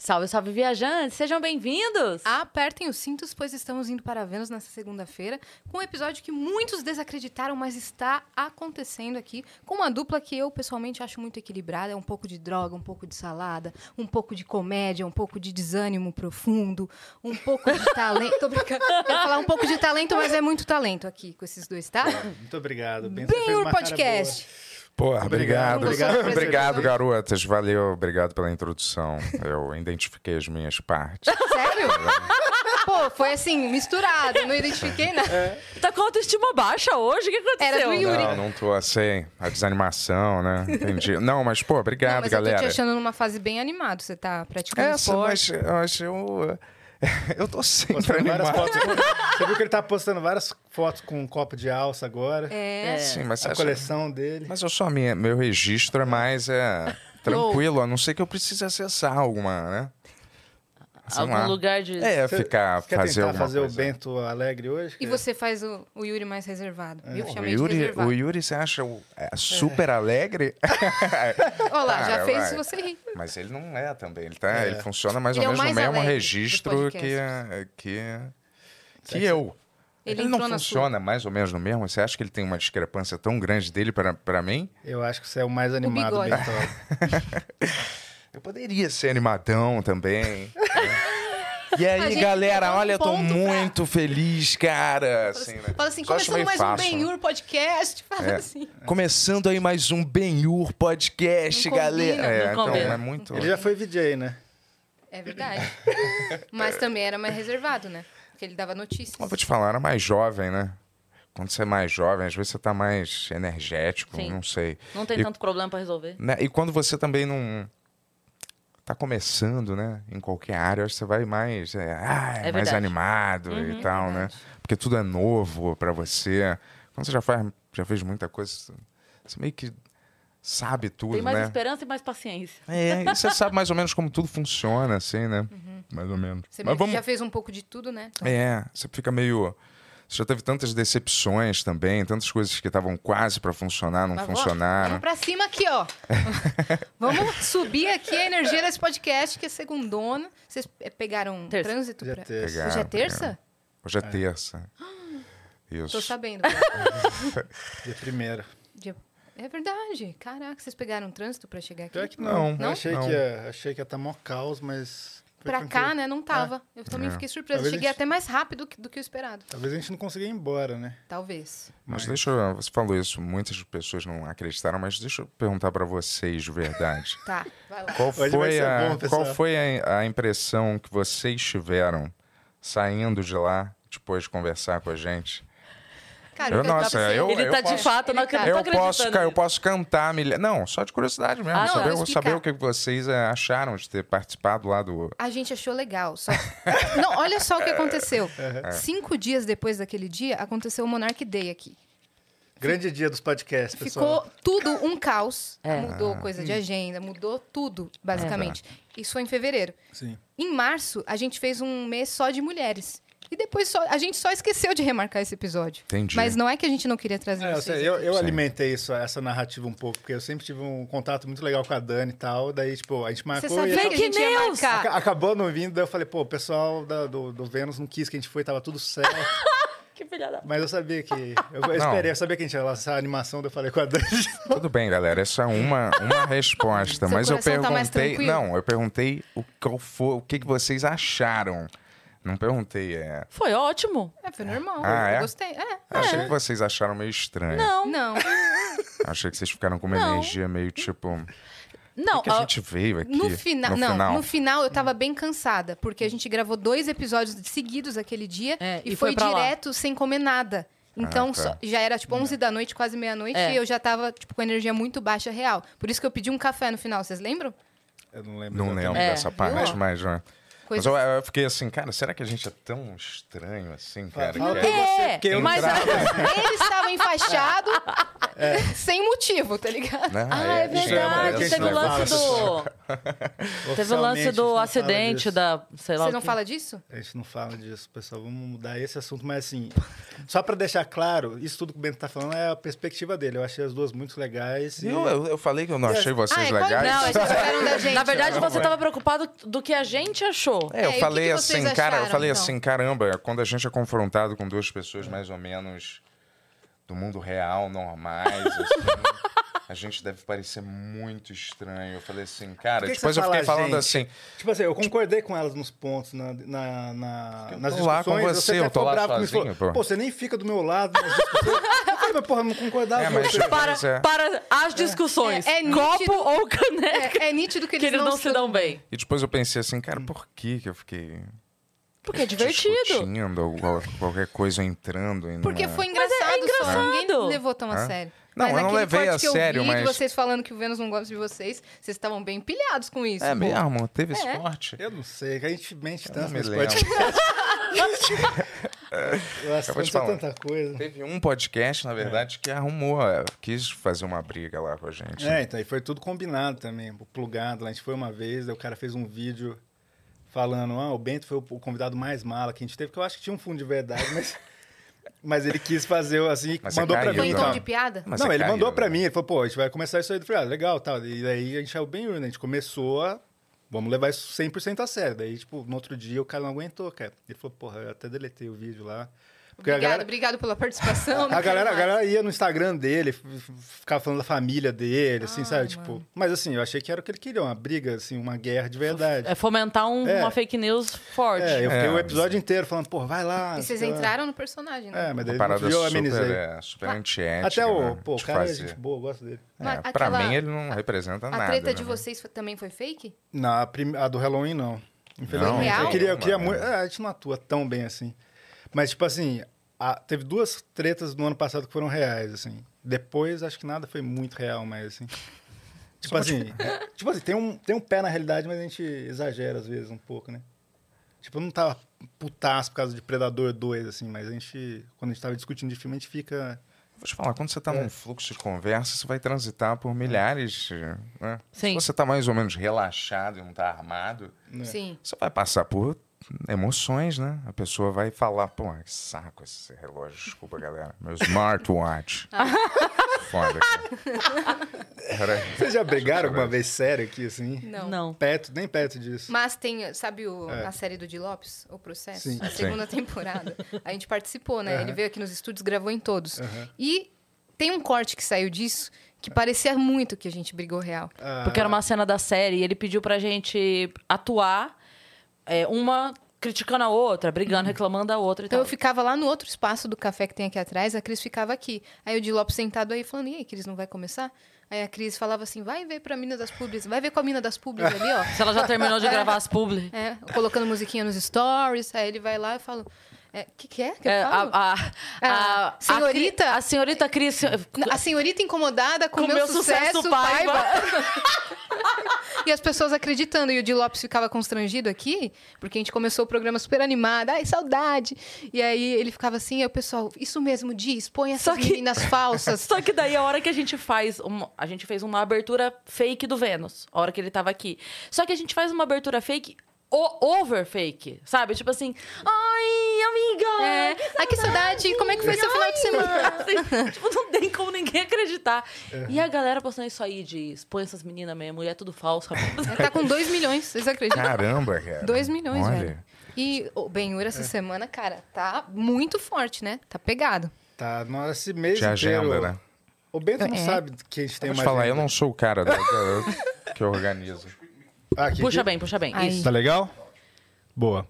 Salve, salve, viajantes! Sejam bem-vindos! Apertem os cintos, pois estamos indo para Vênus nessa segunda-feira, com um episódio que muitos desacreditaram, mas está acontecendo aqui, com uma dupla que eu pessoalmente acho muito equilibrada. É um pouco de droga, um pouco de salada, um pouco de comédia, um pouco de desânimo profundo, um pouco de talento. Tô brincando. Eu ia falar um pouco de talento, mas é muito talento aqui com esses dois, tá? Muito obrigado. Bem, Bem o podcast. Porra, obrigado. Obrigado. Obrigado, Obrigado. garotas. Valeu, obrigado pela introdução. Eu identifiquei as minhas partes. Sério? Pô, foi assim, misturado, não identifiquei nada. Tá com a autoestima baixa hoje? O que Era aconteceu? do Yuri. Não, não tô assim. A desanimação, né? Entendi. Não, mas, pô, obrigado, Não, mas eu tô galera. É, te achando numa fase bem animado. Você tá praticando Essa, esporte. mas, mas eu. Eu tô sempre Postando várias animado. fotos. Você viu que ele tá postando várias fotos com um copo de alça agora? É. Sim, mas A essa- coleção dele. Mas eu só minha, meu Ah. registro é mais é, tranquilo, a não ser que eu precise acessar alguma, né? Sei Algum lá. lugar de. É, Você ficar, quer fazer tentar alguma fazer o coisa. Bento alegre hoje? E você faz o, o Yuri mais reservado. Eu É. O chamei de Yuri, reservado. o Yuri, você acha o- é, super alegre? Olha lá, já Cara, fez vai. você rir. Mas ele não é também, ele, tá, É. ele funciona mais Ele é ou o menos mais no mesmo alegre do registro podcast. que, que, que eu. Ele Ele, não entrou na funciona mais ou menos no mesmo? Você acha que ele tem uma discrepância tão grande dele pra pra mim? Eu acho que você é o mais animado, bigode. Bento. Eu poderia ser animadão também. né? E A aí, gente galera, pegou um olha, eu tô ponto pra- muito feliz, cara. Assim, né? Fala assim, Só acho começando meio mais fácil, um né? Ben Yur podcast. Fala assim. Começando aí mais um Benhur podcast, Não combina, galera. não É, então, combina. é muito. Ele já foi VJ, né? É verdade. Mas também era mais reservado, né? Porque ele dava notícias. Eu É. vou te falar, era mais jovem, né? Quando você é mais jovem, às vezes você tá mais energético, Sim. não sei. Não tem E- tanto problema pra resolver. né? E quando você também não tá começando, né? Em qualquer área, eu acho que você vai mais, é, ah, É mais verdade. Uhum, animado e tal, né? Porque tudo é novo pra você. Quando você já faz, já fez muita coisa, você meio que sabe tudo, Tem mais né? esperança e mais paciência. É, e você sabe mais ou menos como tudo funciona, assim, né? Mais ou menos. Uhum. Você meio Mas que vamos já fez um pouco de tudo, né? é, você fica meio. Você já teve tantas decepções também, tantas coisas que estavam quase pra funcionar, não Mas É? vamos- funcionaram. Vamos pra cima aqui, ó. Vamos subir aqui a energia desse podcast, que é segundona. Vocês eh, pegaram Terça. trânsito? Já pra- teve. Pegar. Hoje é terça? Hoje é, terça. Tô Isso. sabendo. Dia primeiro. Dia- É verdade. Caraca, vocês pegaram um trânsito pra chegar aqui? Pior que Não, não. Eu não? Achei, não. Que ia, achei que ia tá mó caos, mas. foi Pra tranquilo. É. cá, né? Não tava. Eu É. também fiquei surpresa. Talvez Cheguei a gente- até mais rápido que- do que o esperado. Talvez a gente não consiga ir embora, né? Talvez. Mas deixa eu. Você falou isso, muitas pessoas não acreditaram, mas deixa eu perguntar pra vocês de verdade. Tá, vai lá. Qual vai foi, ser a, bom, pessoal. qual foi a, a impressão que vocês tiveram saindo de lá depois de conversar com a gente? Cara, Eu- o que dá nossa, pra ser- eu- ele eu tá de posso- fato na Ele tá. não Eu tô posso, acreditando ca- eu nisso. posso cantar milha... Não, só de curiosidade mesmo. Ah, não, saber, vou explicar. saber o que vocês eh, acharam de ter participado lá do. A gente achou legal. Só... Não, olha só o É. que aconteceu. É. Cinco dias depois daquele dia, aconteceu o Monarch Day aqui. Grande dia dos podcasts, pessoal. Ficou tudo um caos. É. Mudou Ah. coisa de agenda, mudou tudo, basicamente. É. Isso foi em fevereiro. Sim. Em março, a gente fez um mês só de mulheres. E depois só, a gente só esqueceu de remarcar esse episódio. Entendi. Mas não é que a gente não queria trazer É, eu, vocês. sei, eu- eu alimentei isso, essa narrativa um pouco, porque eu sempre tive um contato muito legal com a Dani e tal. Daí, tipo, a gente Você marcou e sabia eu- que a gente ia Fake news! Ah. marcar? Aca- Acabou não vindo, daí eu falei, pô, o pessoal da- do, do Vênus não quis que a gente foi, tava tudo certo. Que filhada. mas eu sabia que. Eu, eu esperei, eu sabia que a gente ia lançar a animação, daí eu falei com a Dani. Tudo bem, galera, essa é uma, uma Seu resposta. mas eu coração tá mais perguntei. tranquilo? não, eu perguntei o, qual foi, o que, que vocês acharam. Não perguntei, é. Foi ótimo. É, foi normal. Ah, eu é? gostei. É. Achei que vocês acharam meio estranho. Não, Não. Achei que vocês ficaram com uma Não. energia meio tipo. O não. que, que a ah, gente veio aqui? No final, No não, final. no final eu tava bem cansada, porque a gente gravou dois episódios seguidos aquele dia É, e, e foi, foi pra lá. direto sem comer nada. Então Ah, tá. só- já era tipo 11 da noite, quase meia-noite, É. e eu já tava tipo com energia muito baixa real. Por isso que eu pedi um café no final, vocês lembram? Eu não lembro. Não lembro exatamente. É, dessa parte, viu? mas. né? Mas Coisa eu, eu fiquei assim, cara, será que a gente é tão estranho assim, cara? Fala um que- pra você, É, porque eu não mas tava. Ele estava enfaixado, Sem motivo, tá ligado? É. Né? Ah, é Aí, gente, verdade, verdade. esse Teve o negócio- lance do. Teve o Oficialmente, a lance gente não do fala acidente disso. da. Sei lá. Vocês o não quê. falam disso? A gente não fala disso, pessoal. Vamos mudar esse assunto, mas assim, só para deixar claro, isso tudo que o Bento tá falando é a perspectiva dele. Eu achei as duas muito legais. e- Viu? Eu, eu falei que eu não achei vocês é, claro que legais. Não, eles tiveram da gente. Na verdade, Não, você é. tava preocupado do que a gente achou. É, É, eu e o que falei que assim, vocês cara, eu acharam, falei então? assim, caramba, quando a gente é confrontado com duas pessoas mais ou menos do mundo real, normais, assim, a gente deve parecer muito estranho. Eu falei assim, cara, Por que que depois você eu fiquei fala, falando gente? assim, Tipo assim, eu concordei com elas nos pontos, na, na, na, Eu nas tô lá discussões. com você, até eu tô ficou lá bravo comigo e sozinho, falou, pô. Pô, você nem fica do meu lado nas discussões. eu falei, mas porra, não concordava É, com mas você. eu- Tipo, Para, Pois é. para as discussões. É, é nítido- copo ou caneca. É, é nítido que que eles, eles não se dão bem. e depois eu pensei assim, cara, por que que eu fiquei Porque é divertido. discutindo ou qual- qualquer coisa entrando? e não Porque é- foi engraçado, é só. engraçado. Ninguém levou tão a Hã? sério. Não, eu não naquele levei corte a que eu sério, vi de mas- vocês falando que o Vênus não gosta de vocês, vocês estavam bem pilhados com isso. É pô. mesmo? Teve É. esporte? Eu não sei, que a gente mente não tanto me nesse lembro. podcast. Eu Acabou de assisto falar. tanta coisa. Teve um podcast, na verdade, que arrumou, é, quis fazer uma briga lá com a gente. É, então, e foi tudo combinado também, plugado. lá. A gente foi uma vez, daí o cara fez um vídeo falando, ah, o Bento foi o o convidado mais mala que a gente teve, que eu acho que tinha um fundo de verdade, mas, mas ele quis fazer assim, Mas você mandou pra caiu, mim. Foi em né? então. tom de piada? Mas não, é ele caído, mandou pra né? mim, ele falou, pô, a gente vai começar isso aí. Eu falei, ah, legal, tal. E daí a gente saiu bem urna, a gente começou a... Vamos levar isso 100% a sério. Daí, tipo, no outro dia o cara não aguentou, cara. Ele falou, porra, eu até deletei o vídeo lá. Porque Obrigado, a galera... obrigado pela participação. não A quero galera, a mais. galera ia no Instagram dele, f- f- ficava falando da família dele, assim, Ah, sabe? Tipo, mas assim, eu achei que era o que ele queria, uma briga, assim, uma guerra de verdade. É fomentar um- É. uma fake news forte. É, eu fiquei É, o episódio inteiro falando, pô, vai lá. E vocês sei lá. entraram no personagem, né? É, mas Uma daí no parada dia eu super, amenizei. é, super antiética. Até o, né, pô, o de cara é fazer. gente boa, eu gosto dele. É, Ah, Mas pra aquela- mim ele não representa A nada. treta de né? vocês foi- também foi fake? Na prim- a do Halloween, não. Não, Infelizmente. Real? eu queria, eu queria não, muito. não. É, a gente não atua tão bem assim. Mas, tipo assim, a- teve duas tretas no ano passado que foram reais, assim. Depois, acho que nada foi muito real, mas assim. Tipo assim, é, tipo assim, tem um, tem um pé na realidade, mas a gente exagera às vezes um pouco, né? Tipo, eu não tava putaço por causa de Predador 2, assim, mas a gente, quando a gente tava discutindo de filme, a gente fica. Vou te falar, quando você É. tá num fluxo de conversa, você vai transitar por milhares. Né? Se Sim. você tá mais ou menos relaxado e não tá armado, É. Sim. você vai passar por emoções, né? A pessoa vai falar, pô, que saco esse relógio, desculpa, galera. Meu smartwatch. Foda. cara. Cara, Vocês já é brigaram alguma vez sério aqui, assim? Não. Não. Perto, nem perto disso. Mas tem, sabe o- É. a série do Di Lopes, O Processo? Sim. A Sim. segunda temporada. A gente participou, né? Aham. Ele veio aqui nos estúdios, gravou em todos. Aham. E tem um corte que saiu disso que parecia muito que a gente brigou real. Ah, Porque era uma cena da série e ele pediu pra gente atuar, é, uma criticando a outra, brigando, reclamando da outra e Então eu tal. ficava lá no outro espaço do café que tem aqui atrás, a Cris ficava aqui. Aí o Di Lopes sentado aí falando, e aí, Cris, não vai começar? Aí a Cris falava assim, vai ver pra mina das pubs, vai ver com a mina das pubs ali, ó. Se ela já terminou de gravar as publi. É, colocando musiquinha nos stories, aí ele vai lá e fala, é, que que é que eu É, a, falo? a, Ah, a- a senhorita? Cri- A, É, senhorita Cris. A senhorita incomodada com, o meu, sucesso, Paiva. E as pessoas acreditando. E o Di Lopes ficava constrangido aqui, porque a gente começou o programa super animado. Ai, saudade! E aí ele ficava assim, aí o pessoal, isso mesmo, Di, expõe essas Só que- meninas falsas. Só que daí é a hora que a gente faz uma, a gente fez uma abertura fake do Vênus, a hora que ele tava aqui. Só que a gente faz uma abertura fake o- over fake, sabe? Tipo assim, ai, amiga. É, ai, que saudade! Como é que foi seu final de semana? Assim, tipo, não tem como ninguém acreditar. E a galera postando isso aí de expõe essas meninas mesmo, e é tudo falso. rapaz." Tá com 2 milhões, vocês acreditam? Caramba, cara. 2 milhões, Olha. É. velho. E o Ben essa semana, cara, tá muito forte, né? Tá pegado. Tá, nós esse mês Te agenda, inteiro- né? O Bento não É. sabe que a gente tem Vou uma te falar, eu agenda. não sou o cara da- da- que organiza. Ah, aqui, Puxa aqui? bem, puxa bem. Aí. Isso. Tá legal? Boa.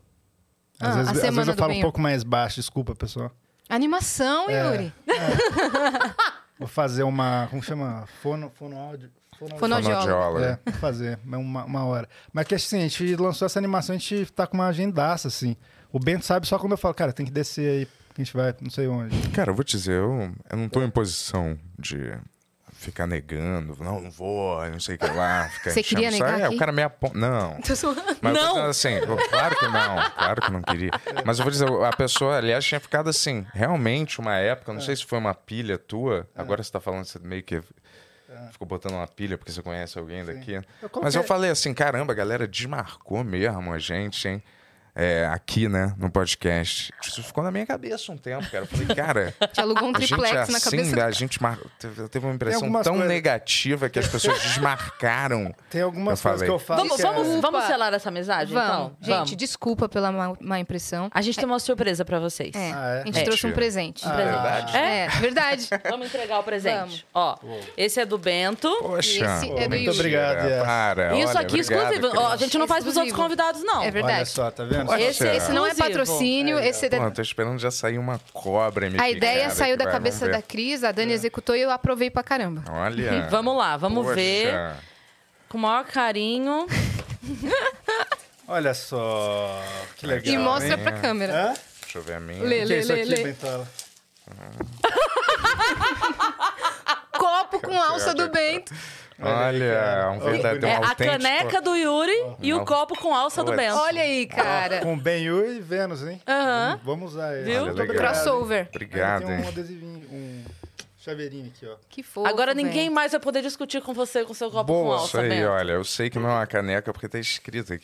Às, Ah, a vezes, às semana vezes eu do falo um bem. pouco mais baixo, desculpa, pessoal. Animação, É. Yuri. Vou fazer uma, como chama? Fono, fonoáudio. fono- Fonoaudiólogo. Fonoaudiólogo. É, vou fazer, mas uma, uma hora. Mas que assim, a gente lançou essa animação, a gente tá com uma agendaça, assim. O Bento sabe só quando eu falo, cara, tem que descer aí, que a gente vai, não sei onde. Cara, eu vou te dizer, eu, eu não tô em posição de ficar negando, não, não vou, não sei o que lá. Fica Você enchendo queria o saco. negar É, aqui? o cara me aponta. Não. Tô zoando. Mas eu tô Não. dizendo assim, eu- claro que não, claro que não queria. Mas eu vou dizer, a pessoa, aliás, tinha ficado assim, realmente uma época, eu É. não sei se foi uma pilha tua, agora você tá falando, você meio que ficou botando uma pilha porque você conhece alguém daqui. É. Eu Mas eu coloquei- falei assim, caramba, a galera desmarcou mesmo a gente, hein? É, aqui, né, no podcast. Isso ficou na minha cabeça um tempo, cara. Eu falei, cara, Te alugou um a gente triplex é na assim, cabeça. a gente mar... teve teve uma impressão algumas tão coisas- negativa que as pessoas desmarcaram. Tem algumas Eu coisas que falei. eu falo. Vamos, que vamos, é... vamos Opa. selar essa amizade, Vamos. então? gente, desculpa pela má, má impressão. A gente tem uma surpresa pra vocês. É, Ah, é? A gente Mentira. trouxe um presente. Ah, verdade? É, verdade. Vamos entregar o prespresente. Vamos. Ó, esse é do Bento. Poxa, Esse é do mentira, Yuri. Obrigado, Yas. para, Isso olha, aqui é obrigado, exclusivo. Ó, querido. a gente não faz pros outros Exclusivo. convidados, não. É Olha verdade. só, tá vendo? Olha Esse é Poxa. exclusivo. Esse não é patrocínio, esse é da- Pô, eu tô esperando já sair uma cobra em mim. A ideia saiu da cabeça da daqui. Cris, a É. Dani executou e eu aprovei pra caramba. Olha. Vamos lá, vamos Poxa. ver. Com o maior carinho. Olha só, que legal. E mostra hein? pra câmera. Hã? Deixa eu ver a minha. Lê, O que é lê, isso lê, aqui, lê. Bentola? É. Copo com alça do Bento. Olha, um Olha, verdadeiro É a autêntico. Uhum. caneca do Yuri e o Não. copo com alça do Putz. Bento. Olha aí, cara. Com ben e Vênus, hein? Aham. Vamos usar ele. Viu? Olha, legal. Crossover. Ainda Obrigado, Tem um hein? adesivinho, um chaveirinho aqui, ó. Que fofo. Agora velho. ninguém mais vai poder discutir com você com seu copo com Boa, isso alça, aí, Bento. olha. Eu sei que não é uma caneca porque tá escrito aqui.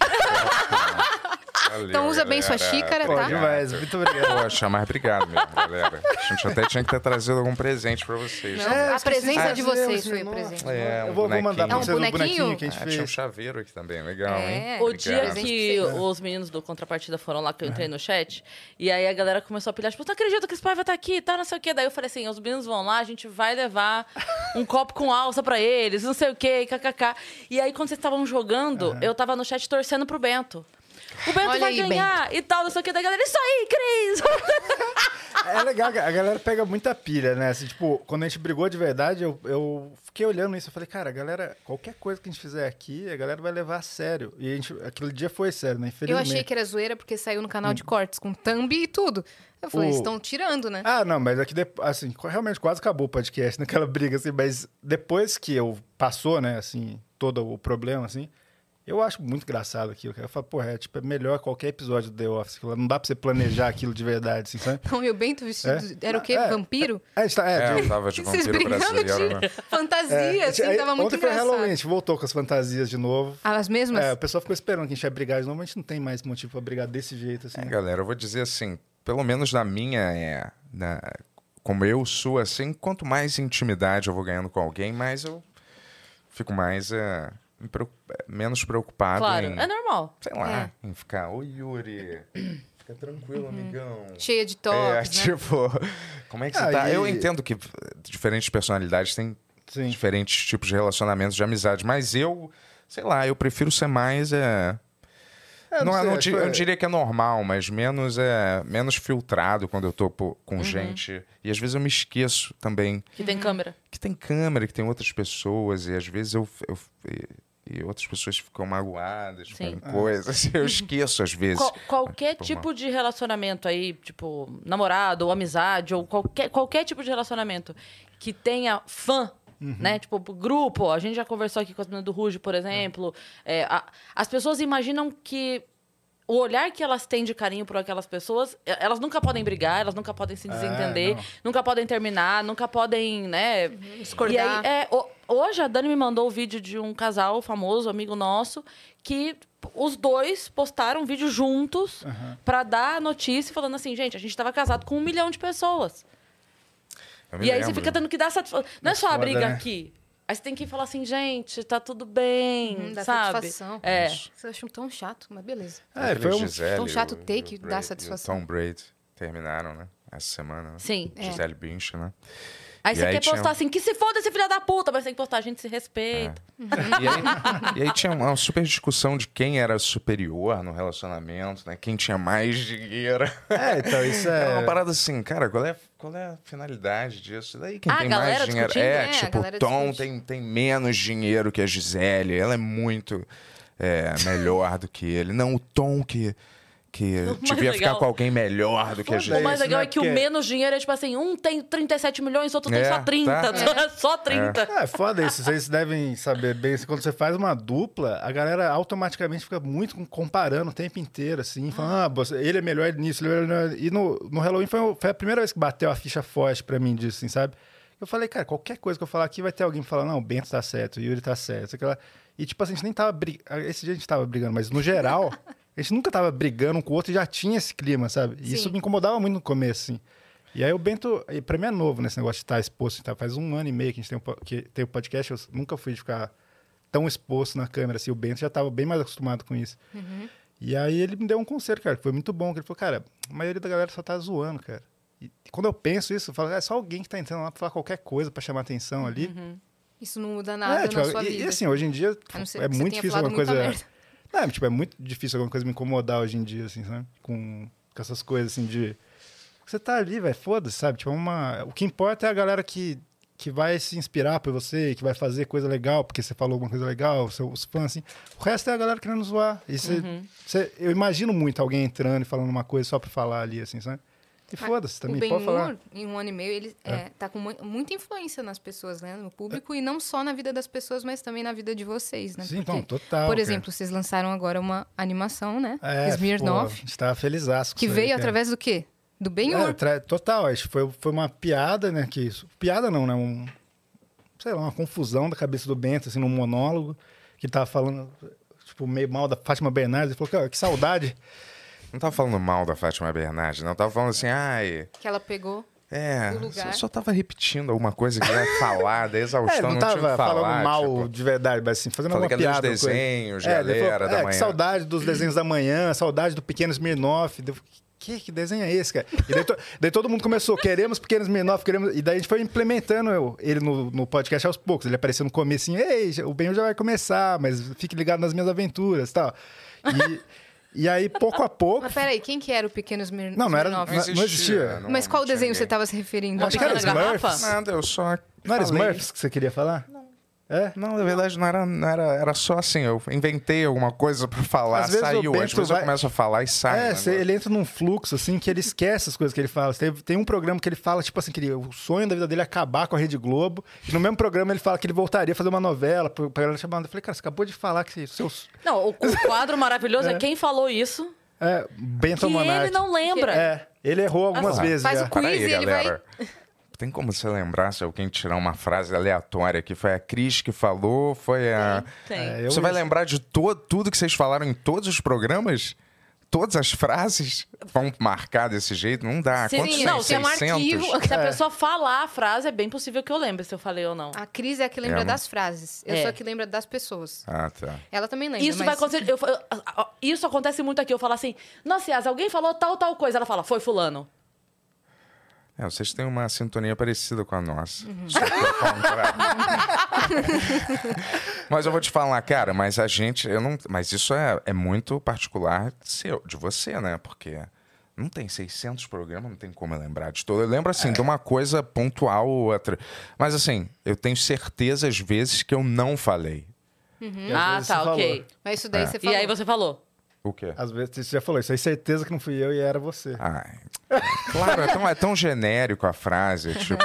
Valeu, Então usa bem sua galera. xícara, tá? Pô, Obrigado. demais, muito obrigado. Poxa, mas obrigado mesmo, galera. A gente até tinha que ter trazido algum presente pra vocês. Não, né? É, a presença de trazer, vocês eu foi o esqueci, presente. É, um eu vou, vou mandar pra É um vocês o bonequinho bonequinho? que a gente Ah, tinha um fez. chaveiro aqui também, legal, É. hein? O dia Obrigado. Presente que pra vocês. os meninos do Contrapartida foram lá, que eu entrei no chat, e aí a galera começou a pilhar, tipo, não acredito que esse pai vai estar aqui, tá, não sei o quê. Daí eu falei assim, os meninos vão lá, a gente vai levar um copo com alça pra eles, não sei o quê, kkk. E aí, quando vocês estavam jogando, eu tava no chat torcendo pro Bento. O Bento Olha vai aí, ganhar e tal, não sei o quê. Daí a galera, isso aí, Cris! um É legal, a galera pega muita pilha, né? Assim, tipo, quando a gente brigou de verdade, eu, eu fiquei olhando isso. Eu falei, cara, galera, qualquer coisa que a gente fizer aqui, a galera vai levar a sério. E a gente, aquele dia foi sério, né? Eu Infelizmente. achei que era zoeira porque saiu no canal de cortes com thumb e tudo. Eu falei, O- eles estão tirando, né? Ah, não, mas aqui, assim, qu- realmente quase acabou o podcast naquela briga, assim, mas depois que eu passou, né, assim, todo o problema, assim, eu acho muito engraçado aquilo. cara. Eu falo, porra, é, tipo, é melhor qualquer episódio do The Office, que lá não dá pra você planejar aquilo de verdade, assim, sabe? Então, e o Bento vestido É? era o quê? É. Vampiro? É, a gente tá, é, É, eu de- tava de Vocês vampiro brigando brasileiro. né? de fantasia, é, a gente- assim, aí, tava muito Ontem foi engraçado. Halloween, a gente voltou com as fantasias de novo. Ah, As mesmas? É, o pessoal ficou esperando que a gente ia brigar de novo, mas a gente não tem mais motivo pra brigar desse jeito, assim. É, galera, eu vou dizer assim, pelo menos na minha, é, na- como eu sou assim, quanto mais intimidade eu vou ganhando com alguém, mais eu fico mais é, me preocup- é, menos preocupado claro, em, é normal. sei lá, É. em ficar, ô Yuri, fica tranquilo, amigão. Cheia de É, toques, né? tipo, como é que você Ah, tá? e- Eu entendo que diferentes personalidades têm Sim. diferentes tipos de relacionamentos, de amizade, mas eu, sei lá, eu prefiro ser mais é, É, não, sei, não acho di- que eu é- diria que é normal, mas menos é menos filtrado quando eu tô pô, com gente. E às vezes eu me esqueço também Que Uhum. tem câmera. que tem câmera, que tem outras pessoas, e às vezes eu. eu- e, e outras pessoas ficam magoadas Sim. com coisas. Eu esqueço às vezes. Qual- qualquer Por tipo de relacionamento aí, tipo, namorado ou amizade, ou qualquer, qualquer tipo de relacionamento que tenha fã, né? Tipo, grupo, a gente já conversou aqui com as meninas do Ruge, por exemplo. É, a- as pessoas imaginam que o olhar que elas têm de carinho por aquelas pessoas, e- elas nunca podem brigar, elas nunca podem se desentender, não. nunca podem terminar, nunca podem, né? E aí, Discordar. é, ho- hoje a Dani me mandou o vídeo de um casal famoso, amigo nosso, que os dois postaram um vídeo juntos pra dar a notícia falando assim, gente, a gente tava casado com um milhão de pessoas. Eu me E aí você lembro. fica tendo que dar satisfação. Não é só a Foda, briga né? aqui. Aí você tem que falar assim, gente, tá tudo bem, Uhum, Hum, dá sabe? satisfação. É. Vocês acham tão chato, mas beleza. É, foi um... Gisele, tão chato o- ter o que Bra- dar e o satisfação. Tom Brady terminaram, né? Essa semana, né? Sim. É. Gisele Bündchen, né? Aí E você aí quer tinha- postar assim, que se foda esse filho da puta, mas tem que postar, a gente se respeita. É. E aí, e aí tinha uma super discussão de quem era superior no relacionamento, né? Quem tinha mais dinheiro. É, então isso é... Era uma parada assim, cara, qual é, qual é a finalidade disso? Daí quem Ah, tem a galera mais dinheiro. discutindo, É, né? A tipo, galera o Tom discute. tem, tem menos dinheiro que a Gisele. Ela é muito é, melhor do que ele. Não, o Tom que. que O mais devia ficar legal- com alguém melhor do que a Foda-se. O gente. mais isso, legal né? é que Porque- o menos dinheiro é tipo assim, um tem 37 milhões, outro tem É, só 30. tá. Só 30. É, foda isso. Vocês devem saber bem. assim, Quando você faz uma dupla, a galera automaticamente fica muito com- comparando o tempo inteiro, assim. Falando, ah, você- ele é melhor nisso, ele é melhor... E no, no Halloween foi, o- foi a primeira vez que bateu a ficha forte pra mim disso, assim, sabe? Eu falei, cara, qualquer coisa que eu falar aqui vai ter alguém que falar, não, o Bento tá certo, o Yuri tá certo, sei lá. E, tipo assim, a gente nem tava brigando... Esse dia a gente tava brigando, mas no geral... A gente nunca tava brigando um com o outro e já tinha esse clima, sabe? E isso Sim. me incomodava muito no começo, assim. E aí o Bento, e pra mim é novo nesse negócio de estar exposto, tá? faz um ano e meio que a gente tem o po- que tem o podcast, eu nunca fui de ficar tão exposto na câmera, assim, o Bento já tava bem mais acostumado com isso. Uhum. E aí ele me deu um conselho, cara, que foi muito bom, que ele falou, cara, a maioria da galera só tá zoando, cara. E quando eu penso isso, eu falo, "Ah, é só alguém que tá entrando lá pra falar qualquer coisa, pra chamar atenção ali. Isso não muda É, Uhum. nada tipo, na sua e, vida. e assim, hoje em dia A não ser que é você muito tenha difícil falado alguma coisa... muita merda. É, tipo, é muito difícil alguma coisa me incomodar hoje em dia, assim, sabe? Com, com essas coisas, assim, de... Você tá ali, velho, foda-se, sabe? Tipo, é uma... O que importa é a galera que, que vai se inspirar por você, que vai fazer coisa legal, porque você falou alguma coisa legal, seu- os fãs, assim. O resto é a galera querendo zoar. E você, Uhum. você- eu imagino muito alguém entrando e falando uma coisa só pra falar ali, assim, sabe? E foda-se Ah, o também, Ben pode falar. Hur, em um ano e meio, ele é, tá com mu- muita influência nas pessoas, né? No público, e não só na vida das pessoas, mas também na vida de vocês, né? Sim, então, Porque, total. por cara. exemplo, vocês lançaram agora uma animação, né? é, pô, a Smirnoff, gente tava feliz que veio através do quê? Do Ben É, Hur. tra- total, acho que foi, foi uma piada, né? Que isso, piada não, né? Um, sei lá, uma confusão da cabeça do Bento, assim, num monólogo, que ele tava falando, tipo, meio mal da Fátima Bernardes. Ele falou, cara, que saudade. Não tava falando mal da Fátima Bernardes, não. Tava falando assim, ai. Que ela pegou. É, O lugar. só, só tava repetindo alguma coisa que eu ia falar, da exaustão, É, ele não tinha o que tava falar, falando mal tipo, de verdade, mas assim, fazendo Falando uma que era dos piada. ou coisa. desenhos, ele falou, galera, da é, manhã." Que saudade dos desenhos da manhã, saudade do Pequeno Smirnoff. Eu falei, Que, que desenho é esse, cara? E daí, to- daí todo mundo começou, queremos pequenos Smirnoff, queremos... E daí a gente foi implementando eu- ele no, no podcast aos poucos. Ele apareceu no começo assim, ei, já- o Ben já vai começar, mas fique ligado nas minhas aventuras e tal. E, e aí, pouco a pouco... Mas peraí, quem que era o pequeno Smirnoff? Não, não era- não não existia. existia. não- Mas qual não tinha desenho você ninguém. tava se referindo? Acho que era Pequena garrafa? Smurfs. Nada, eu só. Não era falei. Smurfs que você queria falar? Não. É? Não, na verdade não era, não era, era só assim, eu inventei alguma coisa pra falar, Às vezes o saiu. Às Bento vezes eu vai- começo a falar e sai. É, né? cê- ele entra num fluxo, assim, que ele esquece as coisas que ele fala. Tem, tem um programa que ele fala, tipo assim, que ele- o sonho da vida dele é acabar com a Rede Globo. E no mesmo programa ele fala que ele voltaria a fazer uma novela pra, pra galera chamar. Eu falei, cara, você acabou de falar que seus. Não, o, o quadro maravilhoso é. quem falou isso É, Bento que Monarch. ele não lembra. É, ele errou algumas Ah, vezes. Assim, faz já. o cu- quiz e ele vai- Tem como você lembrar se alguém tirar uma frase aleatória que foi a Cris que falou, foi a. Tem. É, eu- Você vai lembrar de to- tudo que vocês falaram em todos os programas? Todas as frases vão marcar desse jeito? Não dá. Se- Quantos sim, tem? não, se é um 600? arquivo- Se a pessoa falar a frase, é bem possível que eu lembre se eu falei ou não. A Cris é a que lembra É, das frases. Eu É. sou a que lembra das pessoas. Ah, tá. Ela também lembra. Isso mas... vai acontecer. eu fa- eu- a- a- isso acontece muito aqui. Eu falo assim, nossa, Yas, alguém falou tal, tal coisa. Ela fala, foi fulano. É, vocês têm uma sintonia parecida com a nossa. Só que é o contrário. mas eu vou te falar, cara, mas a gente. Eu não, mas isso é, é muito particular seu, de você, né? Porque não tem 600 programas, não tem como eu lembrar de todo. Eu lembro, assim, de uma coisa pontual ou outra. Mas, assim, eu tenho certeza, às vezes, que eu não falei. E Uhum. às ah, vezes tá, você ok. falou. Mas isso daí É. você E falou. aí você falou. O quê? Às vezes você já falou isso aí, certeza que não fui eu e era você. Ai. Claro, é tão, é tão genérico a frase, tipo.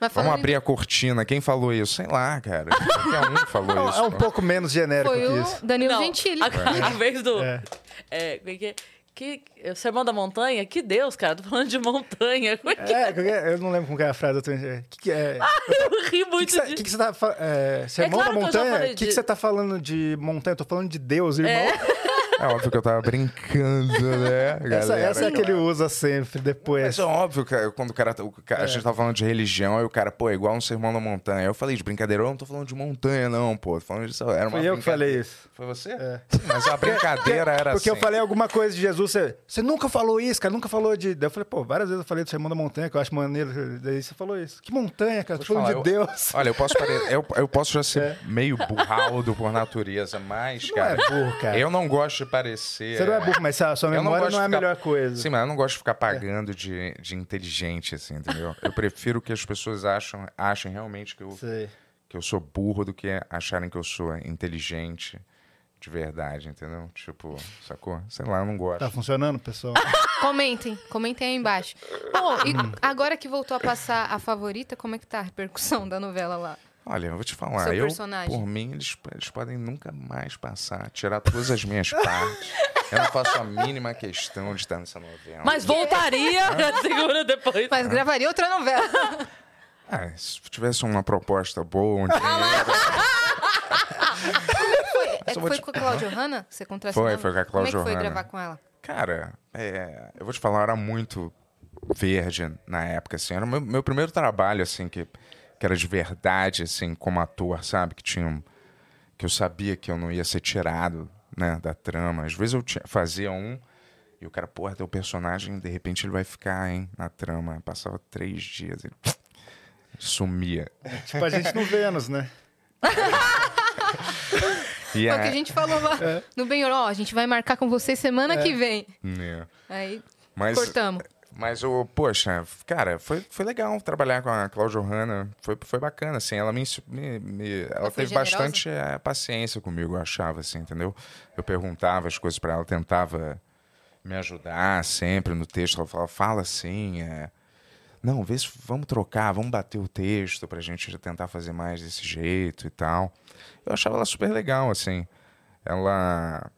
Mas Vamos falando em- abrir a cortina. Quem falou isso? Sei lá, cara. Qualquer um falou Não, isso. é um pouco menos genérico Foi que isso. o Danilo não, Gentili. A, a vez do. É. É. como é que, é? que, o Sermão da Montanha? Que Deus, cara, tô falando de montanha. Como é que- É, qualquer- eu não lembro como que é a frase. O que, que é? Ah, Eu ri O que muito que você disso. que que você tá falando? É, sermão claro da que eu já montanha? O falei que, que de- você tá falando de montanha? Eu tô falando de Deus, irmão. É óbvio que eu tava brincando, né, galera? Essa, essa é que ele usa sempre depois. Mas é óbvio, cara, quando o cara, o cara- É. A gente tava falando de religião, aí o cara, pô, é igual um sermão na montanha. Eu falei de brincadeira, eu não tô falando de montanha, não, pô. Tô falando disso. Era é uma Foi eu que brincadeira. falei isso. Tá Foi você? Sim, Mas a brincadeira era É. Porque eu assim. falei alguma coisa de Jesus, você, você nunca falou isso, cara, nunca falou de. Daí eu falei, pô, várias vezes eu falei do sermão da montanha, que eu acho maneiro. Daí você falou isso. Que montanha, cara? Tô Vou falando te de falar, eu- Deus. Olha, eu posso, pare- eu, eu posso já ser meio burraldo por natureza, mas, É. Não é cara, burro, cara. eu não gosto de parecer. Você não é burro, mas a sua Eu memória não, é gosto a de ficar- melhor coisa. Sim, mas eu não gosto de ficar pagando de, de inteligente, assim, entendeu? Eu prefiro que as pessoas acham, achem realmente que eu, Sei. que eu sou burro do que acharem que eu sou inteligente. de verdade, entendeu? Tipo, sacou? Sei lá, eu não gosto. Tá funcionando, pessoal? Comentem, comentem aí embaixo. Bom, e agora que voltou a passar a favorita, como é que tá a repercussão da novela lá? Olha, eu vou te falar, Seu eu, personagem. por mim, eles, eles podem nunca mais passar, tirar todas as minhas partes. Eu não faço a mínima questão de estar nessa novela. Mas é? voltaria, segura depois. Mas gravaria outra novela. Ah, se tivesse uma proposta boa, um dinheiro... É que eu vou foi te- com a Cláudia Hanna que você contracionou? Foi, foi com Como é a que Cláudia foi Hanna. gravar com ela? Cara, é, eu vou te falar, eu era muito virgem na época, assim. Era o meu, meu primeiro trabalho, assim, que, que era de verdade, assim, como ator, sabe? Que tinha um- que eu sabia que eu não ia ser tirado, né, da trama. Às vezes eu tinha- fazia um e o cara, porra, teu personagem, de repente ele vai ficar, hein, na trama. Passava três dias, ele sumia. tipo, a gente no Vênus, né? E é, Foi o que a gente falou lá É. no Bem Ó, a gente vai marcar com vocês semana que vem. né, Aí Mas, cortamos. Mas o, poxa, cara, foi, foi legal trabalhar com a Cláudia Hanna. Foi, foi bacana, assim. Ela me, ens- me- me- ela, Ela foi teve generosa? bastante eh, paciência comigo, eu achava, assim, entendeu? Eu perguntava as coisas pra ela, tentava me ajudar sempre no texto. Ela falava, fala assim, é, Não, vê se vamos trocar, vamos bater o texto pra gente tentar fazer mais desse jeito e tal. Eu achava ela super legal, assim. Ela.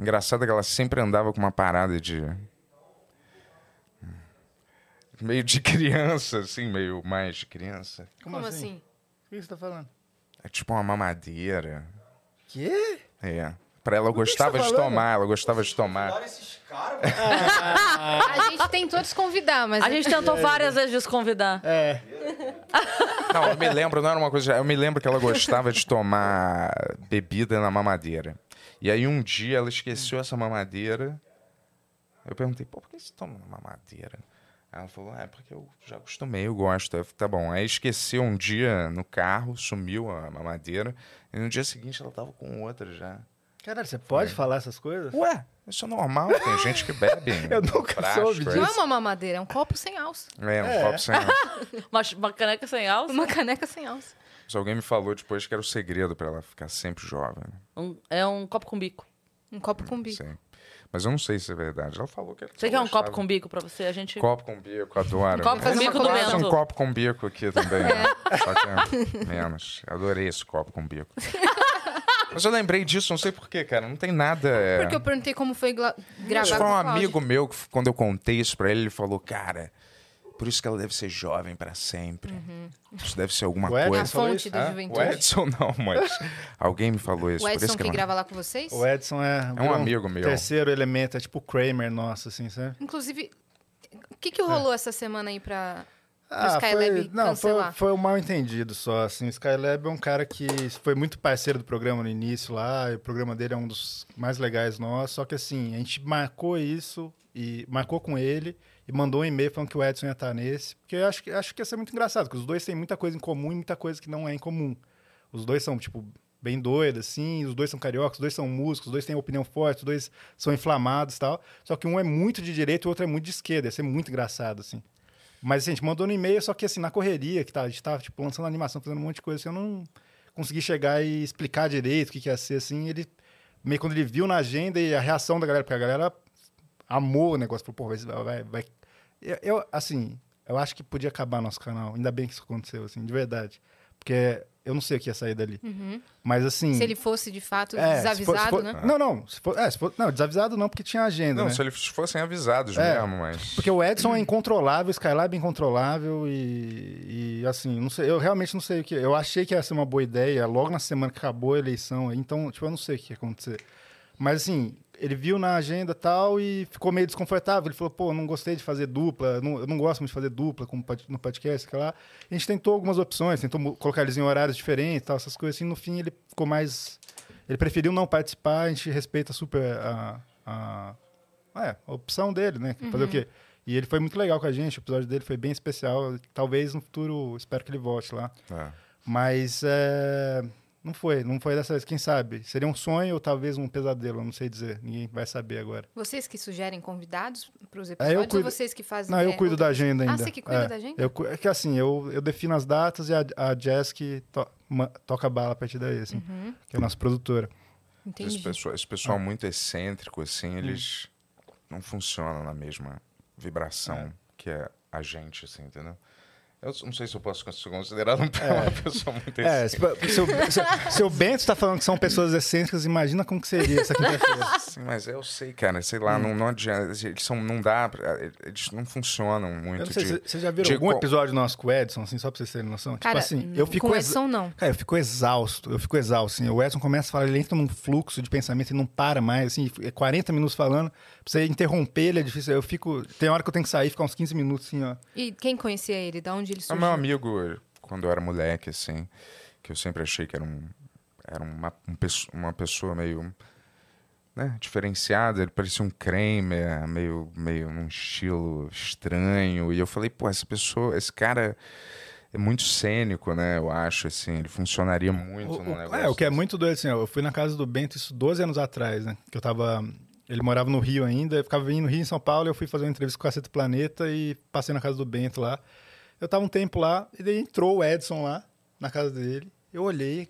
Engraçado é que ela sempre andava com uma parada de meio de criança, assim, meio mais de criança. Como, assim? O que você tá falando? É tipo uma mamadeira. Quê? É. Pra ela, eu que você gostava tá de falando? tomar, ela gostava de tomar. Olha esses caras, mano. assim? A gente tentou desconvidar, mas é- A gente tá- É. tentou várias vezes desconvidar. É. Não, eu me lembro, não era uma coisa. Eu me lembro que ela gostava de tomar bebida na mamadeira. E aí um dia ela esqueceu essa mamadeira. Eu perguntei, pô, por que você toma na mamadeira? Ela falou, ah, é porque eu já acostumei, eu gosto. Eu falei, tá bom. Aí esqueceu um dia no carro, sumiu a mamadeira. E no dia seguinte ela tava com outra já. Caralho, você pode falar essas coisas? É. Ué, isso é normal, tem gente que bebe. um Eu nunca soube não é disso. uma mamadeira, é um copo sem alça. É, um copo sem álcool. Uma, uma caneca sem alça. Uma caneca sem alça. Mas alguém me falou depois que era o segredo pra ela ficar sempre jovem. né? Um- é um copo com bico. Um copo com bico. Sempre. Mas eu não sei se é verdade. Ela falou que ela Você quer um copo gostava. com bico pra você? A gente. Copo com bico, adoro. Um copo com bico do Faz Bento. um copo com bico aqui também. né? É. Só que é menos. Adorei esse copo com bico. Mas eu lembrei disso, não sei porquê, cara. Não tem nada. é, Porque eu perguntei como foi gla- gravar com Isso foi um o Cláudio. amigo meu que, quando eu contei isso pra ele, ele falou, cara, por isso que ela deve ser jovem pra sempre. Isso deve ser alguma Ué, Uhum. A coisa. Você falou fonte isso? da Ah, O juventude. Edson não, mas alguém me falou isso. O por Edson isso que que é eu não- grava lá com vocês. é O Edson é... É um amigo meu. Terceiro elemento, é tipo o Kramer nosso, assim, sabe? Inclusive, o que, que rolou É. essa semana aí pra. Skylab não, Ah, foi, cancelar. foi um mal entendido só, assim. O Skylab é um cara que foi muito parceiro do programa no início lá, e o programa dele é um dos mais legais nós, só que assim, a gente marcou isso, e marcou com ele, e mandou um e-mail falando que o Edson ia estar nesse, porque eu acho que, acho que ia ser muito engraçado, porque os dois têm muita coisa em comum e muita coisa que não é em comum. Os dois são, tipo, bem doidos, assim, os dois são cariocas, os dois são músicos, os dois têm opinião forte, os dois são inflamados e tal. Só que um é muito de direita e o outro é muito de esquerda. Ia ser muito engraçado, assim. Mas, assim, a gente mandou no e-mail, só que, assim, na correria, que tá, a gente tava, tipo, lançando animação, fazendo um monte de coisa, assim, eu não consegui chegar e explicar direito o que, que ia ser, assim. Ele, meio quando ele viu na agenda e a reação da galera, porque a galera amou o negócio, falou, pô, vai... vai, vai. Eu, eu, assim, eu acho que podia acabar nosso canal. Ainda bem que isso aconteceu, assim, de verdade. Porque eu não sei o que ia sair dali. Mas, assim... Hum. Se ele fosse de fato É, se for- se desavisado, for- né? Não, não. Se for, é, se for- não, desavisado não, porque tinha agenda, Não, né? se eles fossem avisados É. mesmo, mas. Porque o Edson é incontrolável, o Skylab é incontrolável e, e, assim, não sei, eu realmente não sei o que. Eu achei que ia ser uma boa ideia logo na semana que acabou a eleição, então, tipo, eu não sei o que ia acontecer. Mas assim, ele viu na agenda e tal e ficou meio desconfortável. Ele falou, pô, não gostei de fazer dupla, não- eu não gosto muito de fazer dupla com, pod- no podcast, sei lá. A gente tentou algumas opções, tentou mo- colocar eles em horários diferentes, e tal, essas coisas assim. No fim, ele ficou mais. Ele preferiu não participar, a gente respeita super a, a, é, a opção dele, né? Fazer o quê? E ele foi muito legal com a gente, o episódio dele foi bem especial. Talvez no futuro, espero que ele volte lá. É. Mas é, não foi, não foi dessa vez. Quem sabe? Seria um sonho ou talvez um pesadelo, eu não sei dizer. Ninguém vai saber agora. Vocês que sugerem convidados pros É, eu episódios cuido- ou vocês que fazem. Não, eu é, cuido da agenda Ah, ainda. você que cuida É, da agenda? Eu, cu- é que assim, eu, eu defino as Uhum. datas e a, a Jess que to- ma- toca a bala a partir daí, assim, que é a nossa produtora. Entendi. Esse pessoal, esse É. pessoal muito excêntrico, Hum. assim, eles não funcionam na mesma vibração que é a gente, assim, entendeu? Eu não sei se eu posso ser considerado um- uma pessoa muito É, se, excêntrica. se o, se, se o Bento está tá falando que são pessoas excêntricas, imagina como que seria essa quinta-feira. Sim, mas eu sei, cara, sei Hum. lá, não, não adianta. Eles são, não dá, pra- eles não funcionam muito. Eu não sei, de- se- vocês já viram de algum qual- episódio nosso com o Edson, assim, só pra vocês terem noção? Cara, tipo assim, eu fico com exa- edição, não. Cara, eu fico exausto, eu fico exausto, assim. O Edson começa a falar, ele entra num fluxo de pensamento e não para mais, assim, é 40 minutos falando, pra você interromper ele é difícil. Eu fico, tem hora que eu tenho que sair, ficar uns 15 minutos, assim, ó. E quem conhecia ele? Da onde ele É o surgiu? meu amigo, quando eu era moleque, assim, que eu sempre achei que era, um, era uma, um pesso- uma pessoa meio né, diferenciada, ele parecia um Kramer, meio, meio num estilo estranho. E eu falei, pô, essa pessoa, esse cara é muito cênico, né? Eu acho, assim, ele funcionaria muito O- no o- negócio. é, o que é desse. muito doido, assim, ó, eu fui na casa do Bento isso 12 anos atrás, né? Que eu tava. Ele morava no Rio ainda, eu ficava vindo no Rio em São Paulo, eu fui fazer uma entrevista com a Cacete Planeta e passei na casa do Bento lá. Eu tava um tempo lá, e daí entrou o Edson lá, na casa dele, eu olhei,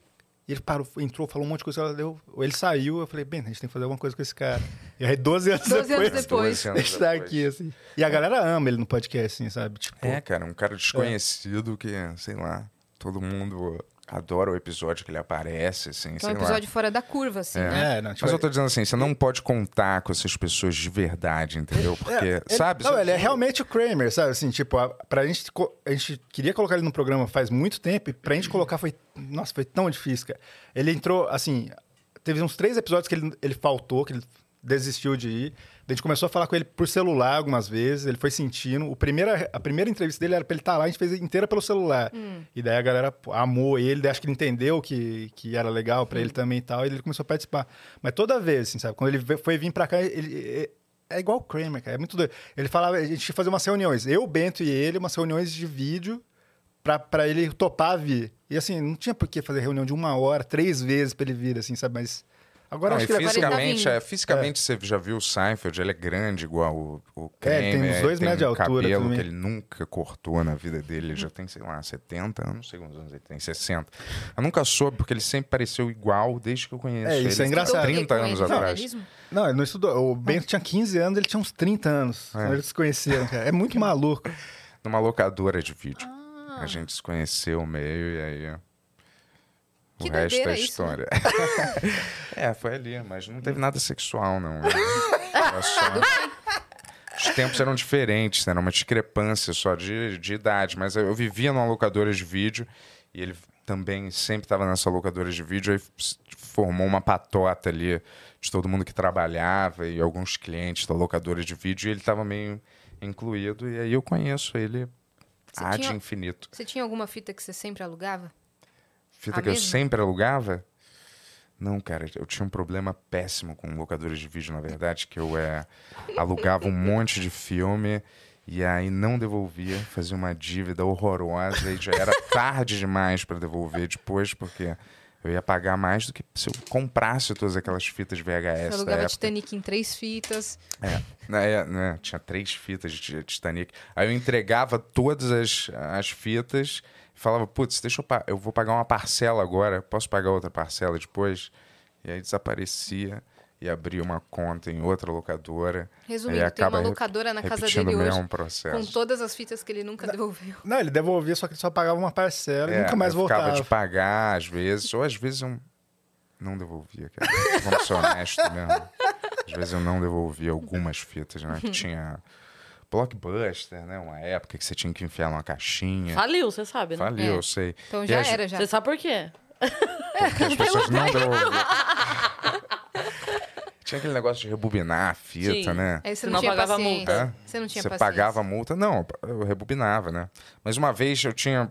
e ele parou, entrou, falou um monte de coisa, ela deu- ele saiu, eu falei, Bento, a gente tem que fazer alguma coisa com esse cara. E aí 12 anos 12 depois, anos depois. Dois anos ele está depois. aqui, assim. E a galera ama ele no podcast, assim, sabe? Tipo, É, cara, um cara desconhecido que, sei lá, todo mundo adora o episódio que ele aparece, Então, assim, Que é um sei lá. episódio fora da curva, assim, É. né? é, não, tipo, Mas eu tô dizendo assim, você não pode contar com essas pessoas de verdade, entendeu? Porque, É, Ele- sabe? Não, Você- ele é realmente o Kramer, sabe? Assim, tipo, a, pra gente. co- A gente queria colocar ele no programa faz muito tempo e pra gente colocar foi. Nossa, foi tão difícil, cara. Ele entrou, assim. Teve uns três episódios que ele, ele faltou, que ele desistiu de ir. A gente começou a falar com ele por celular algumas vezes, ele foi sentindo. O primeira, a primeira entrevista dele era pra ele estar lá, a gente fez inteira pelo celular. E daí a galera pô, amou ele, daí acho que ele entendeu que, que era legal pra ele também e tal, e ele começou a participar. Mas toda vez, assim, sabe? Quando ele ve- foi vir pra cá, ele, é igual o Kramer, cara. É muito doido. Ele falava, a gente ia fazer umas reuniões. Eu, Bento e ele, umas reuniões de vídeo pra, pra ele topar vir. E assim, não tinha por que fazer reunião de uma hora, três vezes pra ele vir, assim, sabe? Mas agora eu Não, acho e que ele agora ele tá fisicamente, vindo. é, fisicamente você já viu o Seinfeld, ele é grande igual o, o É, ele tem Kramer, uns dois tem metros de um altura cabelo também. que ele nunca cortou na vida dele, ele já tem, sei lá, 70, eu não sei quantos anos ele tem, 60. Eu nunca soube, porque ele sempre pareceu igual desde que eu conheço É, ele. isso é engraçado. Então, 30 quem conhece anos tá, atrás. jornalismo? Não, ele não estudou. O Bento tinha 15 anos, ele tinha uns 30 anos. Quando eles se conheceram, cara. É muito maluco. numa locadora de vídeo. Ah. A gente se conheceu meio e aí. ó, O Que resto doideira é isso, né? história. é, foi ali, mas não teve nada sexual, não. né? Era só- Os tempos eram diferentes, né? era uma discrepância só de, de idade. Mas eu vivia numa locadora de vídeo e ele também sempre estava nessa locadora de vídeo. Aí se formou uma patota ali de todo mundo que trabalhava e alguns clientes da locadora de vídeo. E ele estava meio incluído. E aí eu conheço ele Você há de tinha- infinito. Você tinha alguma fita que você sempre alugava? Fita A que eu mesma? sempre alugava? Não, cara, eu tinha um problema péssimo com locadores de vídeo, na verdade, que eu é, alugava um monte de filme e aí não devolvia, fazia uma dívida horrorosa e já era tarde demais para devolver depois, porque eu ia pagar mais do que se eu comprasse todas aquelas fitas Você VHS da alugava época. Titanic em três fitas. É, né, né, tinha três fitas de Ti- Titanic. Aí eu entregava todas as, as fitas e falava, putz, deixa eu, pa- eu vou pagar uma parcela agora, posso pagar outra parcela depois? E aí desaparecia e abria uma conta em outra locadora. Resumindo, Aí tem acaba uma re- locadora na casa repetindo dele o mesmo hoje, processo. Com todas as fitas que ele nunca devolveu. Não, ele devolvia, só que ele só pagava uma parcela e É, nunca mais eu ficava voltava. de pagar às vezes, ou às vezes eu não devolvia, cara. Vamos ser honestos mesmo. Às vezes eu não devolvia algumas fitas, né? Uhum. Que tinha blockbuster, né? Uma época que você tinha que enfiar numa caixinha. Faliu, você sabe, né? Faliu, É. eu sei. Então E já às- era, já. Você sabe por quê? Porque as pessoas não devolviam. tinha aquele negócio de rebobinar a fita, Sim. né? Aí você Senão não tinha pagava paciência. multa. Hã? Você não tinha Você paciência. pagava a multa? Não, eu rebobinava, né? Mas uma vez eu tinha.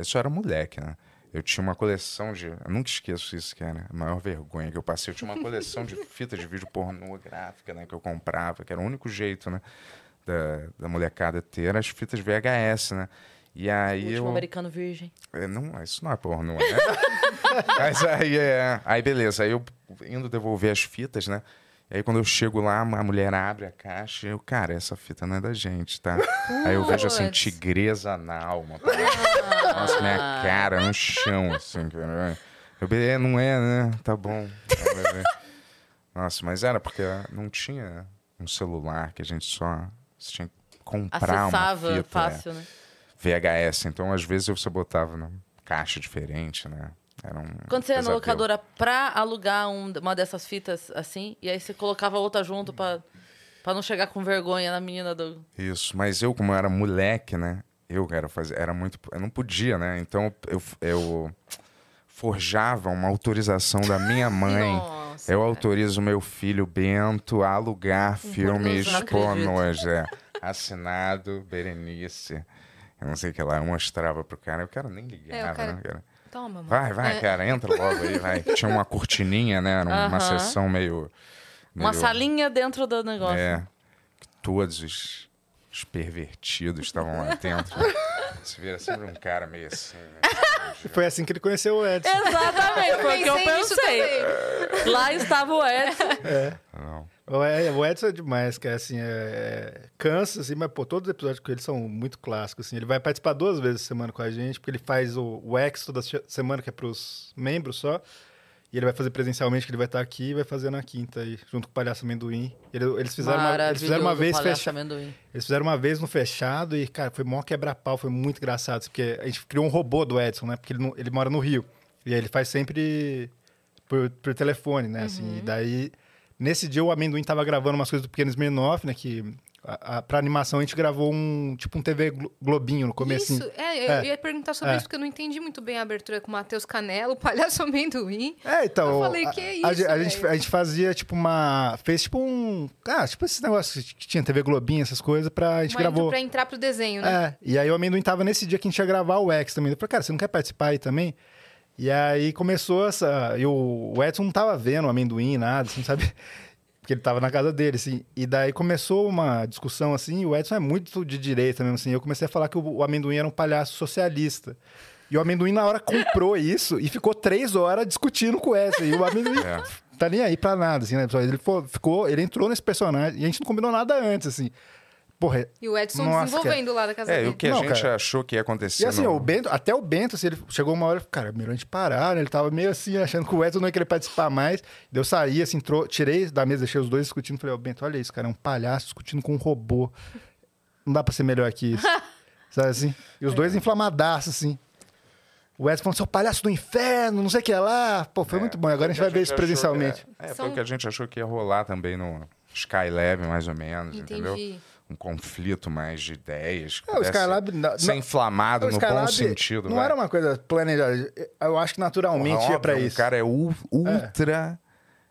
Isso era moleque, né? Eu tinha uma coleção de. Eu nunca esqueço isso, cara. A maior vergonha que eu passei. Eu tinha uma coleção de fitas de vídeo pornográfica, né? Que eu comprava, que era o único jeito, né? Da, da molecada ter era as fitas VHS, né? E O aí último eu. americano virgem. É, não, isso não é pornô, né? Mas aí é. Aí beleza, aí eu indo devolver as fitas, né? E aí quando eu chego lá, a mulher abre a caixa e eu, cara, essa fita não é da gente, tá? aí eu vejo assim, Putz. tá tigresa anal, uma parada. Nossa, minha cara no chão, assim, cara. Eu be- é, não é, né? Tá bom. Tá, bebê. Nossa, mas era porque não tinha um celular que a gente só você tinha que comprar uma Acessava fita, fácil, né? é, VHS. Então, às vezes, você botava numa caixa diferente, né? Era um Quando você ia na pesadelo. locadora pra alugar um- uma dessas fitas assim, e aí você colocava outra junto pra, pra não chegar com vergonha na menina do. Isso, mas eu, como eu era moleque, né? Eu era fazer, era muito, eu não podia, né? Então eu, eu forjava uma autorização da minha mãe. Nossa, eu cara. autorizo meu filho Bento a alugar filmes pornozão. Não pornôs, é. Assinado Berenice. Eu não sei o que lá, eu mostrava pro cara, o cara nem ligava, cara- né? Cara? Toma, mano. Vai, vai, cara, entra logo aí, vai. Tinha uma cortininha, né? Era uma É. Aham. sessão meio, Uma meio- salinha dentro do negócio. é. Que todos os, os pervertidos estavam lá dentro. Você vira sempre um cara meio assim. Né? Foi assim que ele conheceu o Edson. Exatamente, É, foi o que eu nisso pensei. também. Lá estava o Edson. Não. O Ed- o Edson é demais, cara, assim, é, é- cansa, assim, mas, pô, todos os episódios com ele são muito clássicos, assim. Ele vai participar duas vezes por semana com a gente, porque ele faz o, o ex toda se- semana, que é pros membros só, e ele vai fazer presencialmente, que ele vai estar aqui, e vai fazer na quinta aí, junto com o Palhaço Amendoim. Ele- eles, fizeram uma, eles fizeram uma Maravilhoso, vez palhaço fechado. amendoim. Eles fizeram uma vez no fechado e, cara, foi mó quebra-pau, foi muito engraçado. assim, Porque a gente criou um robô do Edson, né? Porque ele, não- ele mora no Rio. E aí ele faz sempre por, por telefone, né? Assim, e Uhum. daí, nesse dia, o Amendoim tava gravando umas coisas do Pequeno Smirnoff, né? Que a, a, pra animação a gente gravou um, tipo, um TV Glo- Globinho no começo. Isso, é, eu É. ia perguntar sobre É. isso, porque eu não entendi muito bem a abertura com o Matheus Canelo, o Palhaço Amendoim. É, então. Eu falei, a- que a, isso, gen- a, gente, velho? a gente fazia, tipo, uma. Fez tipo um. Ah, tipo esse negócio que tinha TV Globinho, essas coisas, pra. A gente Uma intro gravou. pra entrar pro desenho, né? É, e aí o amendoim tava nesse dia que a gente ia gravar o X também. Eu falei, cara, você não quer participar aí também? E aí começou essa. E o o Edson não tava vendo o amendoim, nada, assim, sabe? Porque ele tava na casa dele, assim. E daí começou uma discussão, assim, e o Edson é muito de direita mesmo, assim. Eu comecei a falar que o, o amendoim era um palhaço socialista. E o amendoim, na hora, comprou isso e ficou três horas discutindo com o Edson. E o amendoim É. tá nem aí pra nada, assim, né, pessoal? Ele fo- ficou, ele entrou nesse personagem e a gente não combinou nada antes, assim. Porra, E o Edson Nossa, desenvolvendo lá da casa É, e dele. o que a Não, gente cara. achou que ia acontecer. E assim, não- o Bento, até o Bento, assim, ele chegou uma hora, cara, melhor a gente parar, né? Ele tava meio assim, achando que o Edson não ia querer participar mais. Daí eu saí, assim, tro- tirei da mesa, deixei os dois discutindo. Falei, ó, Bento, olha isso, cara, é um palhaço discutindo com um robô. Não dá pra ser melhor que isso. Sabe assim? E os dois inflamadaços, assim. O Edson falando, seu palhaço do inferno, não sei o que lá. Pô, foi É, muito bom. Agora a gente foi vai o que ver isso achou que- presencialmente. É, é, foi São- o que a gente achou que ia rolar também no Skylab, mais ou menos, entendeu? Entendi. Um conflito mais de ideias. que É, o pudesse Skylab na- Ser na- inflamado O no bom Skylab sentido. é Não vai. era uma coisa planejada. Eu acho que naturalmente Porra, ia pra óbvio, isso. O cara é ul- ultra.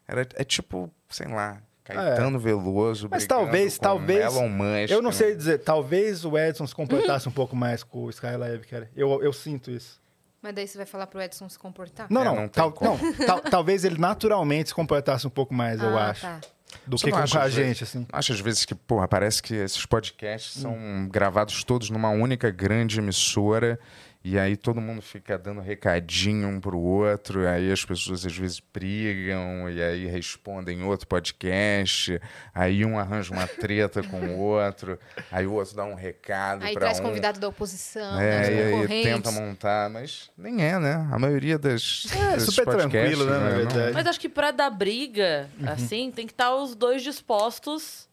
Era, é tipo, sei lá, Caetano Veloso. É. Mas brigando talvez, com talvez. Elon Musk, né? Eu não sei dizer, talvez o Edson se comportasse Uhum. um pouco mais com o Skylab, cara. Eu, eu sinto isso. Mas daí você vai falar pro Edson se comportar? Não, É, não. não tem tal- como. não, tal- talvez ele naturalmente se comportasse um pouco mais, eu Ah, acho. tá. Do Você que não com acha, a às vezes? gente, assim. Não Acho às vezes que, porra, parece que esses podcasts são Hum. gravados todos numa única grande emissora e aí todo mundo fica dando recadinho um pro outro, aí as pessoas às vezes brigam e aí respondem outro podcast, aí um arranja uma treta com o outro, aí o outro dá um recado Aí pra traz um. convidado da oposição, né, os É, e aí tenta concorrentes. montar, mas nem é, né? A maioria das. É, desses super podcasts, tranquilo, né, na não- verdade. é- Mas acho que pra dar briga, Uhum. assim, tem que estar os dois dispostos.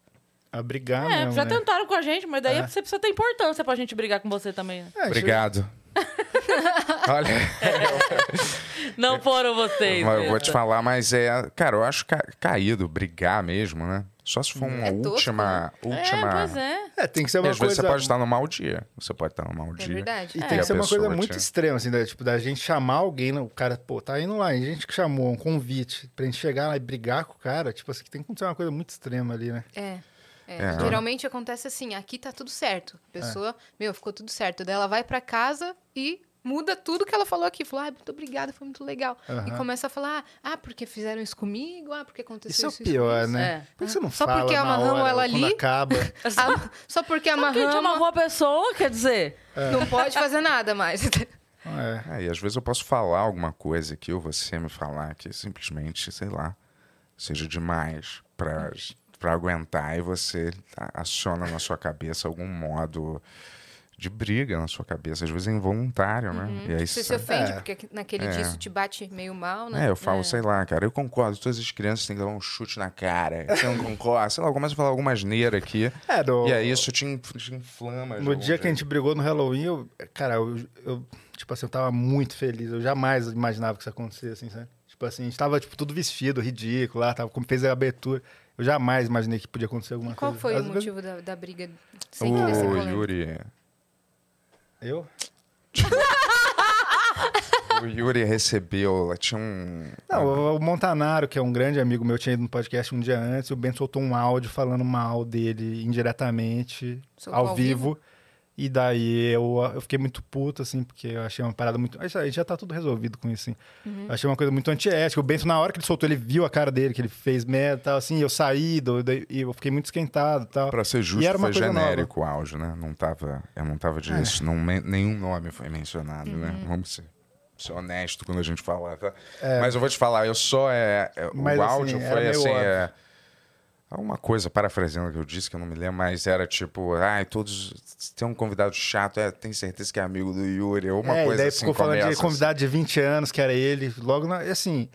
A brigar Ah, é, mesmo, já né? tentaram com a gente, mas daí É. você precisa ter importância pra gente brigar com você também. né? É, acho- É Obrigado. Olha, Não foram vocês. mas eu vou Bento. te falar, mas é. Cara, eu acho ca- caído brigar mesmo, né? Só se for Hum. uma É tosco, última. última... É, pois é. né? É, tem que ser E uma às coisa... vezes você pode estar no mau dia. Você pode estar no mau É dia. verdade. E É. tem que ser A uma pessoa coisa te- muito extrema, assim, né? tipo, da gente chamar alguém, né? o cara, pô, tá indo lá, a gente que chamou, um convite, pra gente chegar lá e brigar com o cara, tipo assim, tem que acontecer uma coisa muito extrema ali, né? É. é. É. Geralmente acontece assim, aqui tá tudo certo. A pessoa, meu, ficou tudo certo. Daí ela vai pra casa e muda tudo que ela falou aqui. Falou, ah, muito obrigada, foi muito legal. E Aham. começa a falar, ah, porque fizeram isso comigo? Ah, porque aconteceu isso. Isso é o pior, isso, né? Por que você não Só fala porque na amarramos hora, ela quando ali? acaba? isso. Ah, só porque Porque a gente amarramos, amarrou a pessoa, quer dizer. não pode fazer nada mais. É. É, e às vezes eu posso falar alguma coisa que eu você me falar que simplesmente, sei lá, seja demais Hum. pra, pra aguentar e você a- aciona na sua cabeça algum modo de briga na sua cabeça. Às vezes é involuntário, né? E aí Uhum. Você se sai- ofende, É. porque naquele É. dia isso te bate meio mal, né? É, eu falo, sei lá, cara, eu concordo, todas as crianças têm que levar um chute na cara. Você não concorda? Sei lá, eu começo a falar alguma asneira aqui. É, do- E aí isso te, inf- te inflama. de No algum dia que a jeito. gente brigou no Halloween, eu, cara, eu, eu, tipo assim, eu tava muito feliz. Eu jamais imaginava que isso acontecesse, assim, sabe? Tipo assim, a gente tava, tipo, tudo vestido, ridículo, lá, tava, como fez a abertura. Eu jamais imaginei que podia acontecer alguma Qual coisa. foi Às o vezes- motivo da, da briga? Sem que desse Ô, polêmica? Yuri. Eu? O Yuri recebeu, ela tinha um. Não, o- o Montanaro, que é um grande amigo meu, tinha ido no podcast um dia antes, e o Ben soltou um áudio falando mal dele indiretamente, Soltou ao, ao vivo. E daí eu, eu fiquei muito puto, assim, porque eu achei uma parada muito. Isso aí já tá tudo resolvido com isso, assim. Eu achei uma coisa muito antiética. O Bento, na hora que ele soltou, ele viu a cara dele, que ele fez merda e tal, assim, eu saí, do, daí- e eu fiquei muito esquentado e tal. Pra ser E justo, era uma foi coisa É. genérico o áudio, né? Não tava, eu não tava disso. Não, men- nenhum nome foi mencionado, né? Uhum. Vamos ser, ser honesto quando a gente falar, tá? Mas eu vou te falar, eu só é. é, É. Mas, o assim, áudio era foi meio assim. óbvio. É, alguma coisa, parafraseando o que eu disse, que eu não me lembro, mas era tipo, ai, todos. se Tem um convidado chato, é, tem certeza que é amigo do Yuri, ou uma é, e coisa daí assim. ficou falando começa de assim. convidado de 20 anos, que era ele, logo na, e assim.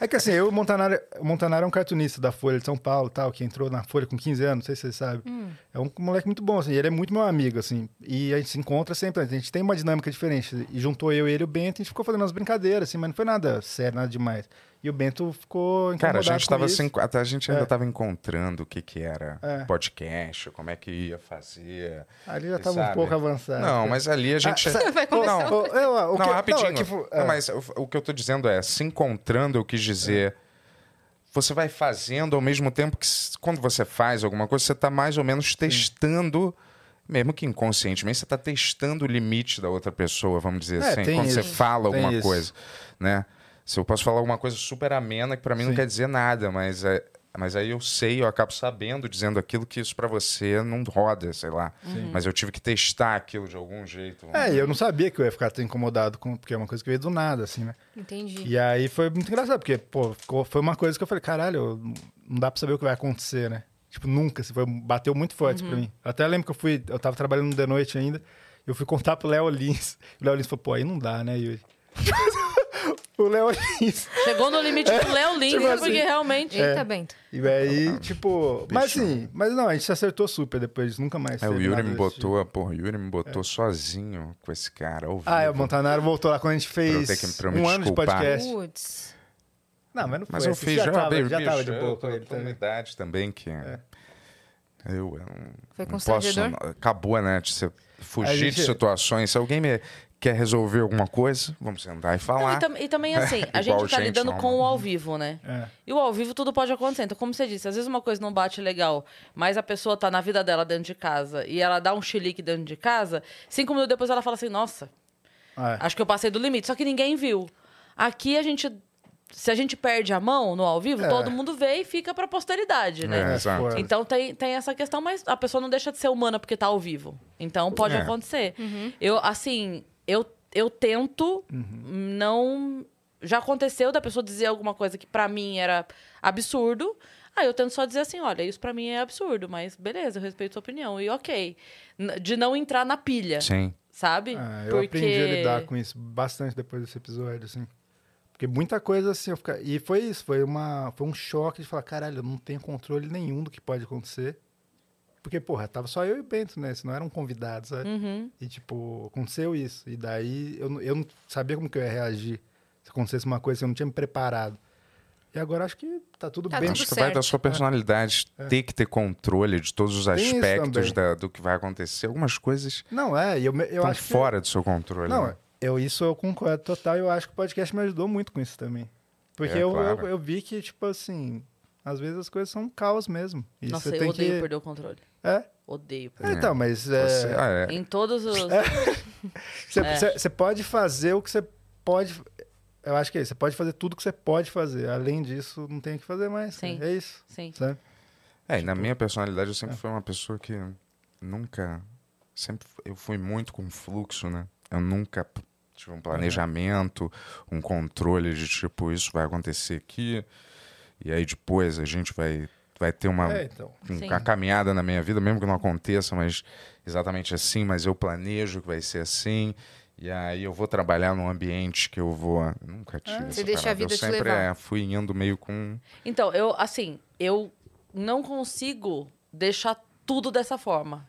É que assim, eu e o Montanaro, o Montanaro é um cartunista da Folha de São Paulo, tal, que entrou na Folha com 15 anos, não sei se vocês sabem. Hum. É um moleque muito bom, assim, ele é muito meu amigo, assim. E a gente se encontra sempre, a gente tem uma dinâmica diferente. E juntou eu, ele e o Bento, e a gente ficou fazendo umas brincadeiras, assim, mas não foi nada sério, nada demais. E o Bento ficou incomodado Cara, a gente, com tava isso. se enco- até a gente ainda É. estava encontrando o que, que era É. podcast, como é que ia fazer. Ali já Você tava um sabe? pouco avançado. Não, mas ali a gente. Ah, Vai começar não, Ô, é, ó, o não, que- não, rapidinho. tipo, Não, é. mas o, o que eu tô dizendo é, se encontrando, eu quis dizer. Você vai fazendo ao mesmo tempo que s- quando você faz alguma coisa, você tá mais ou menos testando. Mesmo que inconscientemente, você tá testando o limite da outra pessoa, vamos dizer É, assim. tem Quando você isso. fala Tem alguma isso. coisa, né? Se eu posso falar alguma coisa super amena, que pra mim não Sim. quer dizer nada, mas, é, mas aí eu sei, eu acabo sabendo, dizendo aquilo que isso pra você não roda, sei lá. Mas eu tive que testar aquilo de algum jeito. vamos Uhum. É, dizer. e eu não sabia que eu ia ficar tão incomodado com, porque é uma coisa que veio do nada, assim, né? Entendi. E aí foi muito engraçado, porque, pô, ficou- foi uma coisa que eu falei, caralho, eu- não dá pra saber o que vai acontecer, né? Tipo, nunca, assim, foi, bateu muito forte pra mim. Eu até lembro que eu fui, eu tava trabalhando de noite ainda, eu fui contar pro Léo Lins. O Léo Lins falou, pô, aí não dá, né, Yuri? o Léo Lins. Chegou no limite do Léo Lins, tipo assim, porque É, realmente. Eita, Bento. E aí, tipo, mas sim, mas não, a gente se acertou super depois disso, nunca mais. É, o teve Yuri nada me desse tipo. botou, porra, o Yuri me botou sozinho com esse cara. Ao vivo. Ah, é, o Montanaro voltou lá quando a gente Pra eu ter que- fez pra eu me um ano de desculpar. podcast. Putz. Não, mas não foi. Mas eu esse fiz, já, já, tava, abri, já bicho, tava de boa eu com tô, ele tô numa também. É. idade também que... Eu, eu não- Foi não posso... constrangedor? Acabou, né? De você A fugir de gente- situações. Se alguém me quer resolver alguma coisa, vamos sentar Não, e falar. e, tam- e também assim, a gente Igual tá gente lidando não, com né? o ao vivo, né? É. E o ao vivo tudo pode acontecer. Então, como você disse, às vezes uma coisa não bate legal, mas a pessoa tá na vida dela dentro de casa e ela dá um chilique dentro de casa, cinco minutos depois ela fala assim, nossa, Ah, é. acho que eu passei do limite, só que ninguém viu. Aqui a gente. Se a gente perde a mão no ao vivo, É. todo mundo vê e fica pra posteridade, É, né? exato. foda. Então tem, tem essa questão, mas a pessoa não deixa de ser humana porque tá ao vivo. Então pode É. acontecer. Eu, assim, eu, eu tento Uhum. não. Já aconteceu da pessoa dizer alguma coisa que pra mim era absurdo. Aí eu tento só dizer assim: olha, isso pra mim é absurdo, mas beleza, eu respeito sua opinião. E ok. N- De não entrar na É. pilha, Sim. sabe? Ah, eu aprendi a lidar com isso bastante depois desse episódio, assim. Porque muita coisa assim, eu fica... e foi isso, foi, uma, foi um choque de falar, caralho, eu não tenho controle nenhum do que pode acontecer. Porque, porra, tava só eu e o Bento, né? Se não eram convidados, sabe? Uhum. E, tipo, aconteceu isso. E daí eu, não- eu não sabia como que eu ia reagir se acontecesse uma coisa que eu não tinha me preparado. E agora acho que tá tudo Tá bem. tudo Acho que vai da certo. sua personalidade ter que ter controle de todos os É. isso também. aspectos da- do que vai acontecer. Algumas coisas Não, é, e eu, me- eu estão acho que- fora do seu controle. Não, né? eu, isso eu concordo total. Eu acho que o podcast me ajudou muito com isso também. Porque É, eu, claro. eu, eu vi que, tipo assim, às vezes as coisas são um caos mesmo. E Nossa, você eu tem odeio que... perder o controle. É, Odeio. perder. é, então, mas é, Você- ah, é. Em todos os. você É. você- você pode fazer o que você pode... Eu acho que é isso. Você pode fazer tudo que você pode fazer. Além disso, não tem o que fazer mais. Sim. É isso. Sim. Sabe? É, e Tipo, na minha personalidade eu sempre é. fui uma pessoa que nunca. Sempre eu fui muito com fluxo, né? Eu nunca p- tive Uhum. um planejamento, um controle de tipo, isso vai acontecer aqui, e aí depois a gente vai vai ter uma, É, então. um- Sim. uma caminhada na minha vida, mesmo que não aconteça, mas exatamente assim, mas eu planejo que vai ser assim. E aí eu vou trabalhar num ambiente que eu vou. Nunca tive. essa É, Você deixa parada. a vida eu te sempre levar. é, fui indo meio com. Então, eu, assim, eu não consigo deixar tudo dessa forma.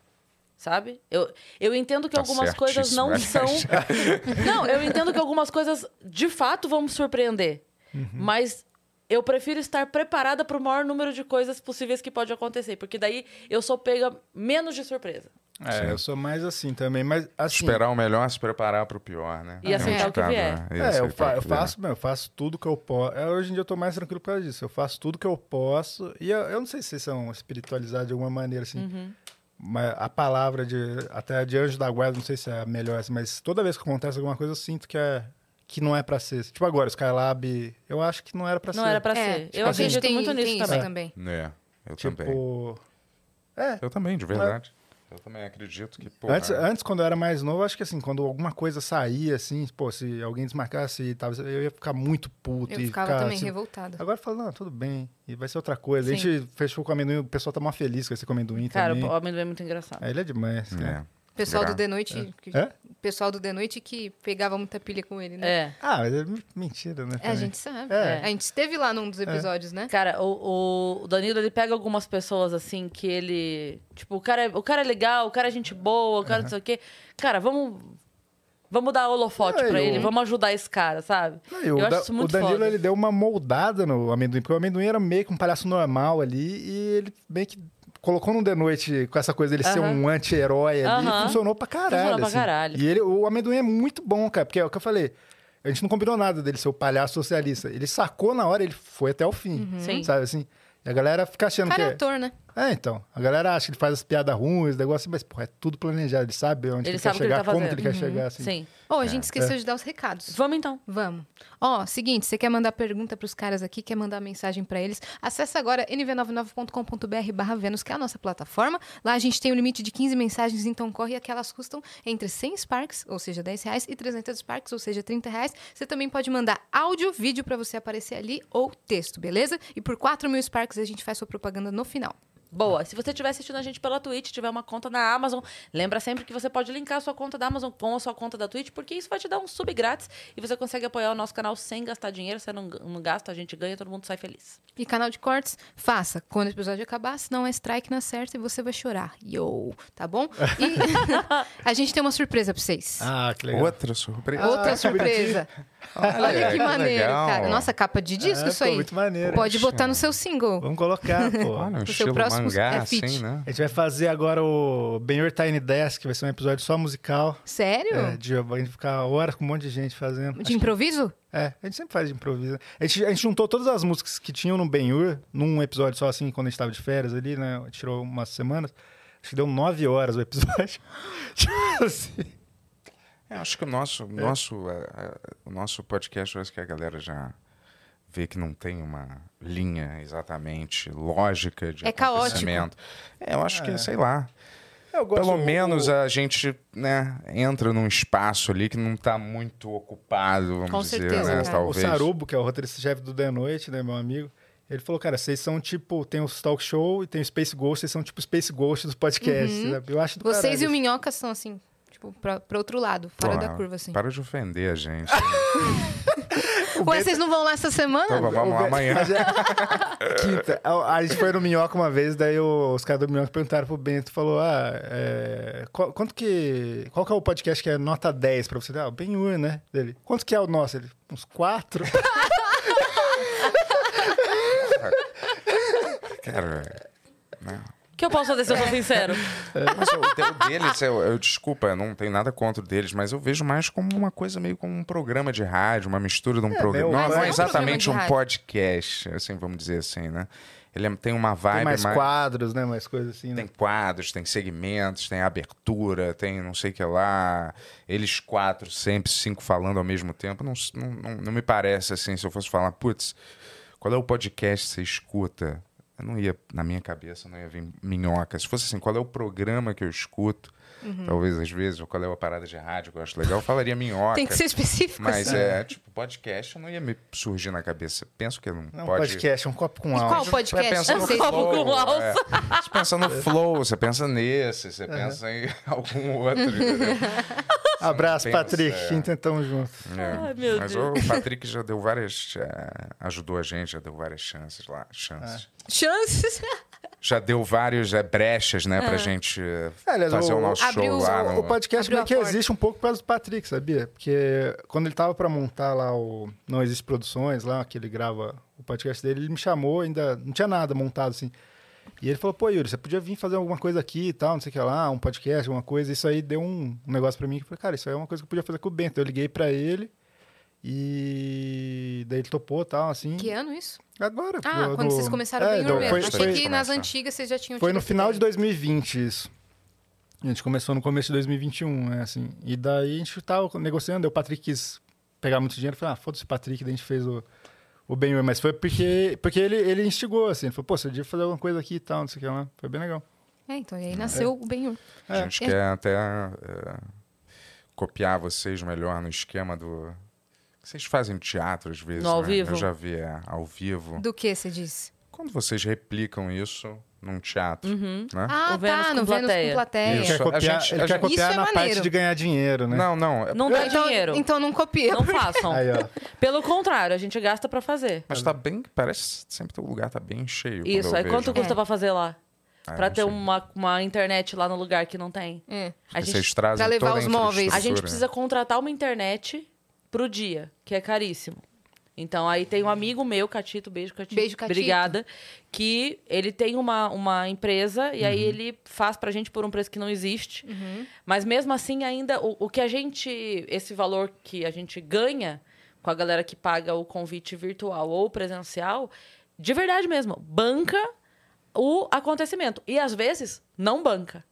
Sabe? Eu, eu entendo que Tá algumas coisas certíssimo, não é são. não, eu entendo que algumas coisas de fato vão me surpreender. Uhum. Mas eu prefiro estar preparada para o maior número de coisas possíveis que pode acontecer. Porque daí eu sou pega menos de surpresa. É, eu sou mais assim também, mas assim... Esperar o melhor, se preparar pro pior, né? E Tem um assim, aceitar o que ditado, vier. né? E É, aceitar eu, o fa- que eu vier. faço, meu, eu faço tudo que eu posso. Hoje em dia eu tô mais tranquilo por causa disso. Eu faço tudo que eu posso. E eu, eu não sei se vocês são espiritualizados de alguma maneira, assim. Mas a palavra de. Até de anjo da guarda, não sei se é a melhor, assim, mas toda vez que acontece alguma coisa, eu sinto que é. Que não é pra ser. Tipo agora, Skylab, eu acho que não era pra Não ser. era pra É, ser. tipo, eu a gente acredito tem, muito tem nisso isso também. também. É, eu também. Tipo. É, Eu também, de verdade. Eu também acredito que, pô. Antes, antes, quando eu era mais novo, acho que assim, quando alguma coisa saía, assim, pô, se alguém desmarcasse e tal, eu ia ficar muito puto. Eu e ficava ficar, também assim, revoltada. Agora fala, não, tudo bem, e vai ser outra coisa. A gente fechou com amendoim, o pessoal tá mó feliz com esse com amendoim Cara, também. o amendoim é muito engraçado. É, ele é demais, cara. é. O pessoal do Gra- The Noite. que- É? o pessoal do The Noite que pegava muita pilha com ele, né? É. Ah, mas é m- mentira, né? É, a também. gente sabe. É. A gente esteve lá num dos episódios, né? Cara, o, o Danilo, ele pega algumas pessoas assim que ele. Tipo, o cara, é- o cara é legal, o cara é gente boa, o cara não sei o quê. Cara, vamos. Vamos dar holofote É, pra e ele, o- vamos ajudar esse cara, sabe? Não, e eu o, acho Da- isso muito o Danilo foda. ele deu uma moldada no amendoim, porque o amendoim era meio que um palhaço normal ali, e ele meio que colocou num de noite com essa coisa dele ser Aham. um anti-herói ali, Aham. e funcionou pra caralho. Funcionou pra assim. caralho. E ele, o amendoim é muito bom, cara, porque é o que eu falei. A gente não combinou nada dele ser o palhaço socialista. Ele sacou na hora, ele foi até o fim. Sim. Sabe assim? E a galera fica O achando cara é que. é- ator, né? É, então. A galera acha que ele faz as piadas ruins, negócio assim, mas, porra, é tudo planejado. Ele sabe onde Ele ele, sabe o quer que ele chegar, tá como que fazendo. ele quer chegar, assim. Sim. Ou a gente É. esqueceu de dar os recados. Vamos então. Vamos. Ó, seguinte, você quer mandar pergunta pros caras aqui, quer mandar mensagem pra eles? Acesse agora nv99.com.br barra Vênus, que é a nossa plataforma. Lá a gente tem um limite de 15 mensagens, então corre, aquelas custam entre 100 Sparks, ou seja, 10 reais, e 300 Sparks, ou seja, 30 reais. Você também pode mandar áudio, vídeo pra você aparecer ali, ou texto, beleza? E por 4 mil Sparks a gente faz sua propaganda no final. Boa. Se você estiver assistindo a gente pela Twitch, tiver uma conta na Amazon, lembra sempre que você pode linkar a sua conta da Amazon com a sua conta da Twitch, porque isso vai te dar um sub grátis e você consegue apoiar o nosso canal sem gastar dinheiro. Você não, não gasta, a gente ganha, todo mundo sai feliz. E canal de cortes, faça. Quando o episódio acabar, senão é strike na certa e você vai chorar. Yo, tá bom? E a gente tem uma surpresa pra vocês. Ah, que legal. Ah, Outra surpresa. Outra surpresa. Olha, Olha que que maneiro, legal. cara. Nossa, capa de disco É, isso ficou aí. muito maneiro. Pode botar no seu single. Vamos colocar, pô. Olha, um O seu estilo próximo mangá, é fit. assim, né? A gente vai fazer agora o Benhor Tiny Desk, vai ser um episódio só musical. Sério? É, de, a gente ficar horas com um monte de gente fazendo. De improviso? É, a gente sempre faz de improviso. A gente, a gente juntou todas as músicas que tinham no Benhur, num episódio só assim, quando a gente tava de férias ali, né? A gente Tirou umas semanas. Acho que deu nove horas o episódio. Tipo assim. É, acho que o nosso, o nosso, eh, eh, o nosso podcast, eu acho que a galera já vê que não tem uma linha exatamente lógica de É caótico. acontecimento. É, eu acho que, sei lá. Eu gosto- Pelo o- menos a gente né, entra num espaço ali que não está muito ocupado, vamos Com dizer, certeza, né, cara. O talvez. Sarubo, que é o roteirista-chefe do The Noite, né, meu amigo? Ele falou, cara, vocês são tipo, tem os talk show e tem o Space Ghost, vocês são tipo Space Ghost dos podcasts. né? Eu acho do Uhum. Vocês caralho e o isso. Minhoca são assim, tipo, pra, pra outro lado, fora Pô, da curva, assim. Para de ofender a gente. Ué, vocês não vão lá essa Então, semana? vamos lá amanhã. Mas é- Quinta. É, A, a gente foi no Minhoca uma vez, daí o- os caras do Minhoca perguntaram pro Bento, falou, ah, é, qual, quanto que... Qual que é o podcast que é nota 10 pra você? Ah, o Ben Hur, né? Dele. Quanto que é o nosso? Ele, uns 4? Cara, né? O que eu posso fazer se eu sou sincero? Mas o, de- o deles, eu, eu- desculpa, eu não tenho nada contra o deles, mas eu vejo mais como uma coisa meio como um programa de rádio, uma mistura de um programa. né, o- Não, Mas não é é um exatamente um, programa de rádio. podcast, assim, vamos dizer assim, né? Ele é- tem uma vibe Tem mais mais. quadros, né? Mais coisas assim, né? Tem quadros, tem segmentos, tem abertura, tem não sei o que lá. Eles quatro, sempre cinco falando ao mesmo tempo. Não, s- não, não, não me parece assim, se eu fosse falar, putz, qual é o podcast que você escuta? eu não ia, na minha cabeça, não ia vir minhoca. Se fosse assim, qual é o programa que eu escuto, Uhum. talvez às vezes, ou qual é a parada de rádio que eu acho legal, eu falaria minhoca. Tem que ser específico. Mas assim. é, tipo, podcast não ia me surgir na cabeça. Penso que não, Não, pode. podcast, é um copo com E qual álcool. Você podcast? pensa no Não sei. copo com flow, alça. é. Você pensa no flow, você pensa nesse, você pensa em algum outro. entendeu? Abraço, pensa, Patrick. é. Então tamo junto. É, Ai, meu Mas Deus. o Patrick já deu várias. eh, ajudou a gente, já deu várias chances lá. Chances. É. Chances. Já deu várias eh, brechas, né, pra gente eh, É, aliás, fazer o- o nosso abriu show os- lá. O No... podcast Abriu meio a que porta. existe um pouco por causa do Patrick, sabia? Porque quando ele tava pra montar lá o Não Existe Produções, lá que ele grava o podcast dele, ele me chamou, ainda não tinha nada montado assim. E ele falou, pô, Yuri, você podia vir fazer alguma coisa aqui e tal, não sei o que lá, um podcast, alguma coisa. Isso aí deu um, um negócio pra mim que eu falei, cara, isso aí é uma coisa que eu podia fazer com o Bento. Eu liguei pra ele e daí ele topou e tal, assim. Que ano isso? Agora. Ah, no- quando vocês começaram É, bem não, no mesmo. foi- Achei foi- que nas começa. antigas vocês já tinham foi tido no essa final de ideia. 2020 isso. A gente começou no começo de 2021, né, assim. E daí a gente tava negociando, aí o Patrick quis pegar muito dinheiro, eu falei, ah, foda-se o Patrick, daí a gente fez o, o Ben Mas foi porque, porque ele, ele instigou, assim, ele falou, pô, você devia fazer alguma coisa aqui e tal, não sei o que lá. Foi bem legal. É, então, e aí nasceu o Ben A gente É. quer até eh, copiar vocês melhor no esquema do. Vocês fazem teatro às vezes. No ao né? vivo? Eu já vi é, ao vivo. Do que você disse? Quando vocês replicam isso num teatro, Uhum. né? Ah, O Vênus tá, com no Vênus com plateia. plateia. Ele Isso, quer a copiar, gente- ele a quer gente- copiar Isso é na parte maneiro. de ganhar dinheiro, né? Não, não. é- Não dá dinheiro. Então não copia. Não façam. Aí, ó. Pelo contrário, a gente gasta pra fazer. Mas tá bem. Parece sempre que o lugar tá bem cheio. quando Isso, eu aí vejo. quanto custa É. pra fazer lá? Ah, pra não ter sei. uma, uma internet lá no lugar que não tem. É. A Porque gente, vocês trazem pra levar toda a os móveis. a gente infraestrutura. precisa contratar uma internet pro dia, que é caríssimo. Então, aí tem um amigo meu, Catito, beijo, Catito. Beijo, Catito. Obrigada. Que ele tem uma, uma empresa e aí ele faz pra gente por um preço que não existe. Uhum. Mas mesmo assim, ainda o, o que a gente. Esse valor que a gente ganha com a galera que paga o convite virtual ou presencial, de verdade mesmo, banca o acontecimento. E às vezes, não banca.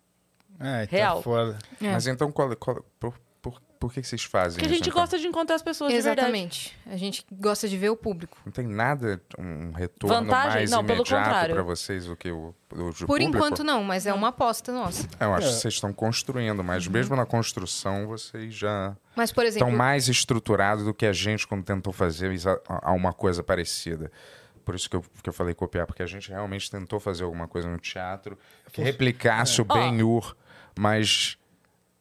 Ai, tá Real. foda. É. Mas então, qual, qual- por, por, por que, que vocês fazem Porque a isso, gente então? gosta de encontrar as pessoas de verdade. Exatamente. A gente gosta de ver o público. Não tem nada, um retorno Vantagem? mais Não, pelo imediato contrário. para vocês do que o, o de Por público? enquanto não, mas é uma aposta nossa. Eu acho É. que vocês estão construindo, mas Uhum. mesmo na construção vocês já Mas, por exemplo, estão Então, mais estruturados do que a gente quando tentou fazer exa- a- a uma coisa parecida. Por isso que eu, que eu falei copiar, porque a gente realmente tentou fazer alguma coisa no teatro que replicasse o Ben-Hur, mas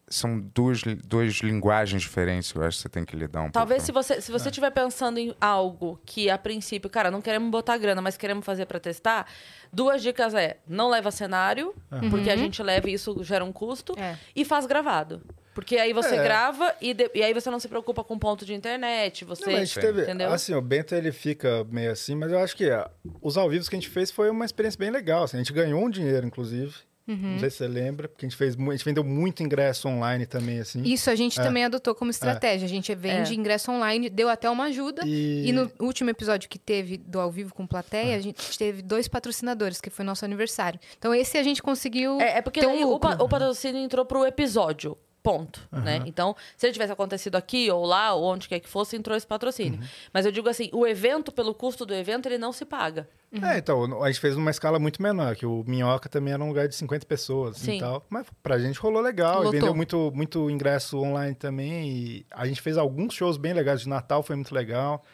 são duas, li- duas linguagens diferentes, eu acho que você tem que lidar um Talvez se pouco. você se É. você estiver pensando em algo que a princípio, cara, não queremos botar grana, mas queremos fazer pra testar, duas dicas é: não leva cenário, porque a gente leva e isso gera um custo, Uhum. É. e faz gravado. Porque aí você É. grava e, de- e aí você não se preocupa com ponto de internet, você Não, mas a gente teve, entendeu? assim, o Bento ele fica meio assim, mas eu acho que ah, os ao vivo que a gente fez foi uma experiência bem legal. assim, a gente ganhou um dinheiro, inclusive. Uhum. Não sei se você lembra, porque a gente fez mu- a gente vendeu muito ingresso online também, assim. isso a gente também adotou como estratégia. A gente vende É. ingresso online, deu até uma ajuda. E- E... no último episódio que teve do Ao Vivo com Plateia, a gente teve dois patrocinadores, que foi nosso aniversário. Então esse a gente conseguiu É, é porque ter daí um o, lucro. pa- o patrocínio entrou pro episódio. Ponto, né? Então, se ele tivesse acontecido aqui ou lá, ou onde quer que fosse, entrou esse patrocínio. Uhum. Mas eu digo assim, o evento, pelo custo do evento, ele não se paga. É, então, a gente fez numa escala muito menor, que o Minhoca também era um lugar de 50 pessoas assim, Sim. e tal. Mas pra gente rolou legal, Lotou. e vendeu muito, muito ingresso online também. E a gente fez alguns shows bem legais de Natal, foi muito legal.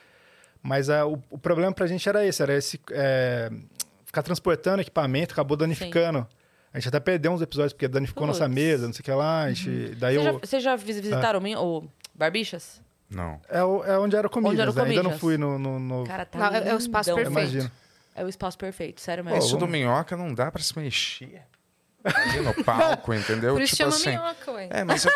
Mas ah, o, o problema pra gente era esse, era esse é, ficar transportando equipamento, acabou danificando. A gente até perdeu uns episódios, porque danificou nossa Puts. mesa, não sei o que lá. A gente, Daí Vocês já, o- vocês já Ah. vis- visitaram o, Min- o Barbichas? Não. é, o- é onde era o Comedians, era o né? Ainda não Comedians. fui no... no, no- Cara, tá Lá é- é o espaço lindão. eu perfeito. imagino. É o espaço perfeito, sério Pô, mesmo. Isso do vamos- minhoca não dá pra se mexer ali no palco, entendeu? Por isso tipo chama assim. minhoca, ué. É, mas eu-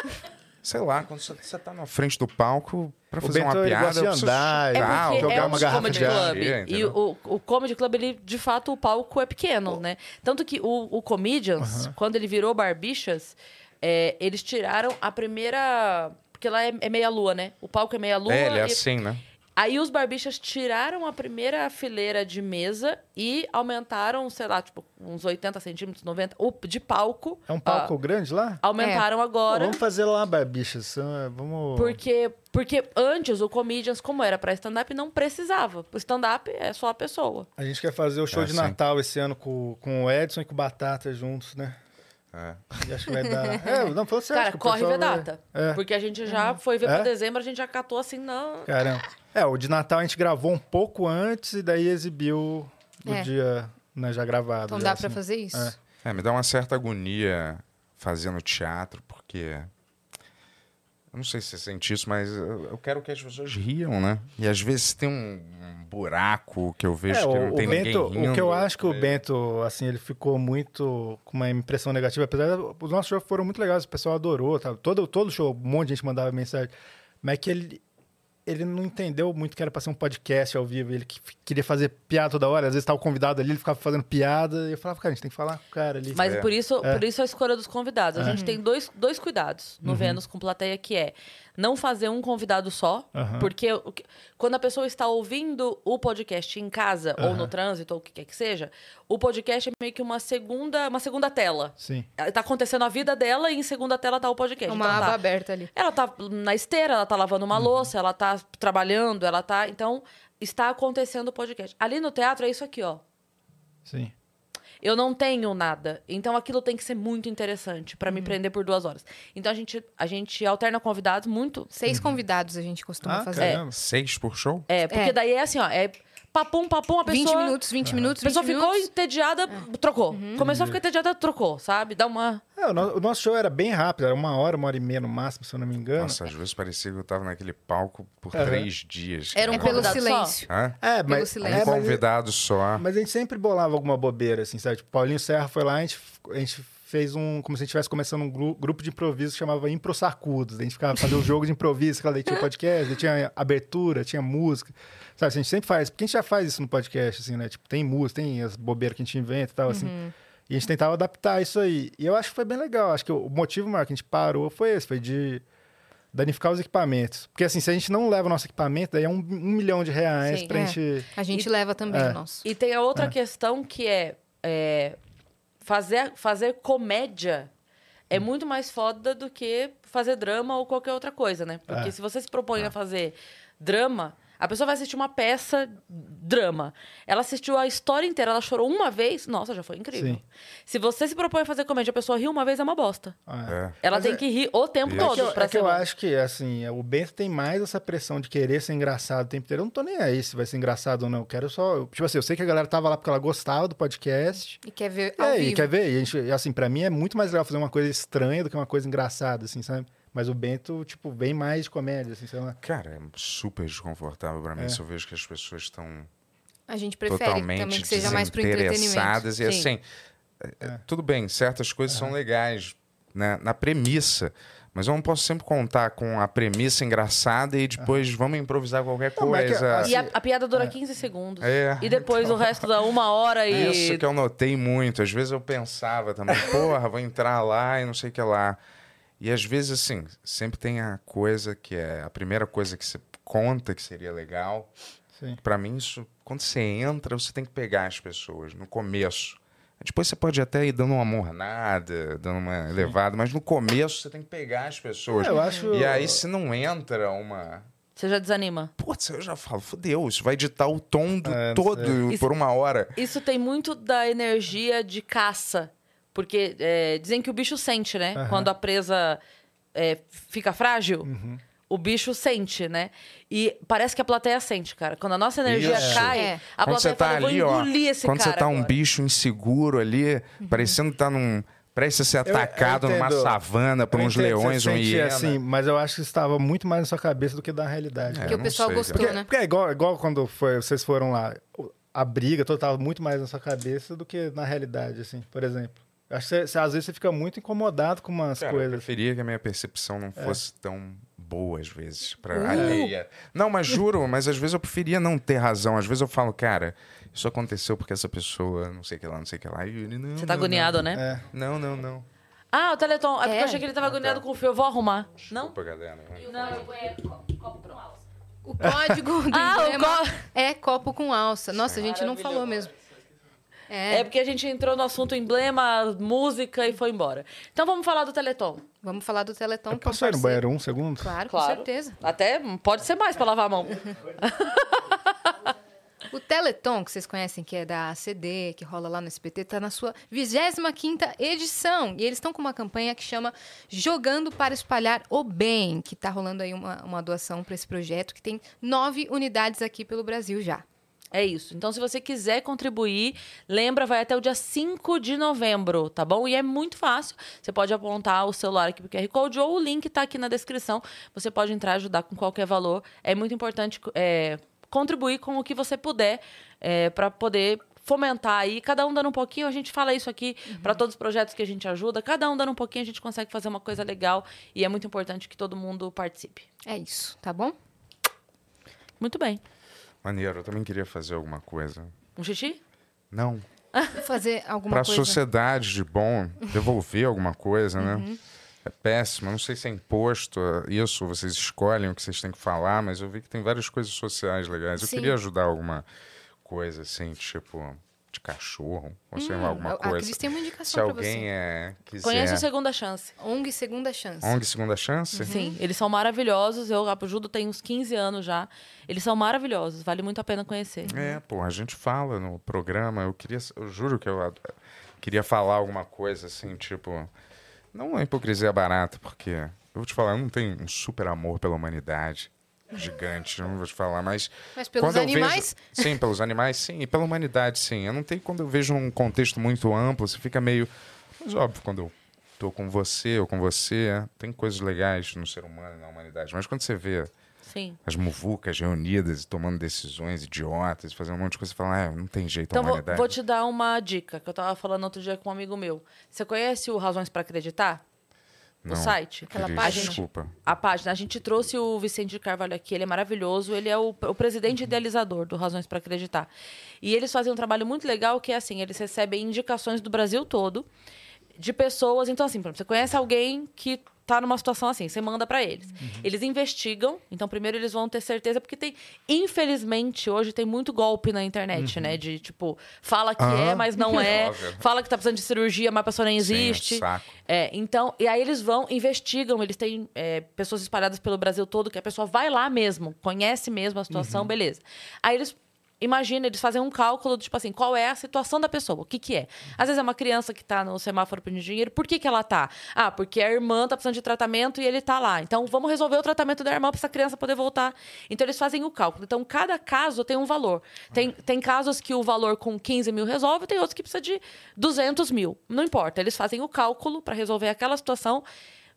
sei lá, quando você, você tá na frente do palco pra O fazer Bento, uma ele piada, gosta de eu preciso andar, ele chutar, gosta de porque jogar é uma um garrafa comedy de água. club. E Entendeu? o, o comedy club, ele, de fato, o palco é pequeno, né? Tanto que o, o Comedians, quando ele virou Barbichas, é, eles tiraram a primeira... Porque lá é, é meia-lua, né? O palco é meia-lua. É, ele é e- assim, né? Aí os barbichas tiraram a primeira fileira de mesa e aumentaram, sei lá, tipo, uns 80 centímetros, 90, o- de palco. É um palco grande lá? Ah, aumentaram Pô, agora. vamos fazer lá, barbichas. ah, Vamos... Porque, porque antes o Comedians, como era pra stand-up, não precisava. O stand-up é só a pessoa. A gente quer fazer o show Ah, de sim. Natal esse ano com, com o Edson e com o Batata juntos, né? É. E acho que vai dar... É, não, falando Cara, sério. acho que o corre ver pessoal vai- data. É. Porque a gente já foi ver É? pra dezembro, a gente já catou assim, não. Caramba. É, o de Natal a gente gravou um pouco antes e daí exibiu no É. dia né, já gravado. Então já, dá pra assim. fazer isso? É. É, me dá uma certa agonia fazendo teatro, porque. Eu não sei se você sente isso, mas eu eu quero que as pessoas riam, né? E às vezes tem um, um buraco que eu vejo É, que não o, tem o ninguém Bento, rindo. é. o que eu acho que o Bento, assim, ele ficou muito com uma impressão negativa, apesar de os nossos shows foram muito legais, o pessoal adorou, tá? todo, todo show, um monte de gente mandava mensagem, mas é que ele, ele não entendeu muito que era pra ser um podcast ao vivo, ele que- queria fazer piada toda hora, às vezes tava o convidado ali, ele ficava fazendo piada, e eu falava, cara, a gente tem que falar com o cara ali. Mas É. por isso, por isso a escolha dos É. convidados. A gente tem dois, dois cuidados Uhum. no Vênus com plateia, que é não fazer um convidado só, Aham. porque o que- quando a pessoa está ouvindo o podcast em casa ou no trânsito ou o que quer que seja, o podcast é meio que uma segunda, uma segunda tela. Sim. Tá acontecendo a vida dela e em segunda tela tá o podcast. É Uma Então tá. aba aberta ali. Ela tá na esteira, ela tá lavando uma louça, ela tá trabalhando, ela tá. Então, está acontecendo o podcast. Ali no teatro é isso aqui, ó. Sim. Eu não tenho nada. Então aquilo tem que ser muito interessante pra Uhum. me prender por duas horas. Então a gente, a gente alterna convidados muito. Seis convidados a gente costuma Uhum. Ah, Então fazer. cara. Seis por show? É, porque É. daí é assim, ó. É papum, papum, a 20 pessoa. minutos, Ah. 20 minutos, A 20 pessoa ficou minutos. É. Uhum. entediada, trocou. Começou a ficar entediada, trocou, sabe? Dá uma. É, o, no- o nosso show era bem rápido, era uma hora, uma hora e meia no máximo, se eu não me engano. Nossa, às vezes parecia que eu tava naquele palco por Aham. três dias. Era um cara. pelo Convidado só. silêncio. Hã? É, mas, silêncio. é, Um mas, convidado só. Mas a gente sempre bolava alguma bobeira, assim, sabe? Tipo, Paulinho Serra foi lá, a gente, a gente fez um. Como se a gente estivesse começando um gru- grupo de improviso que chamava Impro Sarcudos. A gente ficava fazendo um jogo de improviso, que lá daí tinha podcast, daí tinha abertura, tinha música. Sabe, assim, a gente sempre faz, porque a gente já faz isso no podcast, assim, né? Tipo, tem música, tem as bobeiras que a gente inventa e tal, assim. E a gente tentava adaptar isso aí. E eu acho que foi bem legal. Acho que o motivo maior que a gente parou foi esse, foi de danificar os equipamentos. Porque assim, se a gente não leva o nosso equipamento, daí é um, um milhão de reais Sim. pra É. gente. A gente leva É. também o nosso. E tem a outra questão que é, é, fazer, fazer comédia Hum. é muito mais foda do que fazer drama ou qualquer outra coisa, né? Porque É. se você se propõe a fazer drama, a pessoa vai assistir uma peça drama. Ela assistiu a história inteira, ela chorou uma vez, nossa, já foi incrível. Sim. Se você se propõe a fazer comédia, a pessoa riu uma vez, é uma bosta. Ah. É. Ela Mas tem é- que rir o tempo É todo É que eu, pra é que ser eu bom. acho que, assim, o Bento tem mais essa pressão de querer ser engraçado o tempo inteiro. Eu não tô nem aí se vai ser engraçado ou não. Eu quero só. eu- Tipo assim, eu sei que a galera tava lá porque ela gostava do podcast. E quer ver É, E ao aí, vivo. quer ver? E a gente- e assim, pra mim é muito mais legal fazer uma coisa estranha do que uma coisa engraçada, assim, sabe? Mas o Bento, tipo, vem mais de comédia, assim, sei lá. Cara, é super desconfortável pra mim É. se eu vejo que as pessoas estão A gente prefere também totalmente que seja mais pro entretenimento. desinteressadas. E assim, Sim. é, tudo bem, certas coisas É. são legais né, na premissa, mas eu não posso sempre contar com a premissa engraçada e depois vamos improvisar qualquer Não, mas é que, coisa. assim, E a, a piada dura 15 segundos. É. E depois o resto da uma É hora e Né? Isso que eu notei muito. Às vezes eu pensava também, porra, vou entrar lá e não sei o que lá. E às vezes, assim, sempre tem a coisa que é a primeira coisa que você conta que seria legal. Sim. Pra mim, isso, quando você entra, você tem que pegar as pessoas no começo. Depois você pode até ir dando uma mornada, dando uma elevada, mas no começo você tem que pegar as pessoas. É, eu acho- E aí, se não entra uma. você já desanima. Putz, eu já falo, fodeu, isso vai ditar o tom do É, todo Isso- por uma hora. Isso tem muito da energia de caça. Porque é, dizem que o bicho sente, né? Aham. Quando a presa é, fica frágil, Uhum. o bicho sente, né? E parece que a plateia sente, cara. Quando a nossa energia Isso. cai, É. a quando plateia você tá fala, ali, eu vou ó, engolir esse quando cara você tá um agora." bicho inseguro ali, parecendo que tá num prestes a ser Eu- eu atacado numa entendo. savana por Eu uns entendo que você leões, um sente, hiena. assim, mas eu acho que estava muito mais na sua cabeça do que da realidade. É, Porque não o pessoal sei, gostou, Porque, né? porque é igual, igual quando foi- vocês foram lá, o- a briga toda tava muito mais na sua cabeça do que na realidade, assim, por exemplo. Acho que cê- cê- às vezes você fica muito incomodado com umas Cara, eu coisas. É. preferia que a minha percepção não fosse tão boa às vezes para Uh! alheia. Não, mas juro, mas às vezes eu preferia não ter razão. Às vezes eu falo, cara, isso aconteceu porque essa pessoa, não sei o que lá, não sei o que lá. E ele, não, Você tá não, agoniado, né? É. Não, não, não. não. Ah, o Teleton. É porque É. Ah, tá. eu achei que ele tava agoniado com o fio. Eu vou arrumar. Não? Opa, galera. Não, eu ponho copo pra uma alça. O código do Ah, o emblema co- é copo com alça. Nossa, a gente não falou mesmo. É. É, porque a gente entrou no assunto emblema, música e foi embora. Então vamos falar do Teleton. vamos falar do Teleton. Eu que é um posso sair no parceiro. banheiro um segundo? Claro, Claro. com certeza. Até pode ser mais pra lavar a mão. O Teleton, que vocês conhecem, que é da ACD, que rola lá no SBT, está tá na sua 25ª edição. E eles estão com uma campanha que chama Jogando para Espalhar o Bem, que está rolando aí uma, uma doação para esse projeto, que tem nove unidades aqui pelo Brasil já. É isso. Então, se você quiser contribuir, lembra, vai até o dia 5 de novembro, tá bom? E é muito fácil. Você pode apontar o celular aqui pro QR Code ou o link tá aqui na descrição. Você pode entrar e ajudar com qualquer valor. É muito importante é, contribuir com o que você puder é, para poder fomentar aí, cada um dando um pouquinho, a gente fala isso aqui pra para todos os projetos que a gente ajuda, cada um dando um pouquinho, a gente consegue fazer uma coisa legal e é muito importante que todo mundo participe. É isso, tá bom? Muito bem. Maneiro, eu também queria fazer alguma coisa. Um xixi? Não. Vou fazer alguma Pra coisa. sociedade de bom, devolver alguma coisa, né? Uhum. É péssimo. Eu Não sei se é imposto é isso, vocês escolhem o que vocês têm que falar, mas eu vi que tem várias coisas sociais legais. Eu Sim. queria ajudar alguma coisa, assim, tipo, de cachorro, ou sei lá, alguma a- a coisa. Cris tem uma se indicação pra alguém você. é, quiser. Conhece o Segunda Chance. ONG Segunda Chance. ONG Segunda Chance? Sim, eles são maravilhosos. Eu ajudo tem uns 15 anos já. Eles são maravilhosos, vale muito a pena conhecer. Uhum. É, pô, a gente fala no programa. Eu queria, eu juro que eu ad- queria falar alguma coisa assim, tipo, não uma hipocrisia barata, porque eu vou te falar, eu não tenho um super amor pela humanidade gigante, eu não vou te falar, mas. Mas pelos quando eu vejo- animais? sim, pelos animais, sim, e pela humanidade, sim. Eu não tenho, quando eu vejo um contexto muito amplo, você fica meio. Mas óbvio, quando eu tô com você ou com você, tem coisas legais no ser humano e na humanidade, mas quando você vê Sim. as muvucas reunidas e tomando decisões idiotas, fazendo um monte de coisa e falando, ah, não tem jeito Então a vou, humanidade. vou te dar uma dica que eu tava falando outro dia com um amigo meu. Você conhece o Razões pra Acreditar? não, O site? Cris, página. Desculpa. A página. A gente trouxe o Vicente de Carvalho aqui, ele é maravilhoso. Ele é o, o Uhum. presidente idealizador do Razões para Acreditar. E eles fazem um trabalho muito legal que é assim: eles recebem indicações do Brasil todo de pessoas. Então, assim, por exemplo, você conhece alguém que tá numa situação assim, você manda para eles. Uhum. Eles investigam, então primeiro eles vão ter certeza, porque tem, infelizmente, hoje tem muito golpe na internet, né? De tipo, fala que Uhum. Ah, é, mas não é. óbvio. Fala que tá precisando de cirurgia, mas a pessoa nem Sim, é um existe. saco. É, então, e aí eles vão, investigam, eles têm é, pessoas espalhadas pelo Brasil todo, que a pessoa vai lá mesmo, conhece mesmo a situação, Uhum. beleza. Aí eles. Imagina, eles fazem um cálculo do tipo assim, qual é a situação da pessoa, o que que é. Às vezes é uma criança que tá no semáforo pedindo dinheiro, por que que ela tá? Ah, porque a irmã tá precisando de tratamento e ele tá lá. Então, vamos resolver o tratamento da irmã pra essa criança poder voltar. Então, eles fazem o cálculo. Então, cada caso tem um valor. Tem, tem casos que o valor com 15 mil resolve, tem outros que precisa de 200 mil. Não importa, eles fazem o cálculo para resolver aquela situação,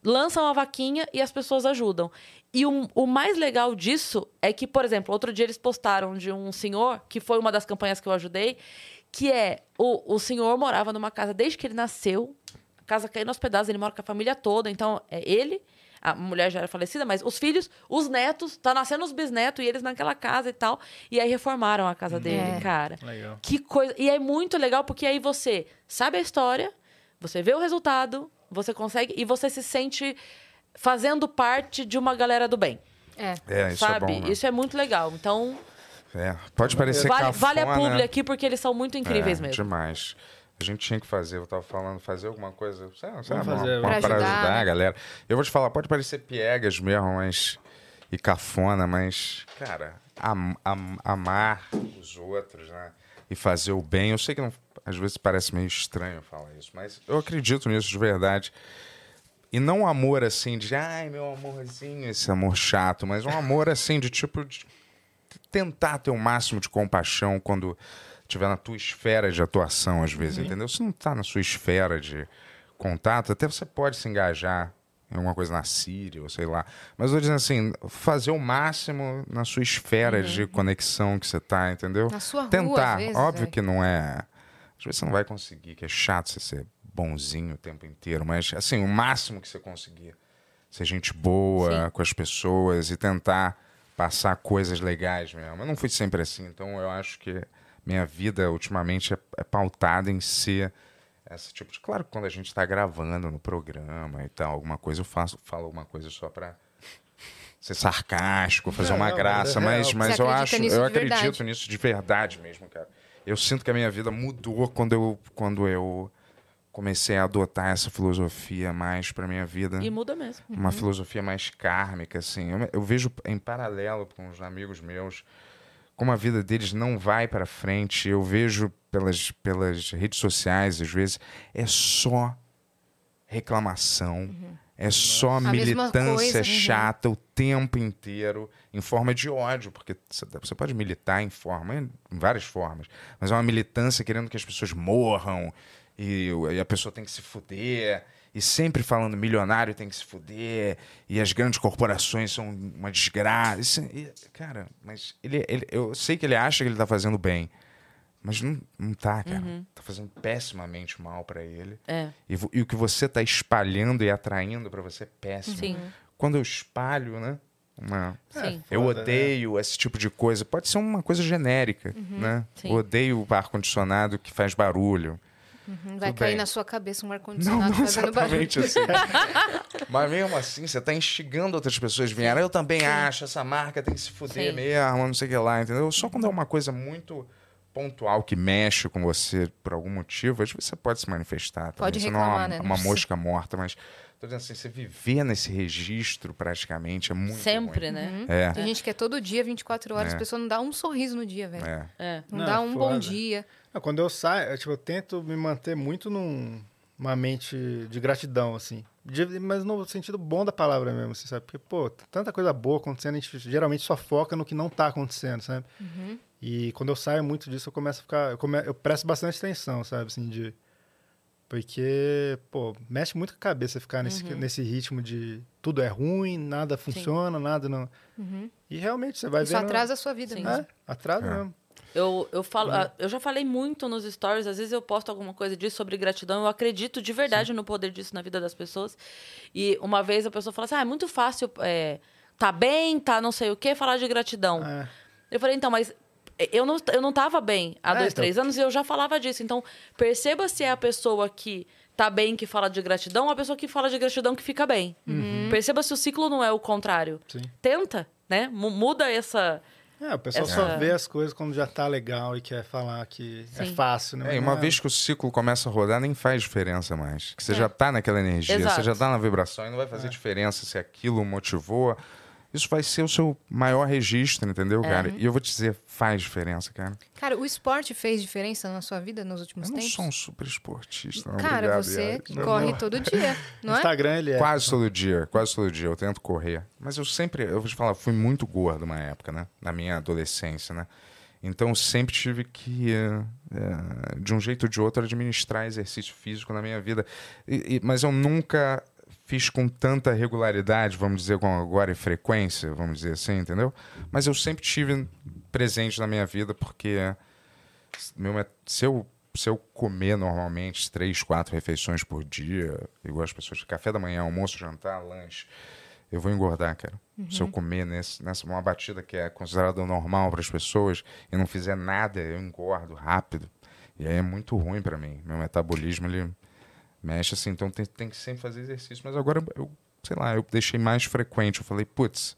lançam a vaquinha e as pessoas ajudam. E um- o mais legal disso é que, por exemplo, outro dia eles postaram de um senhor, que foi uma das campanhas que eu ajudei, que é o, o senhor morava numa casa desde que ele nasceu, a casa caindo aos pedaços, ele mora com a família toda, então é ele. A mulher já era falecida, mas os filhos, os netos, tá nascendo os bisnetos e eles naquela casa e tal. E aí reformaram a casa dele, É. cara. Legal. Que coisa. E é muito legal porque aí você sabe a história, você vê o resultado, você consegue e você se sente fazendo parte de uma galera do bem. É. É, isso sabe? é bom. né? Isso é muito legal. Então, É, pode parecer vale, cafona, vale a publi né? aqui porque eles são muito incríveis é, mesmo. Demais. A gente tinha que fazer, eu tava falando, fazer alguma coisa, sei lá, sei lá, Vamos fazer, vamos. uma- uma- pra Pra ajudar, ajudar, né? a galera. Eu vou te falar, pode parecer piegas mesmo, mas. E cafona, mas, cara, am- am- amar os outros, né? E fazer o bem. Eu sei que não- às vezes parece meio estranho falar isso, mas eu acredito nisso de verdade. E não um amor assim de, ai, meu amorzinho, esse amor chato, mas um amor assim de tipo, de tentar ter o máximo de compaixão quando tiver na tua esfera de atuação, às Uhum. vezes, entendeu? Se não tá na sua esfera de contato, até você pode se engajar em alguma coisa na Síria, ou sei lá. Mas eu tô dizendo assim, fazer o máximo na sua esfera de conexão que você tá, entendeu? Uhum. Na sua rua, Tentar. às vezes, Óbvio é. que não é. Às vezes você não vai conseguir, que é chato você ser bonzinho o tempo inteiro, mas assim, o máximo que você conseguir. Ser gente boa com as pessoas e tentar passar coisas legais mesmo. Eu não fui sempre assim, então eu acho que minha vida ultimamente é, é pautada em ser esse tipo de. Claro que quando a gente tá gravando no programa e tal, alguma coisa, eu faço, falo alguma coisa só pra ser sarcástico, fazer Não, uma não, graça, é real. mas, mas Você eu acredita acho, nisso eu de verdade? acredito nisso de verdade mesmo, cara. Eu sinto que a minha vida mudou quando eu, quando eu comecei a adotar essa filosofia mais pra minha vida. E muda mesmo. Uma filosofia mais kármica, assim. Eu, eu vejo em paralelo com os amigos meus como a vida deles não vai pra frente. Eu vejo pelas, pelas redes sociais, às vezes, é só reclamação, é só Uhum. mesma militância coisa, uhum. chata o tempo inteiro, em forma de ódio, porque você- tá, você pode militar em forma, em várias formas, mas é uma militância querendo que as pessoas morram e, o- e a pessoa tem que se fuder. E sempre falando milionário tem que se fuder, e as grandes corporações são uma desgraça. Isso- e- cara, mas ele, ele- eu sei que ele acha que ele tá fazendo bem, mas não, não tá, cara. Uhum. Tá fazendo pessimamente mal pra ele. É. E, vo- e o que você está espalhando e atraindo para você é péssimo. Sim. Quando eu espalho, né? uma- Sim. eu Foda, né? odeio esse tipo de coisa. Pode ser uma coisa genérica, né? Uhum. Sim. Eu odeio o ar-condicionado que faz barulho. Não uhum, Vai Tudo cair bem. na sua cabeça um Não, ar-condicionado não fazendo barulho. exatamente assim. Mas mesmo assim, você tá instigando outras pessoas a virem. Eu também acho, essa marca tem que se fuder Sim. mesmo, não sei o que lá, entendeu? Só quando é uma coisa muito pontual que mexe com você por algum motivo, acho que você pode se manifestar. também. Pode você não é reclamar, uma, né? Não uma precisa. mosca morta, mas tô dizendo assim, você viver nesse registro praticamente é muito Sempre, ruim. né? É, Tem gente que é todo dia, 24 horas, É. a pessoa não dá um sorriso no dia, velho. é. É. Não, Não, dá é um foda. bom dia. Não, quando eu saio, eu, tipo, eu tento me manter muito num- numa mente de gratidão, assim. De- mas no sentido bom da palavra mesmo, assim, sabe? Porque, pô, t- tanta coisa boa acontecendo, a gente geralmente só foca no que não tá acontecendo, sabe? Uhum. E quando eu saio muito disso, eu começo a ficar... Eu, come- eu presto bastante atenção, sabe? Assim, de... Porque, pô, mexe muito com a cabeça ficar nesse, Uhum. nesse ritmo de tudo é ruim, nada funciona, nada não... E realmente, você vai Uhum. Isso vendo... né? atrasa a sua vida Sim. mesmo. É, atrasa É. mesmo. Eu, eu, falo, Uhum. ah, eu já falei muito nos stories, às vezes eu posto alguma coisa disso sobre gratidão. Eu acredito de verdade no poder disso na vida das pessoas. E uma vez a pessoa fala assim: ah, é muito fácil, é, tá bem, tá não sei o quê, falar de gratidão. É. Eu falei, então, mas eu não, eu não tava bem há É, dois, então. três anos e eu já falava disso. Então, perceba se é a pessoa que tá bem que fala de gratidão ou a pessoa que fala de gratidão que fica bem. Perceba se o ciclo não é o contrário. Uhum. Sim. Tenta, né? Mu- Muda essa. É, o pessoal Essa- só vê as coisas quando já tá legal e quer falar que é Sim. fácil, né? É, e Mas uma não é. vez que o ciclo começa a rodar, nem faz diferença mais. Que você já tá naquela energia, Exato. você já tá na vibração e não vai fazer diferença se aquilo motivou. Isso vai ser o seu maior registro, entendeu, cara? E eu vou te dizer, faz diferença, cara. Cara, o esporte fez diferença na sua vida nos últimos Eu não tempos? sou um super esportista, não. Cara, obrigado, você Yara. Não, corre não. todo dia, não é? Instagram, ele é. Quase todo dia, quase todo dia. Eu tento correr. Mas eu sempre, eu vou te falar, fui muito gordo uma época, né? Na minha adolescência, né? Então eu sempre tive que, eh, eh, de um jeito ou de outro, administrar exercício físico na minha vida. E- e- mas eu nunca fiz com tanta regularidade, vamos dizer, com agora e frequência, vamos dizer assim, entendeu? Mas eu sempre tive presente na minha vida porque meu met- se eu, se eu comer normalmente três, quatro refeições por dia, igual as pessoas, café da manhã, almoço, jantar, lanche, eu vou engordar, cara. Se eu comer nesse, nessa uma batida que é considerada normal para as pessoas e não fizer nada, eu engordo rápido. E aí é muito ruim para mim. Meu metabolismo, ele mexe assim. Então tem, tem que sempre fazer exercício. Mas agora, eu, sei lá, eu deixei mais frequente. Eu falei, putz,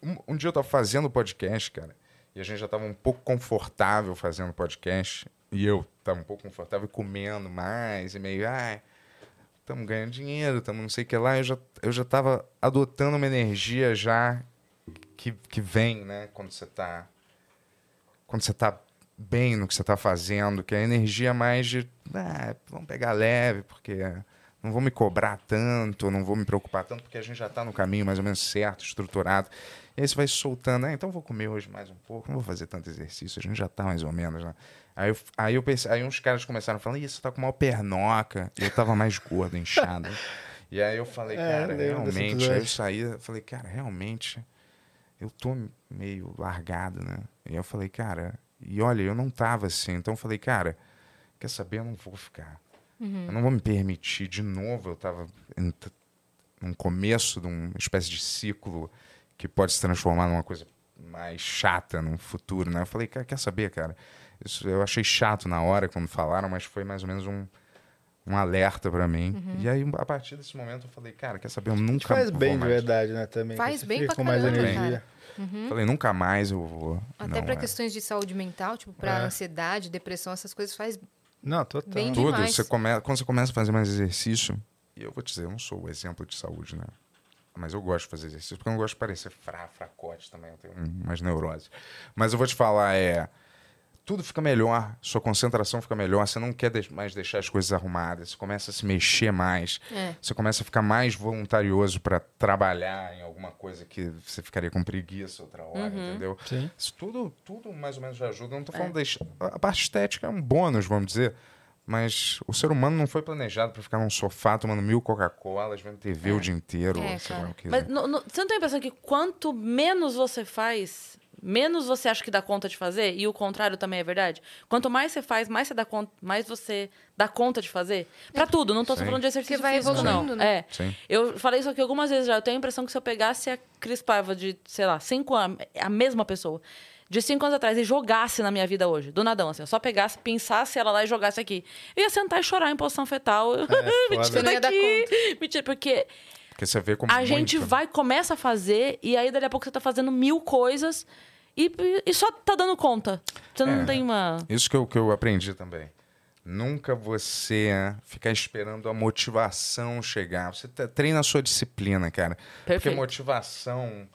um, um dia eu tava fazendo podcast, cara, e a gente já tava um pouco confortável fazendo podcast, e eu tava um pouco confortável comendo mais, e meio, ai, estamos ganhando dinheiro, estamos não sei o que lá, eu já, eu já tava adotando uma energia já que, que vem, né, quando você tá... Quando você tá bem no que você tá fazendo, que é a energia mais de, ah, vamos pegar leve, porque não vou me cobrar tanto, não vou me preocupar tanto, porque a gente já tá no caminho mais ou menos certo, estruturado. E aí você vai soltando, ah, então eu vou comer hoje mais um pouco, não vou fazer tanto exercício, a gente já tá mais ou menos, né? Aí eu, aí eu pensei, aí uns caras começaram falando, ih, você tá com mal pernoca. E eu tava mais gordo, inchado. e aí eu falei, É, cara, eu lembro desse realmente, aí eu episódio. saí, eu falei, cara, realmente, eu tô meio largado, né? E eu falei, cara, e olha, eu não tava assim. Então eu falei, cara, quer saber? Eu não vou ficar. Hum. Eu não vou me permitir de novo. Eu tava ent- num começo de uma espécie de ciclo que pode se transformar numa coisa mais chata no futuro, né? Eu falei, cara, quer saber, cara? Isso eu achei chato na hora quando falaram, mas foi mais ou menos um, um alerta pra mim. Uhum. E aí, a partir desse momento, eu falei, cara, quer saber? Eu Te nunca faz vou bem de mais. verdade, né? Também. Faz que você bem fica pra com mais caramba, energia. Falei, nunca mais eu vou. Uhum. Até Não, pra é. questões de saúde mental, tipo, pra É. ansiedade, depressão, essas coisas faz Não, total. Bem de- Tudo, demais. você come... quando você começa a fazer mais exercício, e eu vou te dizer, eu não sou o exemplo de saúde, né? Mas eu gosto de fazer exercício, porque eu não gosto de parecer fra, fracote também, eu tenho um, umas neuroses. Mas eu vou te falar, é. Tudo fica melhor, sua concentração fica melhor, você não quer deix- mais deixar as coisas arrumadas, você começa a se mexer mais, É. você começa a ficar mais voluntarioso para trabalhar em alguma coisa que você ficaria com preguiça outra hora, Uhum. entendeu? Sim. Isso tudo, tudo mais ou menos já ajuda. Eu não tô É. falando da est- a a parte estética é um bônus, vamos dizer. Mas o ser humano não foi planejado para ficar num sofá tomando mil Coca-Colas, vendo TV o dia inteiro, É, sei lá cara. o né? que. Mas no- no- você não tem a impressão que quanto menos você faz, menos você acha que dá conta de fazer? E o contrário também é verdade? Quanto mais você faz, mais você dá conta, mais você dá conta de fazer? Pra tudo, não tô só Sim. falando de exercício É. Porque vai físico, não. evoluindo, né? É. Sim. Eu falei isso aqui algumas vezes já. Eu tenho a impressão que se eu pegasse a Cris Paiva de, sei lá, cinco anos, a mesma pessoa, de cinco anos atrás e jogasse na minha vida hoje, do nadão, assim, eu só pegasse, pinçasse ela lá e jogasse aqui. Eu ia sentar e chorar em posição fetal. É. me É foda. tira Você não ia dar daqui. Me tira, porque Porque você vê como. a gente muito- vai, começa a fazer, e aí dali a pouco você tá fazendo mil coisas e, e só tá dando conta. Você não É. tem uma. Isso que eu, que eu aprendi também. Nunca você né, ficar esperando a motivação chegar. Você te- treina a sua disciplina, cara. Porque Perfeito. motivação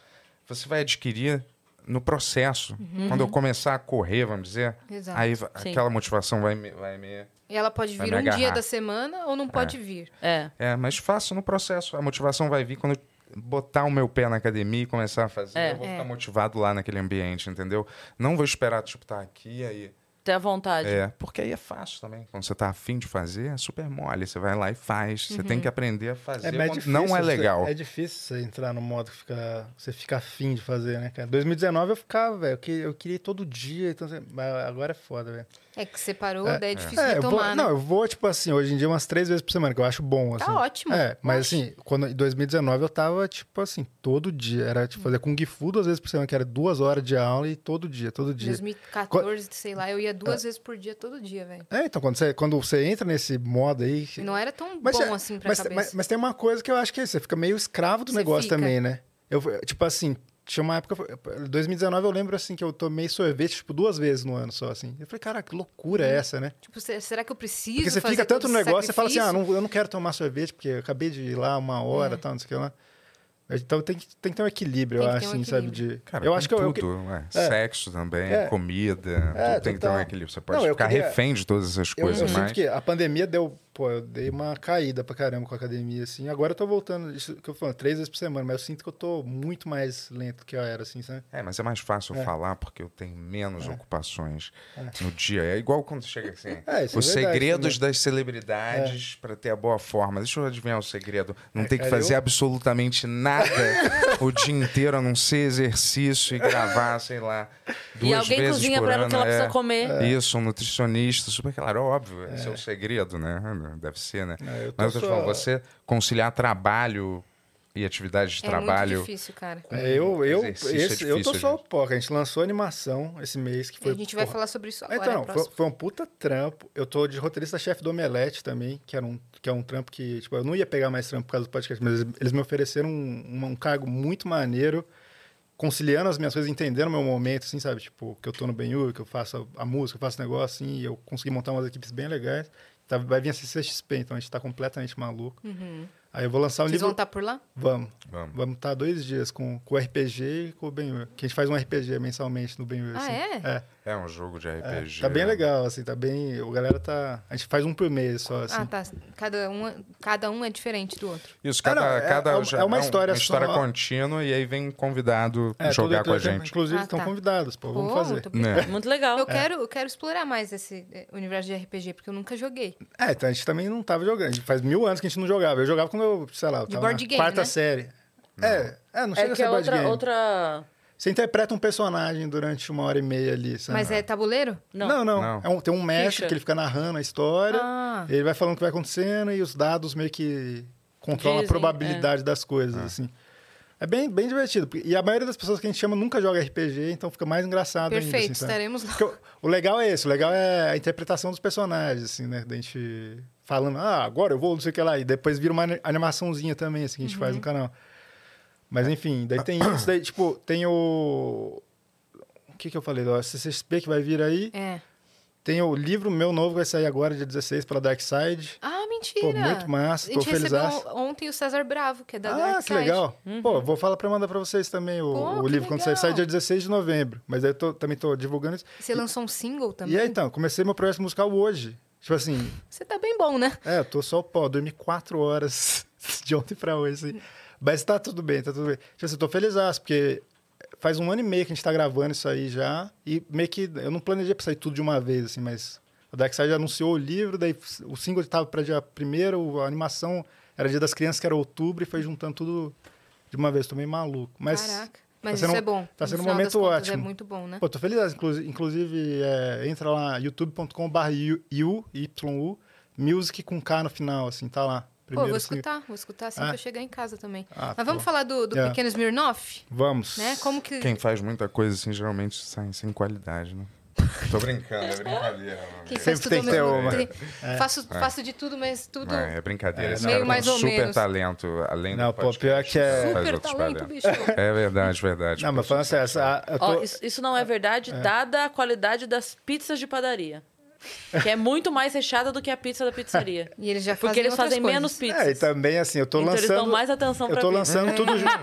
você vai adquirir no processo. Quando eu começar a correr, vamos dizer, Exato. aí va- Uhum. Sim. aquela motivação vai me, vai me. E ela pode Vai vir me um dia agarrar. da semana ou não pode vir. É. É, mas faço no processo. A motivação vai vir quando eu botar o meu pé na academia e começar a fazer. É. eu vou É. ficar motivado lá naquele ambiente, entendeu? Não vou esperar, tipo, tá aqui aí. Ter a vontade. É, porque aí é fácil também. Quando você tá afim de fazer, é super mole. Você vai lá e faz. Você tem que aprender a fazer. mas quando difícil não é você- legal. é difícil você entrar no modo que fica, você fica afim de fazer, né, cara? 2019 eu ficava, velho. Eu, que- eu queria ir todo dia, então, assim, mas agora é foda, velho. É que separou, daí é difícil É, eu vou, retomar, né? Não, eu vou, tipo assim, hoje em dia umas três vezes por semana, que eu acho bom, assim. Tá ótimo. É, mas Oxe. assim, quando, em 2019 eu tava, tipo assim, todo dia. Era, tipo, fazer Kung Fu duas vezes por semana, que era duas horas de aula e todo dia, todo dia. 2014, sei lá, eu ia duas vezes por dia, todo dia, velho. É, então, quando você, quando você entra nesse modo aí... que- Não era tão Mas bom cê- assim pra mas, cabeça. mas- mas tem uma coisa que eu acho que é isso, você fica meio escravo do Você negócio fica. também, né? Eu, tipo assim, tinha uma época... eu- 2019 eu lembro, assim, que eu tomei sorvete, tipo, duas vezes no ano só, assim. Eu falei, caraca, que loucura é essa, né? Tipo, se- será que eu preciso Porque você fazer fica tanto todo no esse negócio, você fala assim, ah, sacrifício? não, eu não quero tomar sorvete, porque eu acabei de ir lá uma hora, tal, não sei o que lá. Então tem que, tem que ter um equilíbrio, É. Tem eu que acho, ter um assim, sabe? De... Cara, eu com acho que eu- eu, que- tudo, ué. Sexo também, É. comida, É, tudo tem que ter um total. equilíbrio. Você pode Não, eu ficar queria- refém de todas essas Eu, eu coisas, mas... sinto que a pandemia deu. Pô, eu dei uma caída pra caramba com a academia, assim. Agora eu tô voltando, isso que eu falo, três vezes por semana, mas eu sinto que eu tô muito mais lento que eu era, assim, sabe? É, mas é mais fácil eu falar porque eu tenho menos ocupações no dia. É igual quando chega assim. É, isso é os verdade segredos das celebridades pra ter a boa forma. Deixa eu adivinhar o segredo. Não tem que cara, fazer É, eu- absolutamente nada o dia inteiro, a não ser exercício e gravar, sei lá, duas E alguém vezes cozinha por pra ela o ano, que ela é. precisa comer. Isso, um nutricionista, super claro, óbvio, esse é o segredo, né? Deve ser, né? É, eu tô Mas eu tô te só- falando, você conciliar trabalho e atividade de É trabalho. muito difícil, cara. com eu, eu, exercício é esse- eu tô difícil, só o gente. poca. A gente lançou animação esse mês que foi. a gente vai porra, falar sobre isso agora, Então, foi, Tá, próximo. foi um puta trampo. Eu tô de roteirista-chefe do Omelete também, que, era um, que é um trampo que, tipo, eu não ia pegar mais trampo por causa do podcast, mas eles- eles me ofereceram um, uma- um cargo muito maneiro, conciliando as minhas coisas, entendendo o meu momento, assim, sabe? Tipo, que eu tô no Benhu, que eu faço a, a música, eu faço negócio, assim, e eu consegui montar umas equipes bem legais. Tá, vai vir a CCXP, então a gente tá completamente maluco. Aí eu vou lançar um Uhum. Vocês livro... vão tá estar por lá? Vamos. Vamos. Vamos estar dois dias com, com o RPG e com o Benhu. Que a gente faz um RPG mensalmente no Benhu, Ah, assim. é? É. É um jogo de É, RPG. tá bem né? legal, assim, tá bem. O galera tá. A gente faz um por mês só, assim. Ah, tá. Cada um, cada um é diferente do outro. Isso, Ah, cada, não, é- cada é uma- jo- é uma história uma história só. contínua e aí vem um convidado É, todo jogar com a episódio, gente. Inclusive, Ah, estão tá. convidados, pô, vamos Pô, fazer. É. muito bem. Né? Muito legal. Eu, quero, eu quero explorar mais esse eh, universo de RPG, porque eu nunca joguei. É, então a gente também não tava jogando. A gente Faz mil anos que a gente não jogava. Eu jogava quando eu, sei lá, eu De tava board na game, quarta né? série. É, é, não chega É a que ser é board outra, game. outra. Você interpreta um personagem durante uma hora e meia ali, sabe? Mas é tabuleiro? Não. Não, não. Não. É um- tem um mestre Ficha. que ele fica narrando a história, Ah. ele vai falando o que vai acontecendo e os dados meio que controlam é. Dizem, a probabilidade das coisas, assim. É bem, bem divertido. porque- E a maioria das pessoas que a gente chama nunca joga RPG, então fica mais engraçado Ah, Perfeito, ainda. Assim, sabe? estaremos lá. Porque o, o legal é esse, o legal é a interpretação dos personagens, assim, né? Da gente falando, ah, agora eu vou, não sei o que lá. E depois vira uma ani- animaçãozinha também, assim, que a gente Uhum. faz no canal. Mas enfim, daí tem isso, daí, tipo, tem o. O que que eu falei? O CCXP que vai vir aí. É. Tem o livro meu novo que vai sair agora, dia 16, pela Dark Side. Ah, mentira. Pô, muito massa, A tô gente feliz. recebeu ontem o César Bravo, que é da Ah, Dark que Side. legal. Pô, vou falar pra mandar pra vocês também o, Pô, o que livro quando sair. legal. Sai dia 16 de novembro. Mas aí eu tô- também tô divulgando isso. Você lançou um single também? E aí, então, comecei meu projeto musical hoje. Tipo assim, Você tá bem bom, né? é, eu tô só o pó, dormi quatro horas de ontem pra hoje. assim. Mas tá tudo bem, tá tudo bem. Tipo assim, eu tô feliz, porque faz um ano e meio que a gente tá gravando isso aí já. E meio que eu não planejei pra sair tudo de uma vez, assim, mas o Dark Side anunciou o livro, daí o single tava pra dia primeiro, a animação era dia das crianças, que era outubro, e foi juntando tudo de uma vez. Tô meio maluco. Mas. Caraca. Mas sendo isso um- é bom. tá No sendo um final das momento contas, É ótimo. muito bom, né? Pô, tô feliz. Inclusive, inclusive é, entra lá, youtube.com.br YU, music com K no final, assim, tá lá. Pô, vou assim. escutar, vou escutar assim Ah. que eu chegar em casa também. Ah, Mas vamos pô. falar do, do Yeah. pequeno Smirnoff, Vamos. né? Como que... Quem faz muita coisa assim geralmente sai sem qualidade, né? Tô brincando, é brincadeira. mano. Quem faz Sempre tudo tem ao que mesmo ter uma. tempo. Faço, faço de tudo, mas tudo... Não, é brincadeira. É, Esse não, cara meio tem um mais ou super menos. talento, além Não, do pô, podcast, pior que é- faz Super outros talento, talentos. bicho. É verdade, verdade. Não, mas falando sério, essa- eu tô... Ó, isso, isso não é verdade, dada a qualidade das pizzas de padaria. Que é muito mais recheada do que a pizza da pizzaria. E eles já Porque fazem eles outras fazem coisas. menos pizzas. É, e também assim, eu tô Então eles lançando. dão mais atenção Eu pra tô mim. É. lançando tudo junto.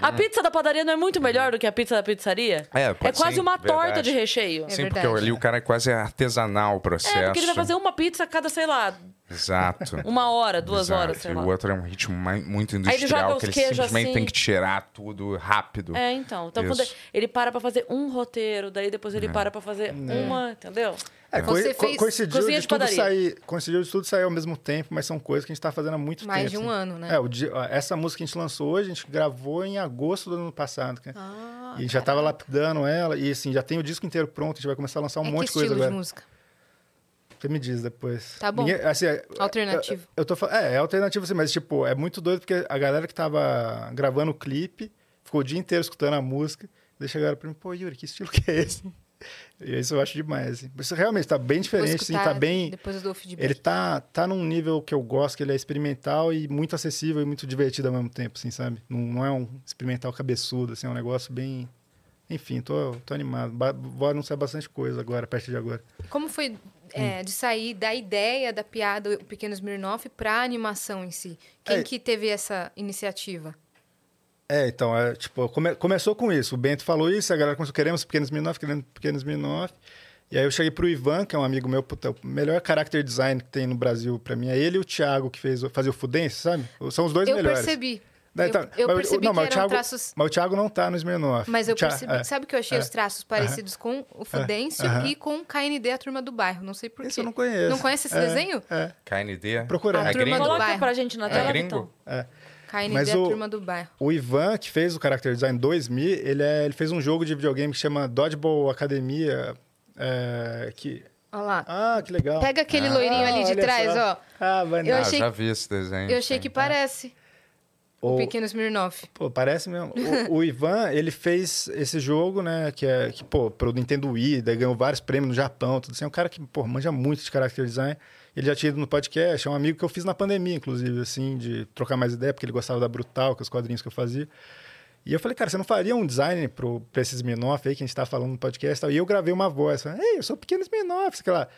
A pizza da padaria não é muito melhor do que a pizza da pizzaria? É, pode é quase sim, uma torta verdade. de recheio. Sim, É porque verdade. ali o cara é quase artesanal o processo. É, porque ele vai fazer uma pizza a cada, sei lá, Exato. uma hora, duas Exato. horas, sei E lá. o outro é um ritmo mai- muito joga industrial os que ele queijos simplesmente assim. tem que tirar tudo rápido. É, então. Então, quando Isso. É. ele para pra fazer um roteiro, daí depois ele para pra fazer uma, entendeu? É, co- Você co- fez coincidiu cozinha de de tudo padaria. sair. Coincidiu de tudo sair ao mesmo tempo, mas são coisas que a gente tá fazendo há muito Mais tempo. de um assim. ano, né? É, o dia- ó, essa música que a gente lançou hoje, a gente gravou em agosto do ano passado. cara. Ah, e a gente já tava lapidando ela, e assim, já tem o disco inteiro pronto, a gente vai começar a lançar um é monte de que estilo coisa agora. de música? Você me diz depois. Tá bom. assim, é- Alternativo. Eu, eu tô falando. É, é alternativo assim, mas tipo, é muito doido porque a galera que tava gravando o clipe ficou o dia inteiro escutando a música. Daí chegaram pra mim, pô, Yuri, que estilo que é esse? e isso eu acho demais. Assim. Isso realmente tá bem Vou diferente, assim, escutar, tá bem. Depois eu dou o feedback. Ele tá, tá num nível que eu gosto, que ele é experimental e muito acessível e muito divertido ao mesmo tempo, assim, sabe? Não, não é um experimental cabeçudo, assim, é um negócio bem. Enfim, tô, tô animado. Ba- Vou anunciar bastante coisa agora, a partir de agora. Como foi Hum. é, de sair da ideia da piada O Pequeno Smirnoff para a animação em si? Quem É. que teve essa iniciativa? É, então, é, tipo, come- começou com isso. O Bento falou isso, a galera começou, queremos pequenos 1009, queremos pequenos 1009. E aí eu cheguei pro Ivan, que é um amigo meu, puta, o melhor character design que tem no Brasil pra mim. É ele e o Thiago, que fez, o- fazia o Fudense, sabe? São os dois eu melhores. percebi. Não, Eu- então, eu, mas o- percebi não, que mas o eram Thiago- traços... Mas o Thiago não tá nos 1009. Mas eu O Thi- percebi. é. Sabe que eu achei é. os traços parecidos com o Fudêncio aham. e com o KND, a Turma do Bairro. Não sei porquê. Esse eu não conheço. Não conhece esse É, desenho? É, KND. Procura. É A turma gringo? do Coloca bairro. pra gente na É tela, gringo? então. é. KND, Mas a o- Turma do Bairro. O Ivan, que fez o Character Design 2000, ele, é- ele fez um jogo de videogame que chama Dodgeball Academia, é, que... Olha lá. Ah, que legal. Pega aquele loirinho Ah, ali de olha trás, só. ó. Ah, vai Ah, Eu achei já vi esse Ah, desenho. Eu tá. achei que parece o Ou- Pequeno Smirnoff. Pô, parece mesmo. O, o Ivan, ele fez esse jogo, né? Que é, que, pô, pro Nintendo Wii, daí ganhou vários prêmios no Japão, tudo assim. É um cara que, pô, manja muito de character design. Ele já tinha ido no podcast, é um amigo que eu fiz na pandemia, inclusive, assim, de trocar mais ideia, porque ele gostava da Brutal, que é os quadrinhos que eu fazia. E eu falei, cara, você não faria um design pro, pra esses Minoff aí que a gente tá falando no podcast e tal? E eu gravei uma voz, falei, ei, eu sou pequeno Minoff, sei lá.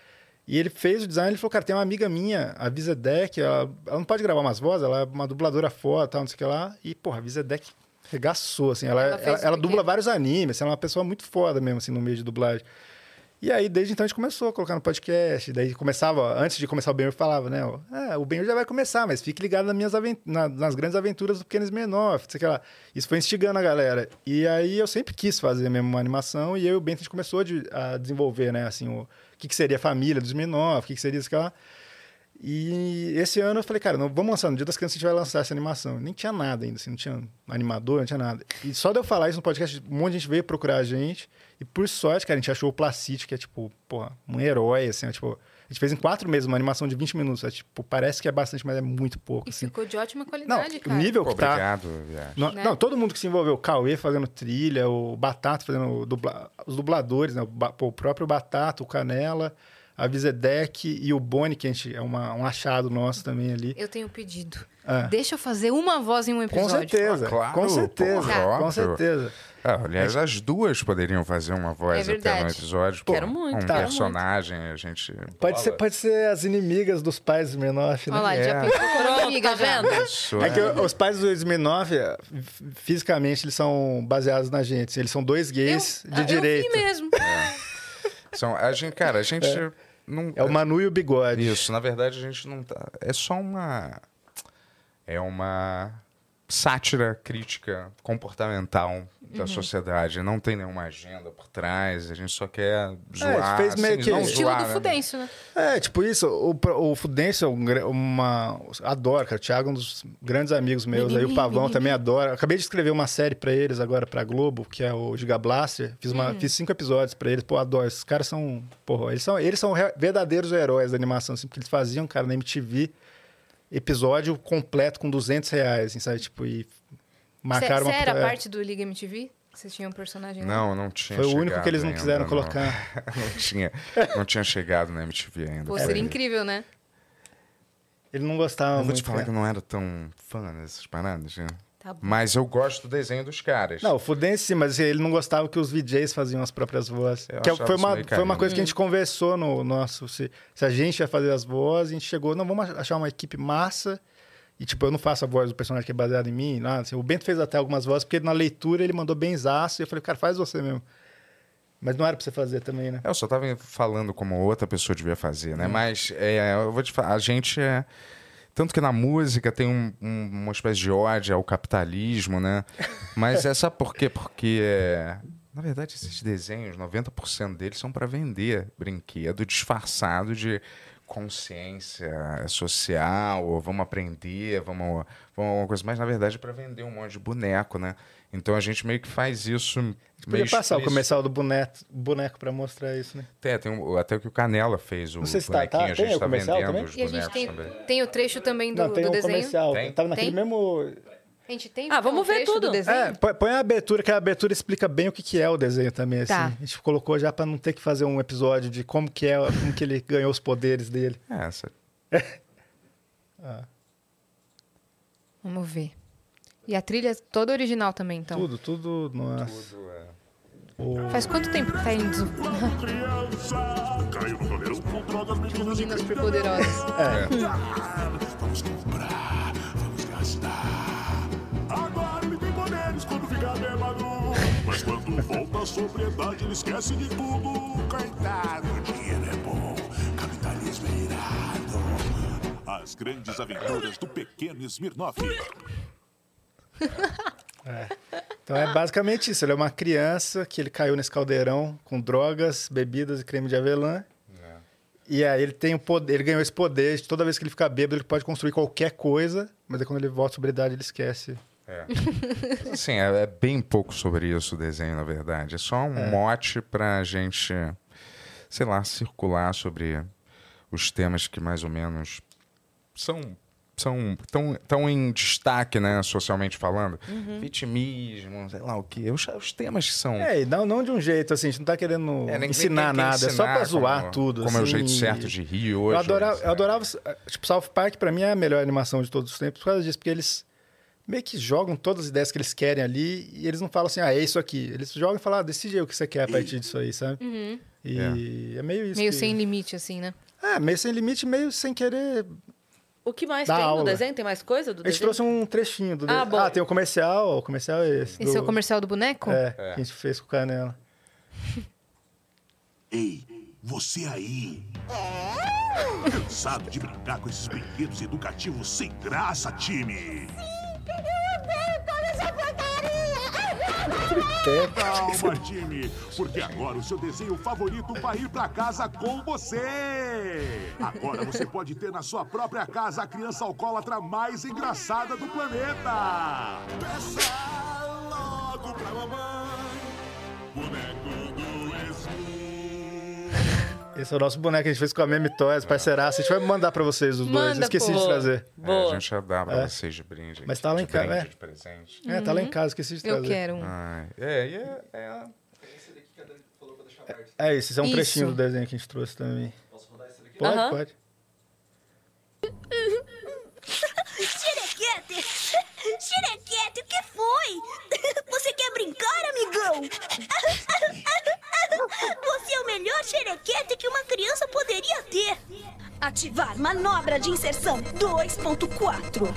E ele fez o design, ele falou, cara, tem uma amiga minha, a Vizedec, ela, ela não pode gravar umas vozes, ela é uma dubladora foda, tal, não sei o que lá. E, porra, a Vizedec regaçou, assim, ela, Ela ela, fez ela o pequeno. dubla vários animes, assim, ela é uma pessoa muito foda mesmo, assim, no meio de dublagem. E aí, desde então, a gente começou a colocar no podcast. Daí começava, ó, antes de começar o Benhur, falava, né? ó, "Ah, o Benhur já vai começar, mas fique ligado nas, minhas aven- na- nas grandes aventuras do Pequenos Menor, sei lá. Isso foi instigando a galera. E aí eu sempre quis fazer mesmo uma animação, e eu e o Bento a gente começou de- a desenvolver, né? Assim, o, o que, que seria a família dos Menor, o que, que seria isso que lá. E esse ano eu falei, cara, não, vamos lançar. No dia das crianças a gente vai lançar essa animação. Nem tinha nada ainda, assim, não tinha animador, não tinha nada. E só de eu falar isso no podcast, um monte de gente veio procurar a gente. E por sorte, cara, a gente achou o Placite, que é tipo, porra, um herói, assim, ó, tipo. A gente fez em quatro meses uma animação de 20 minutos. É, tipo, parece que é bastante, mas é muito pouco. E Assim. ficou de ótima Não, qualidade, o cara. nível que tá. Obrigado, viagem. No- né? Não, todo mundo que se envolveu, o Cauê fazendo trilha, o Batata fazendo o dubla- os dubladores, né? O, ba- pô, o próprio Batata, o Canela, a Vizedec e o Boni, que a gente, é uma- um achado nosso também ali. Eu tenho um pedido. Ah. Deixa eu fazer uma voz em um Com episódio. certeza. Claro, com certeza. Tá. Óbvio. Com certeza. É, aliás, as duas poderiam fazer uma É voz até verdade. no episódio. Quero com muito, Um quero personagem, a gente. Pode ser, pode ser as inimigas dos pais do Smirnoff, né? Olha lá, já É. pensou como Pronto, amiga, tá já. vendo? Isso, É que os pais do Smirnoff, f- fisicamente, eles são baseados na gente. assim, Eles são dois gays Eu- de eu direita. vi mesmo. né? São, a gente, cara, a gente não. É o Manu e o Bigode. Isso, na verdade, a gente não tá. É só uma. É uma sátira crítica comportamental Uhum. da sociedade. Não tem nenhuma agenda por trás. A gente só quer zoar. É, fez meio assim, que- não Estilo zoar, do né? Fudêncio, né? É, tipo isso, o, pro- o Fudêncio é um gra- uma... Adoro, cara. O Thiago é um dos grandes amigos meus. Aí o Pavão também adora. Acabei de escrever uma série pra eles agora, pra Globo, que é o Gigablaster. Fiz, uma, Hum. fiz cinco episódios pra eles. Pô, adoro. Esses caras são... Porra, eles são, eles são re- verdadeiros heróis da animação, assim, porque eles faziam, cara, na MTV, episódio completo com 200 reais, assim, sabe? Tipo, e marcaram Você uma... era é, parte do Liga MTV? Que Você tinha um personagem lá? Não, não tinha Foi o único chegado que eles não ainda, quiseram não. colocar. não, tinha, não tinha chegado na MTV ainda. Pô, por É. seria aí. incrível, né? Ele não gostava Eu vou muito. te falar né? que eu não era tão fã dessas paradas, né? Tá bom. Mas eu gosto do desenho dos caras. Não, o Fudêncio sim, mas ele não gostava que os VJs faziam as próprias vozes. Eu Que achava foi, isso uma, meio foi uma carinho. coisa que a Hum. gente conversou no nosso. Se, se a gente ia fazer as vozes, a gente chegou, não, vamos achar uma equipe massa. E, tipo, eu não faço a voz do personagem que é baseado em mim. Nada. assim. O Bento fez até algumas vozes, porque na leitura ele mandou bem zaço. E eu falei, cara, faz você mesmo. Mas não era pra você fazer também, né? É, Hum. Eu só tava falando como outra pessoa devia fazer, né? Mas é, eu vou te falar, a gente é. Tanto que na música tem um- um- uma espécie de ódio ao capitalismo, né? Mas é sabe por quê? Porque, é, na verdade, esses desenhos, 90% deles são para vender brinquedo disfarçado de consciência social, ou vamos aprender, vamos, vamos alguma coisa. Mas, na verdade, é para vender um monte de boneco, né? Então a gente meio que faz isso. meio Podia passar o explícito. comercial do boneco, boneco pra mostrar isso, né? É, tem um- até o que o Canela fez, o Não sei se tá- tá- bonequinho, a tem gente o tá comercial vendendo também? os E a bonecos gente tem, também. tem o trecho também do, não, tem do um desenho. comercial. Tem? Tava naquele Tem? mesmo. A gente tem Ah, vamos um ver trecho tudo. do desenho. É, põe- põe a abertura, que a abertura explica bem o que, que é o desenho também, assim. Tá. A gente colocou já pra não ter que fazer um episódio de como que é, como que ele ganhou os poderes dele. É, essa. Vamos ver. E a trilha é toda original também, então. Tudo, tudo, nossa. Faz quanto tempo que tá em desu- Caiu no goleiro. Controla das meninas. meninas superpoderosas? Vamos comprar, vamos gastar. Agora ele tem poderes quando fica bêbado. Mas quando volta à sobriedade, ele esquece de tudo. Coitado, o dinheiro é bom, capitalismo é irado. As grandes aventuras do pequeno Smirnoff. Então é basicamente isso. Ele é uma criança que ele caiu nesse caldeirão com drogas, bebidas e creme de avelã. É. E aí ele tem o poder, ele ganhou esse poder de toda vez que ele fica bêbado, ele pode construir qualquer coisa, mas aí quando ele volta à sobriedade, ele esquece. Assim, é, é bem pouco sobre isso o desenho, na verdade. É só um mote pra gente, sei lá, circular sobre os temas que mais ou menos são são tão, tão em destaque, né, socialmente falando. Uhum. Vitimismo, sei lá o quê. Os, os temas que são... É, e não, não de um jeito, assim, a gente não tá querendo É, ninguém ensinar quer nada, é só ensinar pra zoar como- tudo. Como é o assim, jeito e- certo de rir hoje. Eu adorava, eu né? adorava. Tipo, South Park, pra mim, é a melhor animação de todos os tempos por causa disso, porque eles meio que jogam todas as ideias que eles querem ali e eles não falam assim, ah, é isso aqui. Eles jogam e falam, ah, decide aí o que você quer a partir disso aí, sabe? E é, meio isso. Uhum. Meio que- sem limite, assim, né? É, meio sem limite, meio sem querer. O que mais Dá tem aula. no desenho? Tem mais coisa do A gente desenho? trouxe um trechinho do. Ah, bom. ah tem o comercial, o comercial é esse. Esse do- é o comercial do boneco? É, que a gente fez com o Canela. Ei, você aí. Cansado de brincar com esses brinquedos educativos sem graça, time? Calma, time, porque agora o seu desenho favorito vai ir pra casa com você. Agora você pode ter na sua própria casa a criança alcoólatra mais engraçada do planeta. Peça logo pra mamãe, boneco do Esmi. Esse é o nosso boneco que a gente fez com a Meme Toys, parceiraça. A gente vai mandar pra vocês os dois. Manda, Esqueci pô. de trazer. É, Boa. a gente já dá pra vocês de brinde. É. Mas tá lá de em casa, brinde, é. De presente. É, tá lá em casa, esqueci de trazer. Uhum. Eu quero um. Ai, é, e é, é, É isso, esse é um Isso. É trechinho do desenho que a gente trouxe também. Pode, Aham. pode. Xerequete! Xerequete, o que foi? Você quer brincar, amigão? Você é o melhor xerequete que uma criança poderia ter. Ativar manobra de inserção 2.4.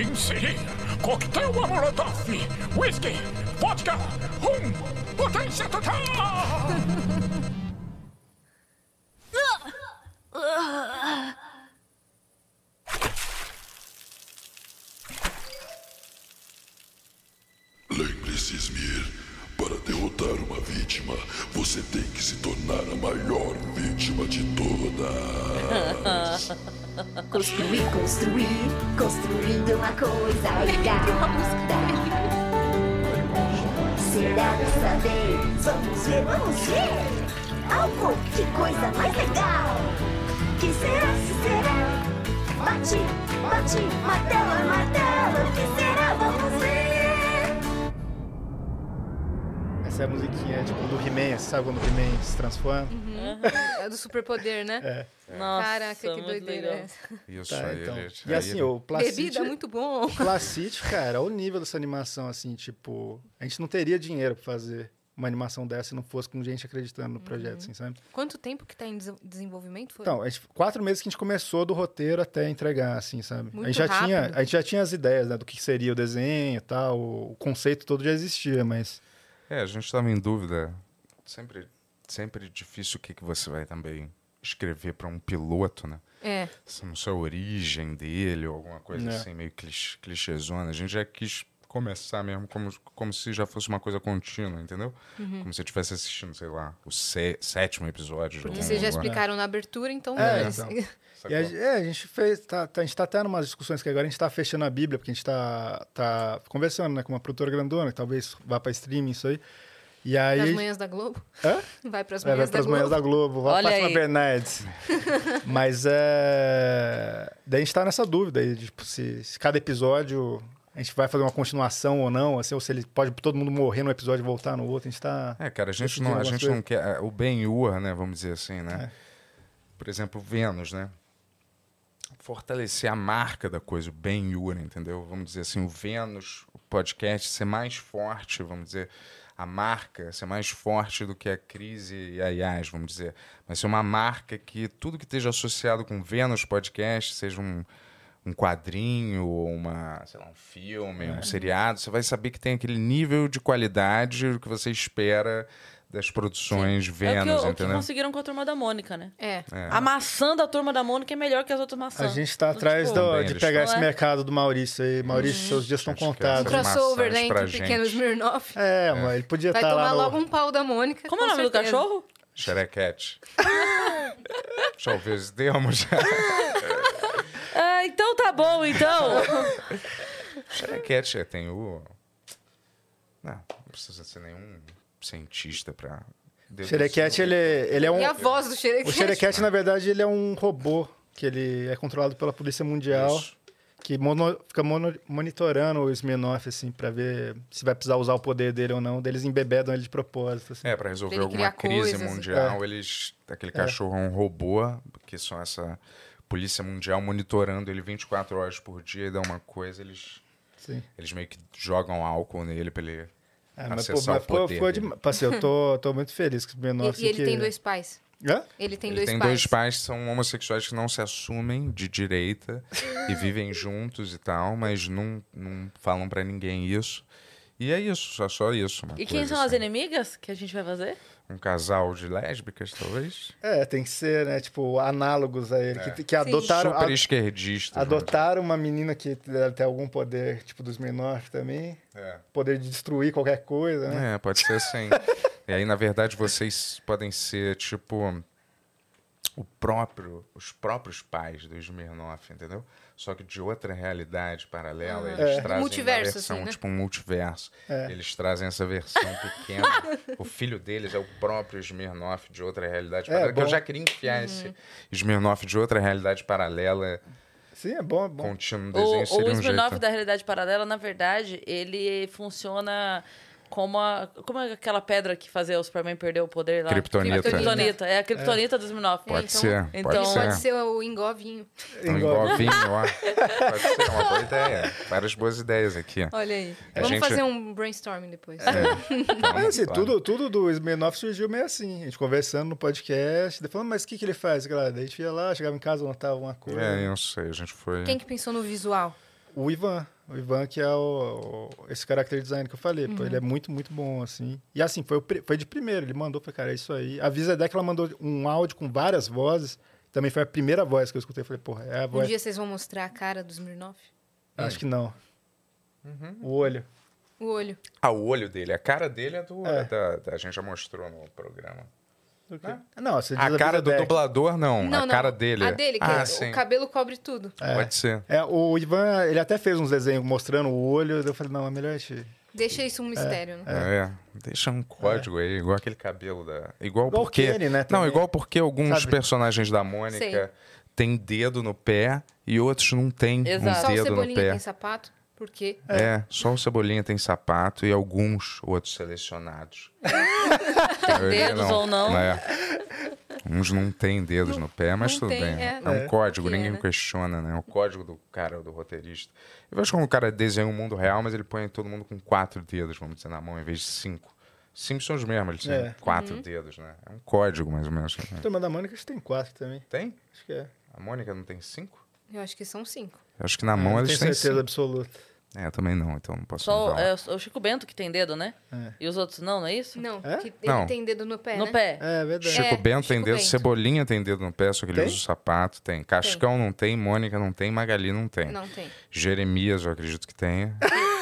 Inserir coquetel Molotov, whisky, vodka, rum, potência total! Lembre-se, Smir, para derrotar uma vítima, você tem que se tornar a maior vítima de todas. Construir, construir, construindo uma coisa legal. Será dessa vez? Vamos ver, vamos ver! Algo, que coisa mais legal! Que será, se será? Bate, bate, martela, martela, que será? Vamos ver! Essa é a musiquinha, tipo, do He-Man, sabe quando o He-Man se transforma? É do superpoder, né? Nossa, Caraca, que muito É doideira. legal. essa. Isso Tá, aí, então. ele- E aí assim, ele- o Placid... Bebida, muito bom. Placid, cara, olha o nível dessa animação, assim, tipo... A gente não teria dinheiro pra fazer uma animação dessa se não fosse com gente acreditando Uhum. no projeto, assim, sabe? Quanto tempo que tá em des- desenvolvimento? Foi? Então, a gente- quatro meses que a gente começou do roteiro até entregar, assim, sabe? Muito a, gente já rápido. tinha, a gente já tinha as ideias, né? Do que seria o desenho e tal, o conceito todo já existia, mas... É, a gente tava em dúvida. Sempre, sempre difícil o que, que você vai também escrever para um piloto, né? É. Se não sei a origem dele ou alguma coisa É. assim, meio clichê, clichêzona. A gente já quis começar mesmo como, como se já fosse uma coisa contínua, entendeu? Uhum. Como se eu estivesse assistindo, sei lá, o sé- sétimo episódio. de Porque algum vocês já lugar. explicaram na abertura, então. É, mas- então. E a, é, a gente fez. Tá, tá- a gente tá até numas discussões que agora a gente tá fechando a Bíblia, porque a gente tá, tá conversando né, com uma produtora grandona, que talvez vá pra streaming isso aí. E aí. Nas manhãs da Globo? Hã? Vai pras É, vai manhãs da pras Globo. manhãs da Globo, vai Olha pra Fátima aí. Bernardes. Mas é. Daí a gente tá nessa dúvida aí, tipo, se, se cada episódio a gente vai fazer uma continuação ou não, assim, ou se ele pode todo mundo morrer num episódio e voltar no outro, a gente tá. É, cara, a gente Decidir não, a algumas gente coisas. não quer. é, O Ben Ur, né? Vamos dizer assim, né? Por exemplo, Vênus, né? Fortalecer a marca da coisa, o Ben Ur, entendeu? Vamos dizer assim, o Vênus, o podcast, ser mais forte, vamos dizer, a marca, ser mais forte do que a crise e a IAS, vamos dizer. Mas ser uma marca que tudo que esteja associado com Vênus podcast, seja um. Um quadrinho, ou uma, sei lá, um filme, É. um seriado, você vai saber que tem aquele nível de qualidade que você espera das produções É o que, Vênus, o que entendeu? conseguiram com a turma da Mônica, né? É. A maçã da turma da Mônica é melhor que as outras maçãs. A gente tá Então, atrás tipo, do- Também, de eles pegar estão- esse É. mercado do Maurício aí. Maurício, seus dias estão Acho que é Um contados. essa- crossover, né? maçãs pra Entre o pequeno gente. Smirnoff. É, mano, ele podia Vai estar tomar lá no... logo um pau da Mônica. Como é o com nome do certeza. cachorro? Xerequete. Já ouviu esse termo? Já. Ah, então tá bom, então. Xerequete é, tem o... Não, não precisa ser nenhum cientista pra... Xerequete, ele, ele é um... E a voz do O Xerequete. Xerequete, na verdade, ele é um robô que ele é controlado pela Polícia Mundial, Isso. que mono- fica mono- monitorando o Smirnoff, assim, pra ver se vai precisar usar o poder dele ou não. Daí Eles embebedam ele de propósito, assim. É, pra resolver Dele alguma criar crise coisas. É. mundial, eles... Aquele cachorro é um robô, que só essa polícia mundial monitorando ele 24 horas por dia e dá uma coisa, eles... Sim. Eles meio que jogam álcool nele pra ele É, mas, pô, acessar mas o ficou, poder ficou dele. demais. Assim, eu tô, tô muito feliz com o E- Smirnoff. E, ele que- tem dois pais. Hã? Ele tem Ele dois tem pais. dois pais que são homossexuais que não se assumem de direita e vivem juntos e tal, mas não, não falam pra ninguém isso. E é isso, só, só isso. uma E quem coisa são as assim. inimigas que a gente vai fazer? Um casal de lésbicas, talvez? É, tem que ser, né, tipo, análogos a ele, que, que adotaram... É. Super a- esquerdistas. Adotaram uma menina que deve ter algum poder, tipo dos menores também. É. Poder de destruir qualquer coisa, né? É, pode ser assim. e aí, na verdade, vocês podem ser, tipo, o próprio, os próprios pais do Smirnoff, entendeu? Só que de outra realidade paralela, eles É. trazem Multiverso, uma versão, assim, né? tipo um multiverso. É. Eles trazem essa versão pequena. o filho deles é o próprio Smirnoff de outra realidade É, paralela. que eu bom. já queria enfiar esse Smirnoff de outra realidade paralela, Sim, é bom, é bom. contínuo O, desenho o seria um Smirnoff jeito. da realidade paralela, na verdade, ele funciona Como, a, como é aquela pedra que fazia o Superman perder o poder lá? Kryptonita. Kryptonita. É a Kryptonita dos Minof. Pode então, ser, pode Então, ser. Pode ser o engovinho. Um Engove. engovinho, ó. Pode ser uma boa ideia. Várias boas ideias aqui, ó. Olha aí. A Vamos gente- fazer um brainstorming depois. Então, Mas assim, claro. tudo, tudo do Smirnoff surgiu meio assim. A gente conversando no podcast, daí falando, mas o que, que ele faz, galera? Daí a gente ia lá, chegava em casa, anotava uma coisa. É, eu não sei, a gente foi. Quem que pensou no visual? O Ivan. O Ivan, que é o, o- esse character design que eu falei. Pô, ele é muito, muito bom, assim. E assim, foi, o pri- foi de primeiro. Ele mandou, falei, cara, é isso aí. A Visa que ela mandou um áudio com várias vozes. Também foi a primeira voz que eu escutei. Eu Falei, porra, é a Um voz. dia vocês vão mostrar a cara do Smirnoff? Acho que não. O olho. O olho. Ah, o olho dele, a cara dele é do. É. da- da- a gente já mostrou no programa. Ah, Não, você diz A cara do Visa Deck. dublador, não. Não, a não. cara dele. A dele, que é ah, o sim. cabelo cobre tudo. Pode ser. É, o Ivan, ele até fez uns desenhos mostrando o olho. daí Eu falei, não, é melhor a gente... Deixa isso um mistério, né? É. Deixa um código aí, igual aquele cabelo da. Igual Igual, o porque. Kenny, né, Não, também. igual porque alguns Sabe? personagens da Mônica Sei. têm dedo no pé e outros não têm É. Exato. um Só o dedo no Cebolinha pé. tem sapato, porque É. só o Cebolinha tem sapato e alguns outros selecionados. Tem dedos ou não. É. Uns não têm dedos no pé, mas não tudo tem, bem. é. É, um É. código, Que é, ninguém né? questiona, né? O código do cara, do roteirista. Eu acho que o cara desenha o mundo real, mas ele põe todo mundo com quatro dedos, vamos dizer, na mão, em vez de cinco. Simpsons mesmo, eles têm É. quatro dedos, né? É um código, mais ou menos. Turma da Mônica, acho que tem quatro também. Tem? Acho que é. A Mônica não tem cinco? eu acho que são cinco. Eu acho que na Ah, não mão tenho eles têm certeza cinco. absoluta. É, também não, então não posso Só falar. é, o Chico Bento que tem dedo, né? E os outros não, não é isso? Não, É? que ele Não. tem dedo no pé, No né? pé. É, verdade. Chico É, Bento tem Chico dedo, Bento. Cebolinha tem dedo no pé, só que ele Tem? usa o sapato, tem. Cascão não tem, Mônica não tem, Magali não tem. Não tem. Jeremias, eu acredito que tenha.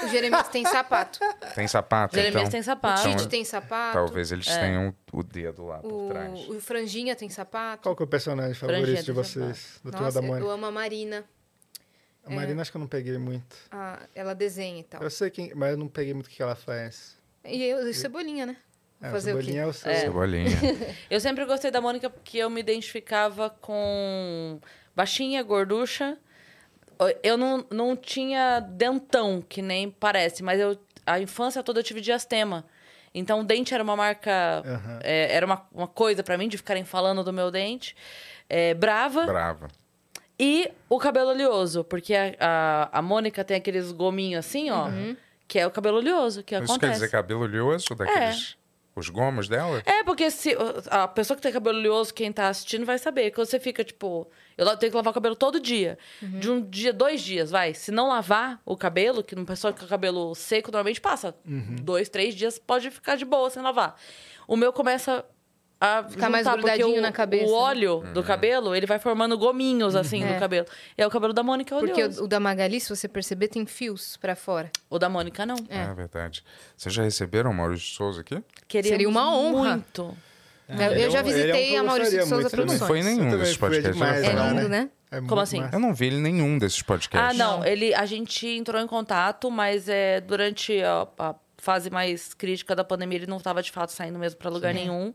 O Jeremias tem sapato. Tem sapato, Jeremias então. tem sapato. Então, Tite tem sapato. Talvez eles tenham o dedo lá por trás. O, o Franjinha tem sapato. Qual que é o personagem Franjinha favorito de do vocês? Do Turma Nossa, da eu Mônica? amo a Marina. A Marina acho que eu não peguei muito. Ah, ela desenha e tal. Eu sei quem, mas eu não peguei muito o que ela faz. E eu, e Cebolinha, né? Vou É, fazer o o quê? Cebolinha é o seu. Cebolinha. Eu sempre gostei da Mônica porque eu me identificava com baixinha, gorducha. Eu não, não tinha dentão, que nem parece, mas eu a infância toda eu tive diastema. Então, o dente era uma marca. Aham. é, era uma, uma coisa pra mim de ficarem falando do meu dente. É, brava. Brava. E o cabelo oleoso, porque a, a, a Mônica tem aqueles gominhos assim, ó. Que é o cabelo oleoso, que Uhum. Isso quer acontece. dizer cabelo oleoso daqueles... Os gomos dela? É, porque se a pessoa que tem cabelo oleoso, quem tá assistindo, vai saber. Que você fica, tipo, eu la- tenho que lavar o cabelo todo dia. Uhum. De um dia, dois dias, vai. Se não lavar o cabelo, que uma pessoa com cabelo seco normalmente passa dois, três dias, pode ficar de boa sem lavar. O meu começa a Ficar juntar, mais grudadinho porque o, na cabeça, O né? óleo do cabelo, ele vai formando gominhos, assim, É. do cabelo. E é o cabelo da Mônica oleoso. Porque o, o da Magali, se você perceber, tem fios pra fora. O da Mônica, não. É. verdade. Vocês já receberam o Maurício de Souza aqui? Queríamos Seria uma honra. Muito. Eu- eu já Ele é um- ele é um visitei que eu a Maurício de gostaria Souza muito também. Não Produções. foi nenhum também desses fui podcasts. demais, eu vou falar, É né? lindo, né? É muito Como assim? massa. Eu não vi ele em nenhum desses Ah, podcasts. não. Ele, a gente entrou em contato, mas é, durante a, a fase mais crítica da pandemia, ele não estava de fato saindo mesmo para lugar nenhum.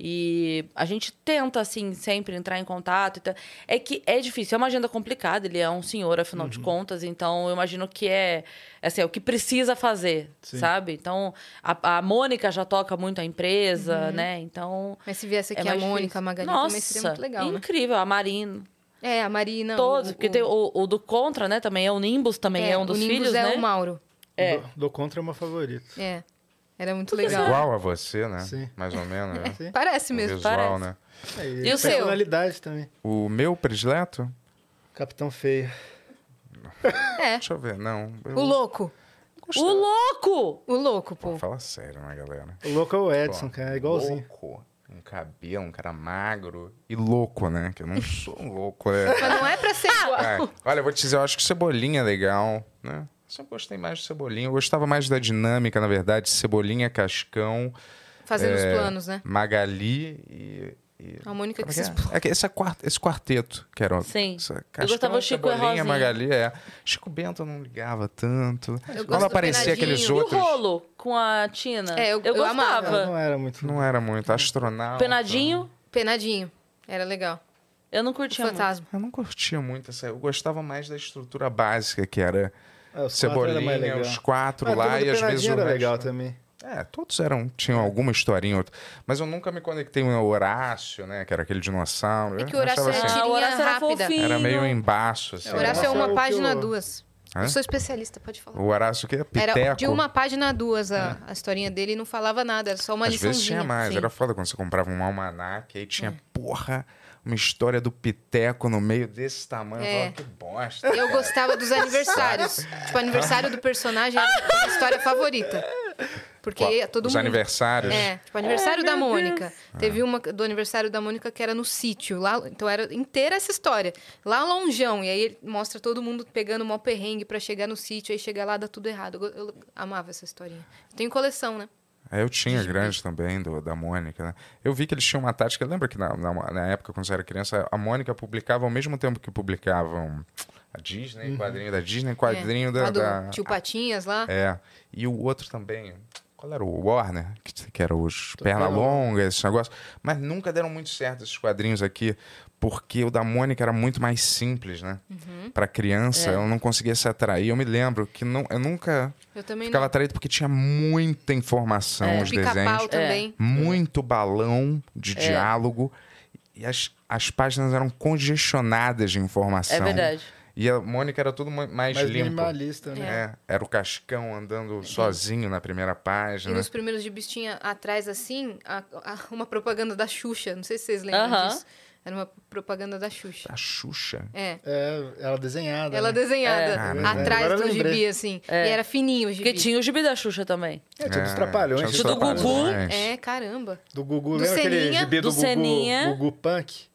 E a gente tenta, assim, sempre entrar em contato. e tal. É que é difícil, é uma agenda complicada, ele é um senhor, afinal de contas, então eu imagino que é, assim, é o que precisa fazer, sabe? Então, a, a Mônica já toca muito a empresa, né? Então. Mas se viesse aqui é a mais Mônica, difícil. a Magali, Nossa, também seria muito legal, né? Incrível, a Marina. É, a Marina. Todos, o- porque o- tem o, o do Contra, né? Também é o Nimbus, também é, um dos o Nimbus filhos, é né? o Mauro. É. Do, do Contra é o meu favorito. É. Era muito É legal. igual a você, né? Sim. Mais ou menos, né? Sim. Parece O mesmo. visual, parece. né? E o seu? personalidade também. O meu predileto? Capitão Feio. É. Deixa eu ver. Não. eu- O louco. O louco! O louco, pô. Fala sério, né, galera? O louco é o Edson, Pô, cara. É igualzinho. Louco. Um cabelo, um cara magro e louco, né? Que eu não sou um louco, é. Mas não é pra Ah! ser igual. É, Olha, eu vou te dizer, eu acho que o Cebolinha é legal, né? Eu Só gostei mais do Cebolinha. Eu gostava mais da dinâmica, na verdade. Cebolinha, Cascão, Fazendo os é, planos, né? Magali e... e- A Mônica como que é que se é? É que esse, quarto, esse quarteto que era... Sim. essa- Eu Cascão, gostava do Chico e Cebolinha, Rosinha. Magali, é. Chico Bento eu não ligava tanto. gosto Quando do aparecia aqueles Penadinho. E o outros... rolo com a Tina? É, eu- eu amava. Não, não era muito. Não era muito. Astronauta. Penadinho, Penadinho. Era legal. eu não curtia muito. Fantasma. Eu não curtia muito essa. Eu gostava mais da estrutura básica, que era É, os quatro era mais Cebolinha, legal. os quatro Ah, a lá turma do e às vezes Penadinho o era resto- legal tá? também. É, É, todos eram, tinham alguma historinha ou outra. Mas eu nunca me conectei com o Horácio, né? Que era aquele dinossauro. É que Eu o Horácio achava é assim, tirinha o Horácio era rápida. fofinho. Era meio embaixo, assim. O Horácio é Nossa, o que uma o- página a duas. Hã? Eu sou especialista, pode falar. O Horácio que é piteco. É. Era de uma página a duas a, a historinha dele e não falava nada, era só uma Às liçãozinha. vezes tinha mais. Sim. É. Era foda quando você comprava um almanac, aí tinha, porra, uma história do piteco no meio desse tamanho. Eu É. falava, que bosta. Eu cara." gostava dos aniversários. tipo, aniversário do personagem era a minha história favorita. Porque Qual? todo Os mundo. aniversários? Ah. É, tipo, aniversário da Mônica. Teve uma do aniversário da Mônica que era no sítio. lá Então era inteira essa história. Lá longeão. E aí ele mostra todo mundo pegando mó perrengue pra chegar no sítio. Aí chegar lá dá tudo errado. Eu, eu amava essa historinha. Eu tenho coleção, né? É, Eu tinha grande também, do, da Mônica, né? Eu vi que eles tinham uma tática. Lembra que na, na, na época, quando você era criança, a Mônica publicava ao mesmo tempo que publicavam a Disney, quadrinho da Disney, quadrinho é. da. Lá do da- Tio Patinhas lá. É. E o outro também. Qual era o Warner? Que, que era os perna longa, esse negócio. Mas nunca deram muito certo esses quadrinhos aqui, porque o da Mônica era muito mais simples, né? Uhum. Pra criança, ela não conseguia se atrair. Eu me lembro que não, eu nunca Eu também ficava não. É, atraído porque tinha muita informação, os desenhos. Pica-pau também. É. É. Muito balão de diálogo. E as, as páginas eram congestionadas de informação. É verdade. E a Mônica era tudo mu- mais Mais limpo. minimalista, né? É, era o Cascão andando sozinho na primeira É. E página. nos primeiros gibis tinha atrás, assim, a- a- uma propaganda da Xuxa. Não sei se vocês lembram Aham. disso. Era uma propaganda da Xuxa. A Xuxa. Né? É. É, ela desenhada. Ela né? desenhada Caramba. atrás Agora eu do lembrei. gibi, assim. E era fininho o gibi. É. Porque tinha o gibi da Xuxa também. É, tinha É, dos trapalhões. tinha os tinha do os trapalhões. Gugu. Trapalhões. É, caramba. Do Gugu, Do lembra aquele Ceninha, gibi do, do Gugu, Ceninha. Gugu Punk?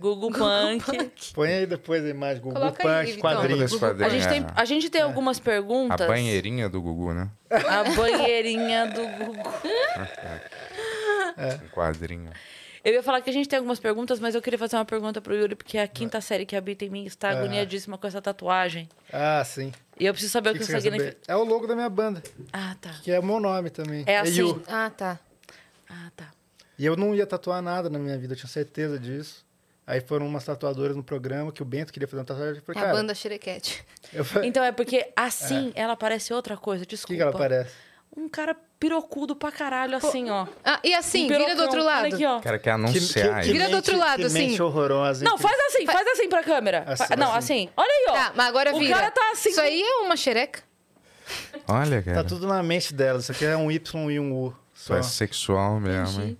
Gugu Punk. Põe aí depois a imagem, Gugu Coloca aí, Punk, Vitão. quadrinhos. Esse A quadrinho, gente tem, é. a gente tem algumas A perguntas. banheirinha do Gugu, né? A banheirinha do Gugu. Um quadrinho. Eu ia falar que a gente tem algumas perguntas, mas eu queria fazer uma pergunta pro Yuri, porque é a quinta série que habita em mim está agoniadíssima com essa tatuagem. Ah, sim. E eu preciso saber O o que que, que você quer significa. saber? É o logo da minha banda, Ah, tá. que é o meu nome também. É assim. Yu. Ah, tá. Ah, tá. E eu não ia tatuar nada na minha vida, eu tinha certeza disso. Aí foram umas tatuadoras no programa que o Bento queria fazer uma tatuagem. Eu É falei, a cara, banda Xerequete. eu falei, Então é porque assim ela parece outra coisa, o desculpa. que, que ela parece? Um cara pirocudo pra caralho, assim, ó. Ah, e assim, Um vira pirocão. do outro Olha lado. aqui, ó. Cara, quer anunciar Vira mente- do outro lado, que assim. mente horrorosa. hein? Não, faz assim, faz assim pra câmera. Assim, Fa- não, assim. Olha aí, ó. Tá, mas agora o vira. cara tá assim. Isso aí é uma xereca. aí. Olha, cara. Tá tudo na mente dela, isso aqui é um Y e um U. Tu Só. é sexual mesmo, hein?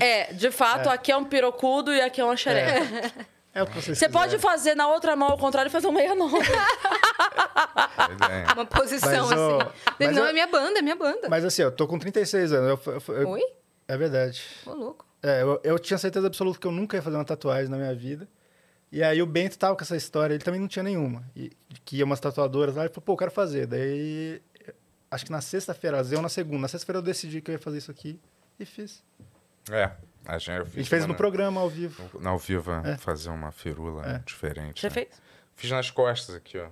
É, de fato, aqui é um pirocudo e aqui é uma xereca. É o que vocês Você quiserem. pode fazer na outra mão ao contrário e fazer um meia nova. Boa ideia. Uma posição, Mas, ó, assim. mas não, eu- é minha banda, é minha banda. Mas assim, eu tô com 36 anos. eu- eu- eu- Oi? É verdade. Ô, louco. É, eu, eu tinha certeza absoluta que eu nunca ia fazer uma tatuagem na minha vida. E aí o Bento tava com essa história, ele também não tinha nenhuma. E, que ia umas tatuadoras lá, ele falou, pô, eu quero fazer. Daí, acho que na sexta-feira, às vezes, ou na segunda. Na sexta-feira eu decidi que eu ia fazer isso aqui e fiz. É. né? A gente, eu A fiz gente fez uma no programa, ao vivo. no- Ao vivo, é, fazer uma firula É. diferente. Você né? fez? Fiz nas costas aqui, ó.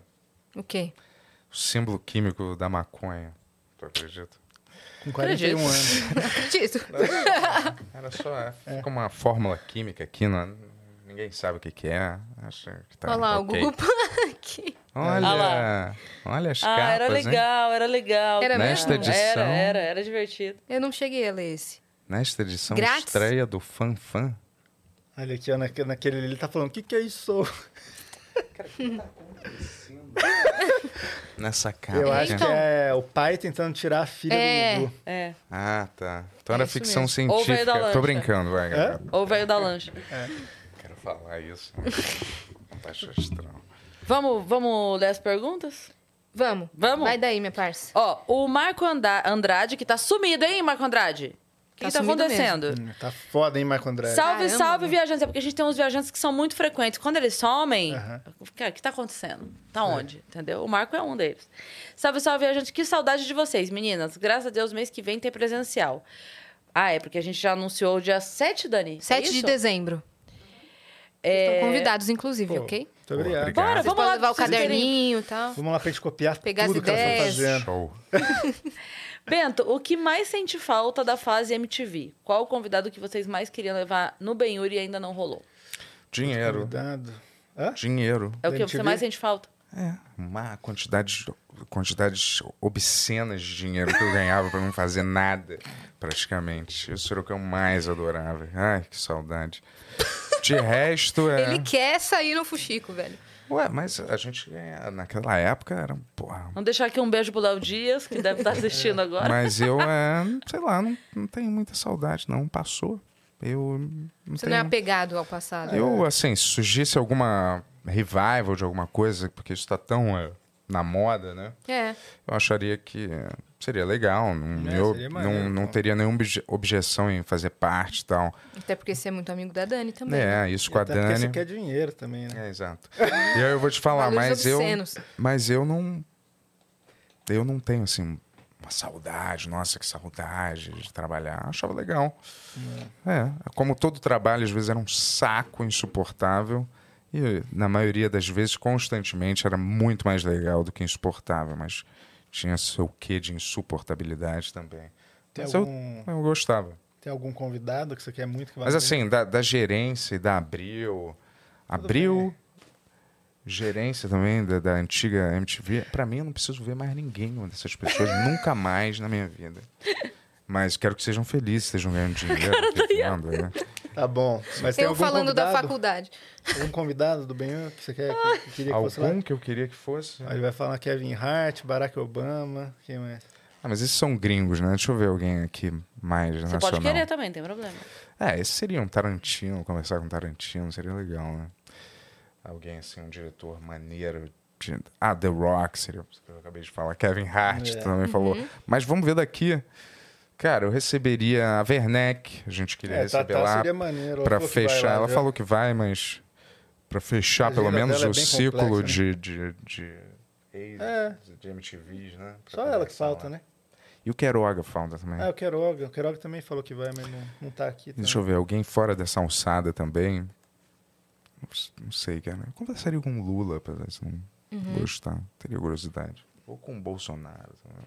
O quê? O símbolo químico da maconha. Tu acredita? Com 41 anos. Acredito. Era só. É, Fica uma fórmula química aqui, não, ninguém sabe o que, que é. Acho que tá Olha lá, o ok. Gugu Punk. Ah Olha, olha as Ah, capas, era hein? legal, era legal. Era assim. Nesta mesmo? edição, Era, era, era divertido. Eu não cheguei a ler esse. Nesta edição Grátis. estreia do Fan Fan. Olha aqui, ó, naque- naquele ele tá falando, o que que é isso? Nessa capa. Eu né? acho que é o pai tentando tirar a filha É. do Gugu. É. Ah, tá. Então É era isso ficção mesmo. Ou veio da científica. lancha. Tô brincando, vai. galera. Ou o velho da lancha. É? Quero falar isso. Não tá estranho. Vamos, vamos ler as perguntas? Vamos. Vamos? Vai daí, minha parça. Ó, o Marco Anda- Andrade, que tá sumido, hein, Marco Andrade? O que Tá que tá sumido acontecendo? Hum, Tá foda, hein, Marco Andrade? Salve, Caramba, salve, né? viajantes. É porque a gente tem uns viajantes que são muito frequentes. Quando eles somem, Aham. cara, o que tá acontecendo? Tá onde? Entendeu? O Marco é um deles. Salve, salve, viajantes. Que saudade de vocês, meninas. Graças a Deus, mês que vem tem presencial. Ah, é porque a gente já anunciou o dia 7, Dani? 7 é de isso? dezembro. É... Estão convidados, inclusive, Pô, ok? Muito obrigado. obrigado. Bora, Vocês vamos Pode lá. levar o pra vocês terem- caderninho e tal. Vamos lá pra gente copiar Pegar as tudo que elas estão ideias. fazendo. Show. Bento, o que mais sente falta da fase MTV? Qual o convidado que vocês mais queriam levar no Benhuri e ainda não rolou? Dinheiro. Cuidado. Hã? Dinheiro. É o Da que você MTV? mais sente falta? Uma quantidade, quantidades obscenas de dinheiro que eu ganhava pra não fazer nada, praticamente. Isso era o que eu mais adorava. Ai, que saudade. De resto, é... Ele quer sair no fuxico, velho. Ué, mas a gente ganha... Naquela época era... Porra, Vamos deixar aqui um beijo pro Léo Dias, que deve estar assistindo agora. É, Mas eu, é, sei lá, não, não tenho muita saudade, não. Passou. Eu não Você tenho... não é apegado ao passado. Eu, assim, se surgisse alguma revival de alguma coisa, porque isso tá tão é, na moda, né? É. Eu acharia que é, seria legal. Não, É, eu seria maneiro, não, não então. teria nenhuma obje- objeção em fazer parte e tal. Até porque você é muito amigo da Dani também. né? É, isso com a Até porque você Dani. quer dinheiro também, né? É, exato. E aí eu vou te falar, Valores mas eu, obscenos. mas eu não. Eu não tenho, assim, uma saudade, nossa, que saudade de trabalhar. Eu Achava legal. É, como todo trabalho, às vezes era um saco insuportável. E na maioria das vezes, constantemente, era muito mais legal do que insuportável, mas tinha seu quê de insuportabilidade também. Tem mas algum- eu, eu gostava. Tem algum convidado que você quer muito que vá Mas bem? assim, da, da gerência e da Abril. né? Abril, gerência também da, da antiga MTV. Pra mim, eu não preciso ver mais ninguém uma dessas pessoas, nunca mais na minha vida. Mas quero que sejam felizes, estejam ganhando dinheiro. vivendo, né? Tá bom. Mas tem Eu algum falando da convidado, faculdade. Algum convidado do Benham que você quer que, que queria que fosse lá? Algum que eu queria que fosse. Aí vai falar Kevin Hart, Barack Obama, quem mais? Ah, mas esses são gringos, né? Deixa eu ver alguém aqui mais Você nacional. pode querer também, não tem problema. É, esse seria um Tarantino, conversar com Tarantino seria legal, né? Alguém assim, um diretor maneiro. de- Ah, The Rock seria o que eu acabei de falar. Kevin Hart É. também falou. Mas vamos ver daqui. Cara, eu receberia a Werneck, a gente queria É, receber Tatá lá seria maneiro, ela pra falou que vai fechar. lá, ela viu? falou que vai, mas pra fechar A pelo agenda menos dela é o bem ciclo complexa, né? de, de, de, ex- É. de MTVs, né? Pra Só ela que conversar falta, lá. né? E o Queroga falta também. Ah, o Queiroga. O Queiroga também falou que vai, mas não, não tá aqui. é. Deixa eu ver, alguém fora dessa alçada também. Não s- Não sei, cara. Eu conversaria com o Lula, apesar de não Uhum. gostar. Teria curiosidade. Ou com o Bolsonaro. também.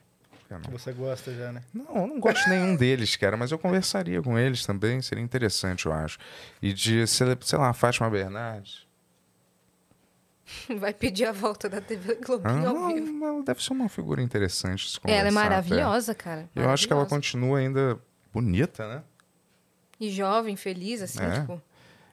Por que Que você gosta já, né? Não, não eu não gosto de nenhum deles, cara, mas eu conversaria com eles também. Seria interessante, eu acho. E de, sei sei lá, Fátima Bernardes. Vai pedir a volta da TV Ah, Globinho ao Ela, vivo. ela deve ser uma figura interessante de se Ela é conversar, até. maravilhosa, cara. Eu acho que ela Maravilhosa. continua ainda bonita, né? E jovem, feliz, assim, É. tipo,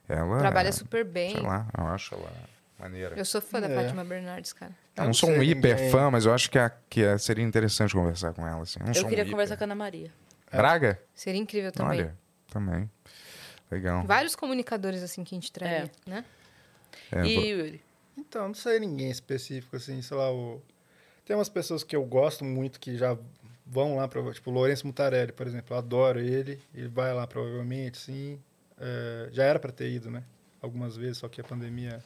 Ela trabalha é, super bem. Sei lá, eu acho ela maneira. Eu sou fã da É. Fátima Bernardes, cara. Eu Eu não não sou sei um hiper ninguém. fã, mas eu acho que, a- que a- seria interessante conversar com ela. Assim. Eu, não sou Eu um queria hiper. conversar com a Ana Maria. Braga? Seria incrível também. Olha, também. Legal. Vários comunicadores, assim, que a gente traria, né? É, e vou- Yuri. Então, não sei ninguém específico, assim, sei lá, o... Tem umas pessoas que eu gosto muito que já vão lá, pra... tipo, o Lourenço Mutarelli, por exemplo, eu adoro ele, ele vai lá provavelmente, sim. É, já era pra ter ido, né? Algumas vezes, só que a pandemia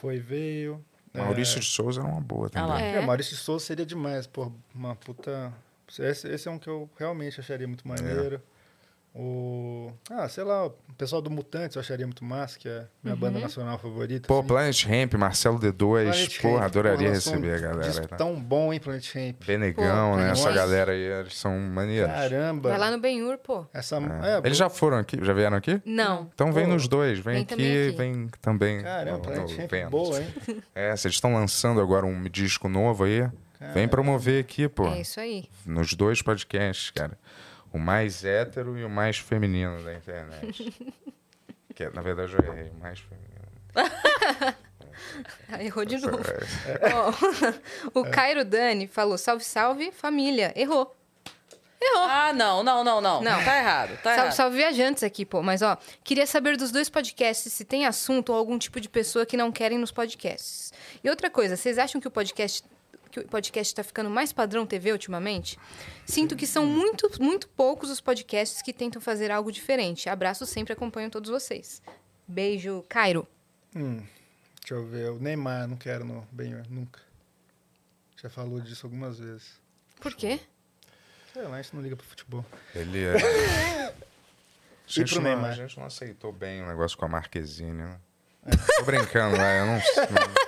foi e veio. né. Maurício de Souza era uma boa lá. também. É, Maurício de Souza seria demais, pô. Uma puta. Esse, esse é um que eu realmente acharia muito maneiro. O. Ah, sei lá, o pessoal do Mutantes eu acharia muito massa, que é minha banda nacional favorita. Pô, assim. Planet Ramp, Marcelo D2, Planet porra, Hemp, adoraria porra, lançou um receber a galera. disco Tá? Tão bom, hein, Planet Ramp. Benegão, Pô, né? Essa nossa. galera aí, eles são maneiros. Caramba. Vai lá no Benhur, pô. Essa. É. É, Eles já foram aqui? Já vieram aqui? Não. Então vem Pô. nos dois, vem, Vem aqui, também aqui. vem também. Caramba, no- Planet no Ramp Vênus. boa, hein? É, vocês estão lançando agora um disco novo aí. Vem promover aqui, pô. É isso aí. nos dois podcasts, cara. O mais hétero e o mais feminino da internet. que, é, na verdade, eu errei. O mais feminino. Ah, Errou de novo. É, Ó, o Cairo Dani falou: salve, salve, família. Errou. Errou. Ah, não, não, não, não. Não. Tá errado, tá Salve, errado. salve viajantes aqui, pô. Mas, ó, queria saber dos dois podcasts se tem assunto ou algum tipo de pessoa que não querem nos podcasts. E outra coisa, vocês acham que o podcast que o podcast tá ficando mais padrão TV ultimamente? Sinto que são muito, muito poucos os podcasts que tentam fazer algo diferente. Abraço sempre, acompanho todos vocês. Beijo, Cairo. Hum, Deixa eu ver. O Neymar, não quero no bem nunca. Já falou disso algumas vezes. Por quê? Sei lá, isso não liga pro futebol. Ele é. A gente pro não- Neymar? A gente não aceitou bem o negócio com a Marquezine, né? Tô brincando, né? Eu não sei.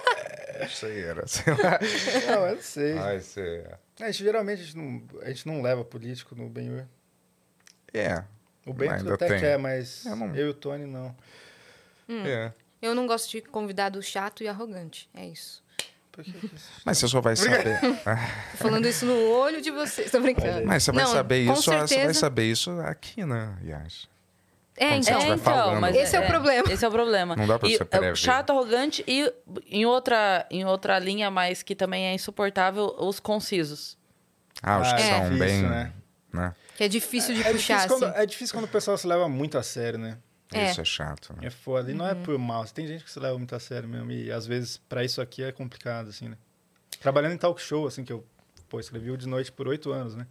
Não sei, era. Sei lá. Não, eu não sei. Ai, sei. A gente, geralmente a gente, não, a gente não leva político no Benhur. É. O Bento Ainda até tem. quer, mas Eu não- eu e o Tony não. É. Eu não gosto de convidado chato e arrogante. É isso. Por que que isso? Mas você só vai saber. ah, Tô falando isso no olho de vocês. Tô brincando. Mas você vai Não, saber com isso, você vai certeza. saber isso aqui, né, Yas? É, quando você então. estiver é, então, falando. mas Esse é o problema. Esse é o problema. Não dá pra E ser é prévio. Chato, arrogante e em outra, em outra linha, mas que também é insuportável, os concisos. Ah, os que Ah, é são difícil, bem. né? né? Que é difícil de É puxar, difícil, quando, assim. é difícil quando o pessoal se leva muito a sério, né? É. Isso é chato. Né? É foda. E não é Uhum. por mal. Tem gente que se leva muito a sério mesmo. E às vezes, pra isso aqui é complicado, assim, né? Trabalhando em talk show, assim, que eu pô, escrevi o de noite por oito anos, né?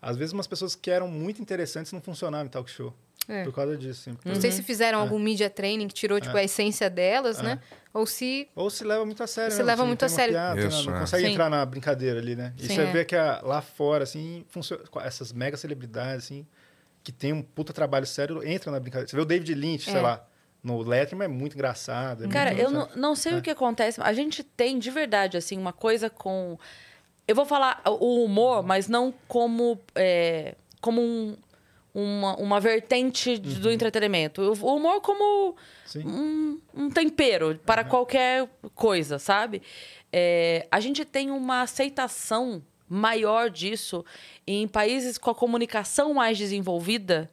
Às vezes umas pessoas que eram muito interessantes não funcionavam em talk show. É. Por causa disso, assim. Não sei Uhum. se fizeram É. algum media training que tirou, tipo, a essência delas, né? Ou se... Ou se leva muito a sério. Se mesmo, leva assim, muito tem a uma sério. piada, tem uma- Isso, não é. consegue Sim. entrar na brincadeira ali, né? E Sim. você É. vê que a- lá fora, assim, funciona, com essas mega celebridades, assim, que tem um puta trabalho sério, entram na brincadeira. Você vê o David Lynch, É. sei lá, no Letterman é muito engraçado. é Cara, muito eu não, engraçado. É. não sei o que acontece. A gente tem, de verdade, assim, uma coisa com... Eu vou falar o humor, mas não como, é, como um- uma, uma vertente de- Uhum. do entretenimento. O humor como... Sim. um, um tempero para qualquer coisa, sabe? É, a gente tem uma aceitação maior disso em países com a comunicação mais desenvolvida.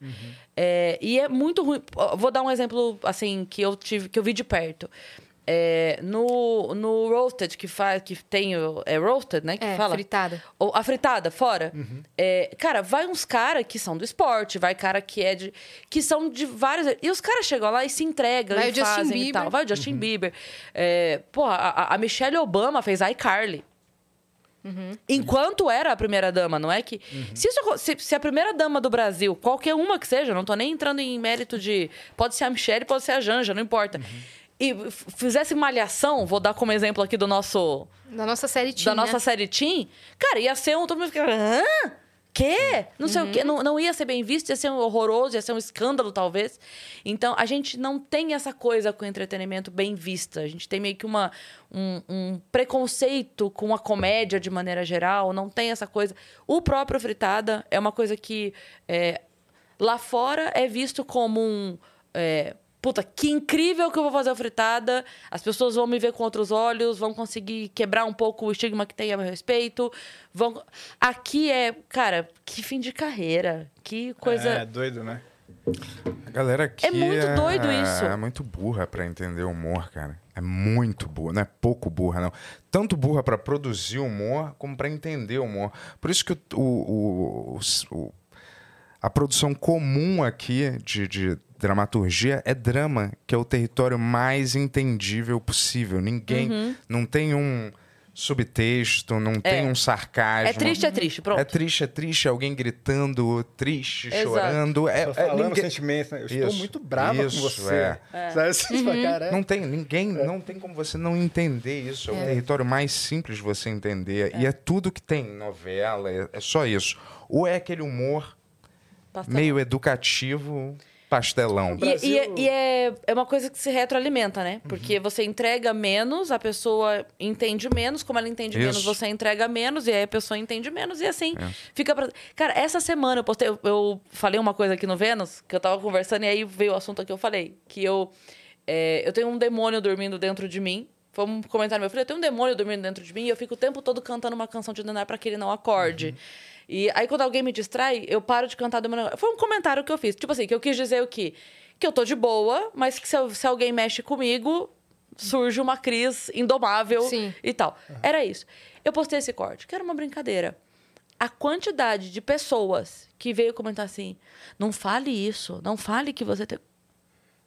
É, e é muito ruim. Ó, Vou dar um exemplo assim que eu tive, que eu vi de perto. É, no, no Roasted, que faz, que tem. o- É Roasted, né? Que É, fala? fritada. Uhum. Ou a fritada, fora. É, cara, vai uns caras que são do esporte, vai cara que é de. que são de vários. E os caras chegam lá e se entregam, Vai e o Justin fazem e Bieber. Uhum. tal. Vai o Justin Bieber. É, porra, a, a Michelle Obama fez iCarly. Uhum. Enquanto era a primeira dama, não é que. Se, isso acon- se- se a primeira dama do Brasil, qualquer uma que seja, não tô nem entrando em mérito de. Pode ser a Michelle, pode ser a Janja, não importa. Uhum. E f- fizesse malhação, vou dar como exemplo aqui do nosso Da nossa série Teen, da nossa né? série Teen, cara, ia ser um. Todo mundo ficava. Hã? Quê? Não sei Uhum. o quê. Não, não ia ser bem visto, ia ser um horroroso, ia ser um escândalo, talvez. Então, a gente não tem essa coisa com o entretenimento bem vista. A gente tem meio que uma, um, um preconceito com a comédia de maneira geral, não tem essa coisa. O próprio Fritada é uma coisa que é, lá fora é visto como um. é, Puta, que incrível que eu vou fazer o fritada. As pessoas vão me ver com outros olhos, vão conseguir quebrar um pouco o estigma que tem a meu respeito. Vão... Aqui é, cara, que fim de carreira. Que coisa. É, doido, né? A galera aqui. É muito doido isso. É muito burra pra entender humor, cara. É muito burra, não é pouco burra, não. Tanto burra pra produzir humor, como pra entender humor. Por isso que o, o- o- o- o- a produção comum aqui de, de dramaturgia é drama, que é o território mais entendível possível. Ninguém. Não tem um subtexto, não tem um sarcasmo. Uhum. É triste, é triste. Pronto. É triste, é triste, alguém gritando, triste, Exato. chorando. É, Só é, falando ninguém- sentimentos, né? Eu Isso, estou muito brava isso, com você. é. Sabe? Você fala, cara, é- Não tem, ninguém, não tem como você não entender isso. É, o território mais simples de você entender. E é tudo que tem em novela, é, é só isso. Ou é aquele humor Pastel. meio educativo, pastelão. E- E, é- e é, é uma coisa que se retroalimenta, né? Porque Uhum. você entrega menos, a pessoa entende menos. Como ela entende Isso. menos, você entrega menos. E aí a pessoa entende menos. E assim, fica pra... Cara, essa semana eu postei... Eu, eu falei uma coisa aqui no Vênus, que eu tava conversando. E aí veio o assunto que eu falei. Que eu... é, eu tenho um demônio dormindo dentro de mim. Foi um comentário meu. filho, eu tenho um demônio dormindo dentro de mim. E eu fico o tempo todo cantando uma canção de Naná pra que ele não acorde. E aí, quando alguém me distrai, eu paro de cantar do meu negócio. Foi um comentário que eu fiz. Tipo assim, que eu quis dizer o quê? Que eu tô de boa, mas que se, eu- se alguém mexe comigo, surge uma crise indomável Sim. e tal. Era isso. Eu postei esse corte, que era uma brincadeira. A quantidade de pessoas que veio comentar assim: não fale isso, não fale que você tem.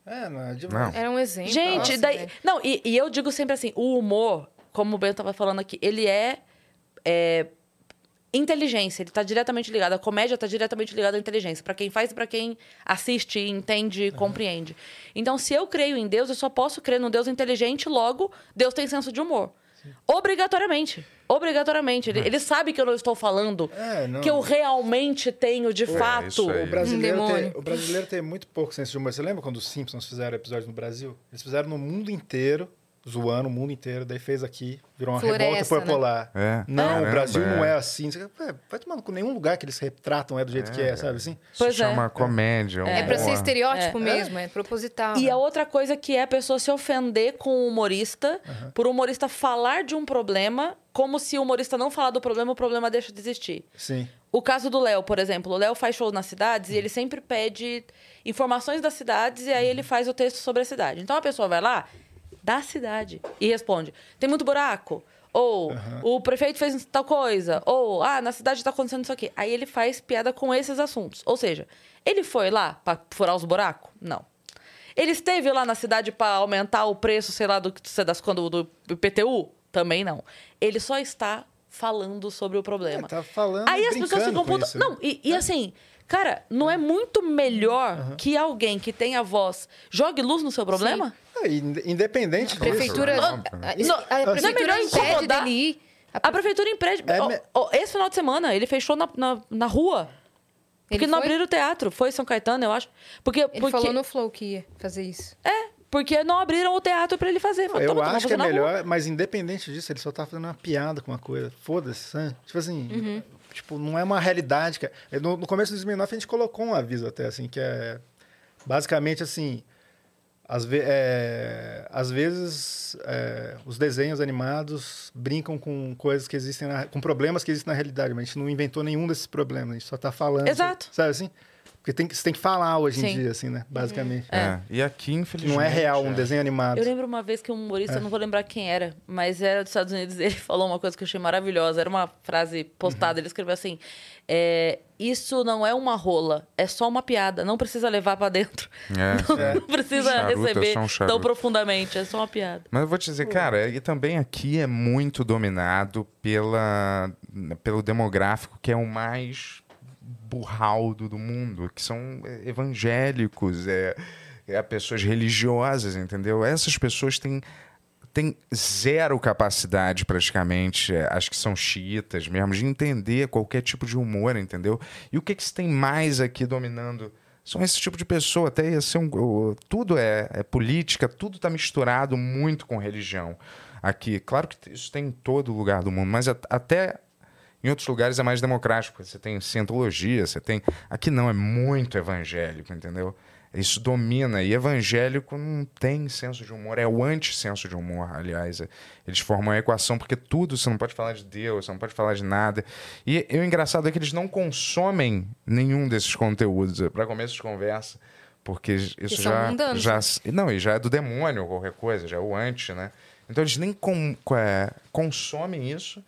É, não é demais. Era um exemplo. Gente, nossa, né? daí. velho. Não, e, e eu digo sempre assim: o humor, como o Ben tava falando aqui, ele é. é, inteligência, ele tá diretamente ligado. A comédia tá diretamente ligada à inteligência. Pra quem faz e pra quem assiste, entende, compreende. Então, se eu creio em Deus, eu só posso crer num Deus inteligente, logo, Deus tem senso de humor. Obrigatoriamente. Obrigatoriamente. Ele, ele sabe que eu não estou falando. Uhum. É, não. Que eu realmente tenho, de isso fato. aí. O brasileiro, Um tem, demônio. o brasileiro tem muito pouco senso de humor. Você lembra quando os Simpsons fizeram episódio no Brasil? Eles fizeram no mundo inteiro. zoando o mundo inteiro, daí fez aqui, virou uma Floresta, revolta popular. né? É. Não, Caramba, o Brasil não é. é assim. Você, "Ué, vai tomar no cu, nenhum lugar que eles retratam é do jeito que é, sabe assim? Isso Pois é. chama comédia. É, pra ser humor. estereótipo mesmo, é proposital. E né? a outra coisa que é a pessoa se ofender com o humorista, por o humorista falar de um problema, como se o humorista não falar do problema, o problema deixa de existir. Sim. O caso do Léo, por exemplo. O Léo faz shows nas cidades e ele sempre pede informações das cidades e aí ele faz o texto sobre a cidade. Então a pessoa vai lá da cidade e responde: tem muito buraco. Ou o prefeito fez tal coisa. Ou, ah, na cidade está acontecendo isso aqui. Aí ele faz piada com esses assuntos. Ou seja, ele foi lá para furar os buracos? Não. Ele esteve lá na cidade para aumentar o preço, sei lá, do que sei das quando do IPTU? Também não. Ele só está falando sobre o problema. É, tá falando, Aí as pessoas brincando ficam com putas. isso, né? É. Não, e, e assim, cara, não é muito melhor que alguém que tenha voz jogue luz no seu problema? É, e inde- é independente disso, prefeitura. Ah, Não, a- não, a- a não é prefeitura melhor impede incomodar? dele ir. A prefeitura empreende. É Ó, me- ó, esse final de semana, ele fechou na, na, na rua. Ele Porque não foi? abriram o teatro. Foi São Caetano, eu acho. Porque, Ele porque, falou no Flow que ia fazer isso. É, porque não abriram o teatro pra ele fazer. Falei, Eu "Toma, toma, vou acho que é na rua." melhor, mas independente disso, ele só tá fazendo uma piada com uma coisa. Foda-se, sabe? Tipo assim, Uhum. tipo, não é uma realidade, cara. É, No, no começo de 2009, a gente colocou um aviso até, assim, que é basicamente assim... Às, ve- é, às vezes, é, os desenhos animados brincam com coisas que existem, na- com problemas que existem na realidade, mas a gente não inventou nenhum desses problemas, a gente só tá falando. Exato. Sabe assim? Porque tem, que- você tem que falar hoje em Sim. Uhum. dia, assim, né? Basicamente. É. E aqui, infelizmente. Não é real um desenho animado. Eu lembro uma vez que um humorista, eu É. não vou lembrar quem era, mas era dos Estados Unidos, ele falou uma coisa que eu achei maravilhosa. Era uma frase Uhum. postada, ele escreveu assim: é, Isso não é uma rola, é só uma piada, não precisa levar pra dentro. É, não, é. não precisa Charuto, é receber só um charuto. tão profundamente, é só uma piada. Mas eu vou te dizer, cara, e também aqui é muito dominado pela, pelo demográfico que é o mais burraldo do mundo, que são é, evangélicos, é, é pessoas religiosas, entendeu? Essas pessoas têm, têm zero capacidade, praticamente, é, as que são xiitas mesmo, de entender qualquer tipo de humor, entendeu? E o que, que se tem mais aqui dominando? São esse tipo de pessoa, até ia ser um. o- Tudo é, é política, tudo está misturado muito com religião aqui. Claro que isso tem em todo lugar do mundo, mas at- até em outros lugares é mais democrático. porque Você tem cientologia, você tem. Aqui não, é muito evangélico, entendeu? Isso domina. E evangélico não tem senso de humor, é o antissenso de humor, aliás. É- Eles formam a equação, porque tudo você não pode falar de Deus, você não pode falar de nada. E, e o engraçado é que eles não consomem nenhum desses conteúdos, para começo de conversa. Porque isso são já, mundanos, já e Não, e já é do demônio qualquer coisa, já é o anti, né? Então eles nem com- co- é, consomem isso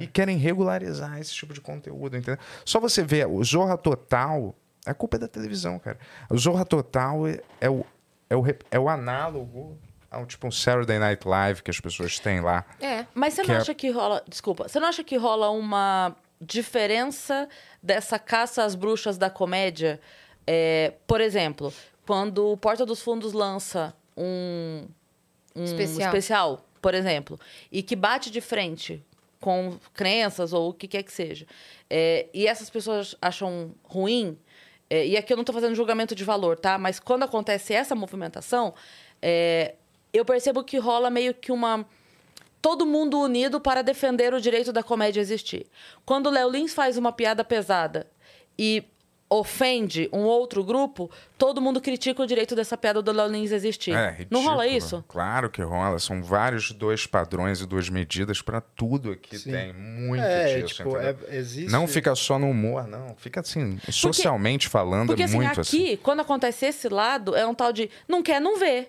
e querem regularizar esse tipo de conteúdo, entendeu? Só você ver, o Zorra Total, a culpa é da televisão, cara. O Zorra Total é, é o, é, o, rep- é o análogo ao tipo um Saturday Night Live que as pessoas têm lá. É. Mas você Que não é- acha que rola. Desculpa, você não acha que rola uma diferença dessa caça às bruxas da comédia? É, por exemplo, quando o Porta dos Fundos lança um, um Especial. especial. por exemplo, e que bate de frente com crenças ou o que quer que seja, é, e essas pessoas acham ruim, é, e aqui eu não tô fazendo julgamento de valor, tá? Mas quando acontece essa movimentação, é, eu percebo que rola meio que uma todo mundo unido para defender o direito da comédia existir. Quando o Léo Lins faz uma piada pesada e ofende um outro grupo, todo mundo critica o direito dessa piada do Léo Lins existir. É, Não ridículo. rola isso? Claro que rola. São vários dois padrões e duas medidas pra tudo aqui Sim. tem. Muito É, disso, tipo, entendeu? é- existe- Não fica só no humor, não. Fica assim, socialmente falando, Porque é assim, aqui, muito assim. quando acontece esse lado, é um tal de não quer, não vê.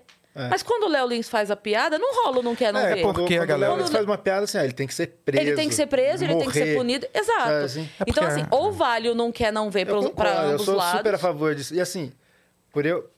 Mas quando o Léo Lins faz a piada, não rola o não quer, não É, vê. quando, Porque a quando galera- o Léo faz uma piada assim, ah, ele tem que ser preso. Ele tem que ser preso, ele tem que ser morrer. punido. Sabe Exato. assim? É Então, porque- assim, ou vale o não quer, não vê Eu pros- pra concordo, eu ambos sou lados. super a favor disso. E assim, por eu,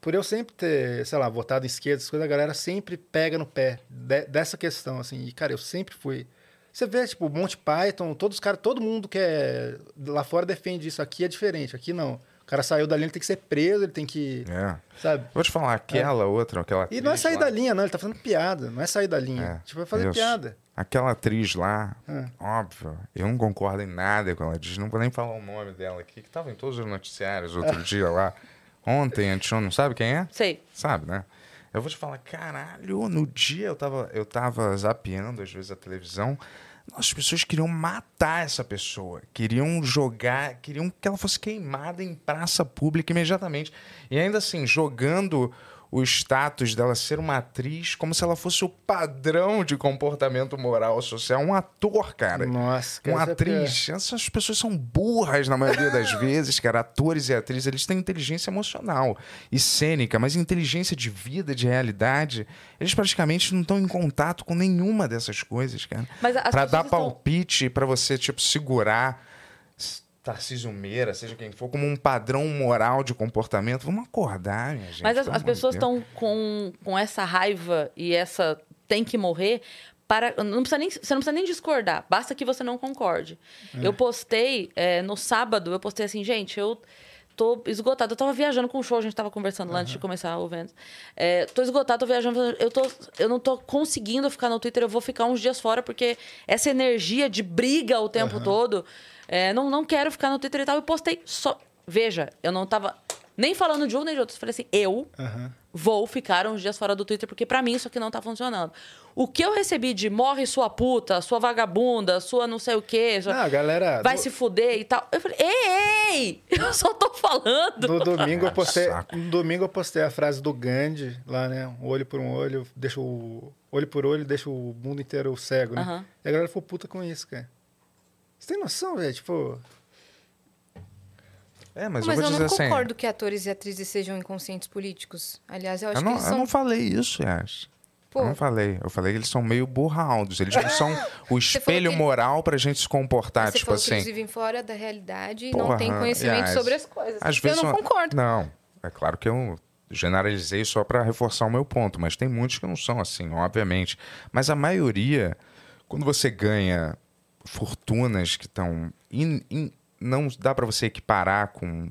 por eu sempre ter, sei lá, votado em esquerda, essas coisas, a galera sempre pega no pé de- dessa questão, assim. E, cara, eu sempre fui... Você vê, tipo, Monty Python, todos os caras, todo mundo que é lá fora defende isso. Aqui é diferente, aqui não. O cara saiu da linha, ele tem que ser preso, ele tem que... É. Sabe? Vou te falar, aquela outra, aquela. E não é atriz sair lá. da linha, não. Ele tá fazendo piada, não é sair da linha. tipo, é fazer isso. piada. É. Aquela atriz lá, óbvio, eu não concordo em nada com ela. Diz, não vou nem falar o nome dela aqui, que tava em todos os noticiários outro dia lá. Ontem, antes, não sabe quem é? Sei. Sabe, né? Eu vou te falar, caralho, no dia eu tava, eu tava zapeando, às vezes, a televisão. Nossa, as pessoas queriam matar essa pessoa. Queriam jogar, queriam que ela fosse queimada em praça pública imediatamente. E ainda assim, jogando o status dela ser uma atriz como se ela fosse o padrão de comportamento moral social. Um ator, cara. Nossa, cara, Uma isso é pior. atriz. Essas pessoas são burras na maioria das vezes, cara. Atores e atrizes, eles têm inteligência emocional e cênica, mas inteligência de vida, de realidade, eles praticamente não estão em contato com nenhuma dessas coisas, cara. Mas as Pra pessoas dar estão- palpite, pra você, tipo, segurar s- Tarcísio Meira, seja quem for, como um padrão moral de comportamento. Vamos acordar, minha gente. Mas as, pelo as amor de pessoas Deus. estão com, com essa raiva e essa tem que morrer. Para, não precisa nem, você não precisa nem discordar, basta que você não concorde. Eu postei é, no sábado, eu postei assim, gente, eu tô esgotada. Eu tava viajando com o show, a gente tava conversando lá antes de começar o evento. É, tô esgotada, tô viajando, eu, tô, eu não tô conseguindo ficar no Twitter, eu vou ficar uns dias fora, porque essa energia de briga o tempo todo, é, não, não quero ficar no Twitter e tal. Eu postei só. Veja, eu não tava nem falando de um nem de outro. Eu falei assim, eu vou ficar uns dias fora do Twitter, porque pra mim isso aqui não tá funcionando. O que eu recebi de morre sua puta, sua vagabunda, sua não sei o quê, sua- Não, a galera, vai no- se fuder e tal. Eu falei, ei, ei, eu só tô falando. No domingo, eu postei, Saco. no domingo eu postei a frase do Gandhi lá, né? Um olho por um olho, deixa o. Olho por olho, deixa o mundo inteiro cego, né? Aham. E a galera ficou puta com isso, cara. Você tem noção, velho? Tipo. É, mas, Mas eu eu, vou não dizer assim. concordo que atores e atrizes sejam inconscientes políticos. Aliás, eu acho Eu não, que eles eu são. não falei isso, Yas. Pô. Eu não falei. Eu falei que eles são meio burraldos. Eles não são o espelho que- moral pra gente se comportar. Você tipo falou que assim. eles vivem fora da realidade e Porra, não têm conhecimento Yas. sobre as coisas. Às assim. eu vezes não uma- concordo. Não, é claro que eu generalizei só para reforçar o meu ponto, mas tem muitos que não são assim, obviamente. Mas a maioria, quando você ganha fortunas que estão. in- in- não dá para você equiparar com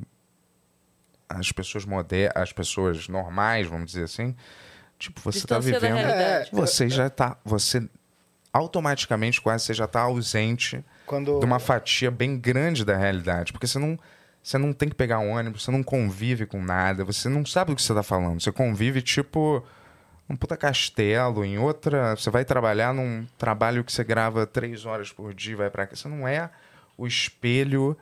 as pessoas modernas, as pessoas normais, vamos dizer assim. Tipo, você está Distancia da vivendo. realidade. Você já tá. Você automaticamente quase você já tá ausente Quando- de uma fatia bem grande da realidade. Porque você não. Você não tem que pegar um ônibus, você não convive com nada, você não sabe do que você tá falando. Você convive, tipo, num puta castelo, em outra. Você vai trabalhar num trabalho que você grava três horas por dia, e vai pra cá. Você não é o espelho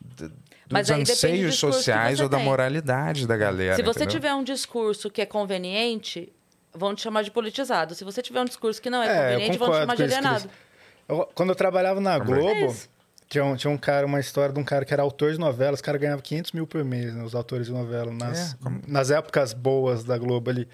d- Mas dos aí depende do anseios discurso que sociais você ou da tem. É. moralidade da galera. Se você entendeu? tiver um discurso que é conveniente, vão te chamar de politizado. Se você tiver um discurso que não é, É, eu conveniente, vão te concordo chamar com de isso. que alienado. eles- Eu- quando eu trabalhava na É Globo, isso. tinha um, tinha um cara, uma história de um cara que era autor de novela. Os caras ganhavam 500 mil por mês, né? Os autores de novela, nas, É, como- nas épocas boas da Globo ali.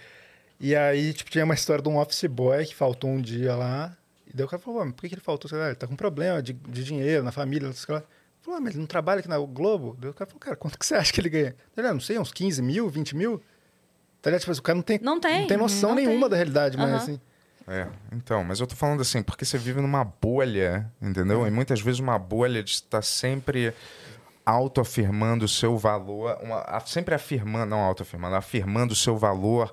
E aí, tipo, tinha uma história de um office boy que faltou um dia lá. E daí o cara falou, "Ah, mas por que que ele faltou? Sei lá, ele tá com problema de, de dinheiro na família, não sei o que lá. Ele Falou, "Ah, mas ele não trabalha aqui na Globo? Daí o cara falou, cara, quanto que você acha que ele ganha? Ele, ah, não sei, uns 15 mil, 20 mil? Tá ligado? Tipo, assim, o cara não tem, Não tem, Uhum. noção não tem. nenhuma da realidade, mas Aham. assim... É, então, mas eu tô falando assim, porque você vive numa bolha, entendeu? E muitas vezes uma bolha de estar sempre autoafirmando o seu valor, uma- a- sempre afirmando, não autoafirmando, afirmando o seu valor,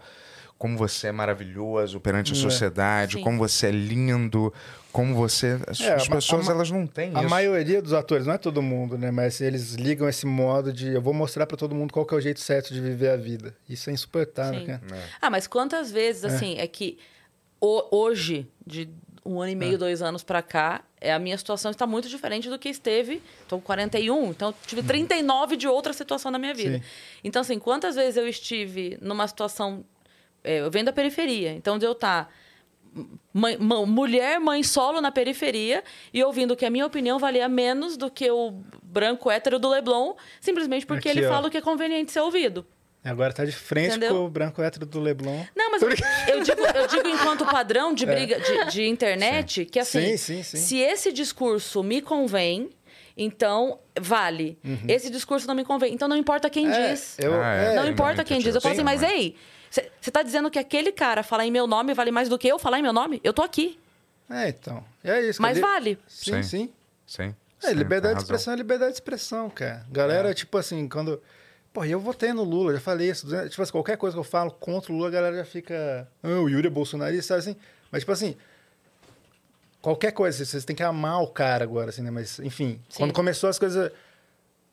como você é maravilhoso perante a sociedade, É, Sim. como você é lindo, como você... As, É, as a ma- pessoas, a ma- elas não têm A isso. maioria dos atores, não é todo mundo, né? Mas eles ligam esse modo de eu vou mostrar pra todo mundo qual que é o jeito certo de viver a vida. Isso é insuportável, Sim. cara. Ah, mas quantas vezes, assim, é, que ho- hoje, de um ano e É. meio, dois anos pra cá, é, a minha situação está muito diferente do que esteve. Estou com 41, então eu tive 39 de outra situação na minha vida. Uhum. Sim. Então, assim, quantas vezes eu estive numa situação. é, eu venho da periferia, então de eu estar. mãe- mã- mulher, mãe solo na periferia e ouvindo que a minha opinião valia menos do que o branco hétero do Leblon, simplesmente porque Aqui, ele ó. fala o que é conveniente ser ouvido. Agora tá de frente Entendeu? com o branco hétero do Leblon. Não, mas eu, eu digo, eu digo enquanto padrão de briga de, de internet que assim, É. Sim, sim, sim. se esse discurso me convém, então vale. Esse discurso não me convém, então não importa quem Uhum. É, diz. eu- Ah, é. Não tem importa muito quem diz. Eu disso. falo assim, Sim, mas mas- ei, você tá dizendo que aquele cara falar em meu nome vale mais do que eu falar em meu nome? Eu tô aqui. É, então. É isso. Mas cara. vale. Sim, sim. Sim. sim. Sim, É, sim, liberdade de tem razão. É. expressão é liberdade de expressão, cara. Galera, tipo assim, quando... Pô, eu votei no Lula, já falei isso. né? Tipo assim, qualquer coisa que eu falo contra o Lula, a galera já fica... Ah, o Yuri é bolsonarista, sabe assim? Mas, tipo assim... Qualquer coisa, vocês têm que amar o cara agora, assim, né? Mas, enfim, Sim. quando começou as coisas...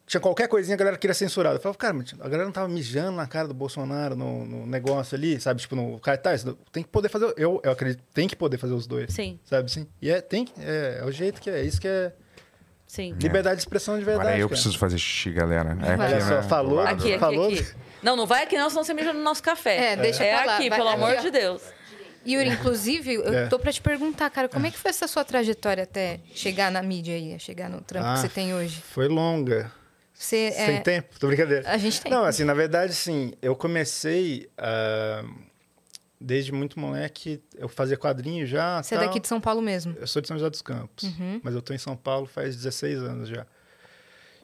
Tinha qualquer coisinha, a galera queria censurada. Eu falava, cara, mas a galera não tava mijando na cara do Bolsonaro no, no negócio ali, sabe? Tipo, no cartaz. Tem que poder fazer. Eu, eu acredito, tem que poder fazer os dois. Sim. Sabe assim? E é, tem, que- é, é o jeito que é. Isso que é Sim. liberdade de expressão de verdade. Agora eu cara. preciso fazer xixi, galera. É Vai. aqui, Olha só, né? falou. Lá do- Aqui, aqui, Falou? aqui. Não, não vai aqui não, senão você mija no nosso café. É, deixa É pra lá, aqui, vai pelo aqui, amor ó. de Deus. Yuri, inclusive, eu É. tô pra te perguntar, cara, como é que foi essa sua trajetória até chegar na mídia aí, chegar no trampo Ah. que você tem hoje? Foi longa. Você é... Sem tempo, tô brincadeira. A gente tem. Não, assim, na verdade, sim, eu comecei ah, desde muito moleque, eu fazia quadrinho já. Você é tal. daqui de São Paulo mesmo. Eu sou de São José dos Campos, mas eu tô em São Paulo faz 16 anos já.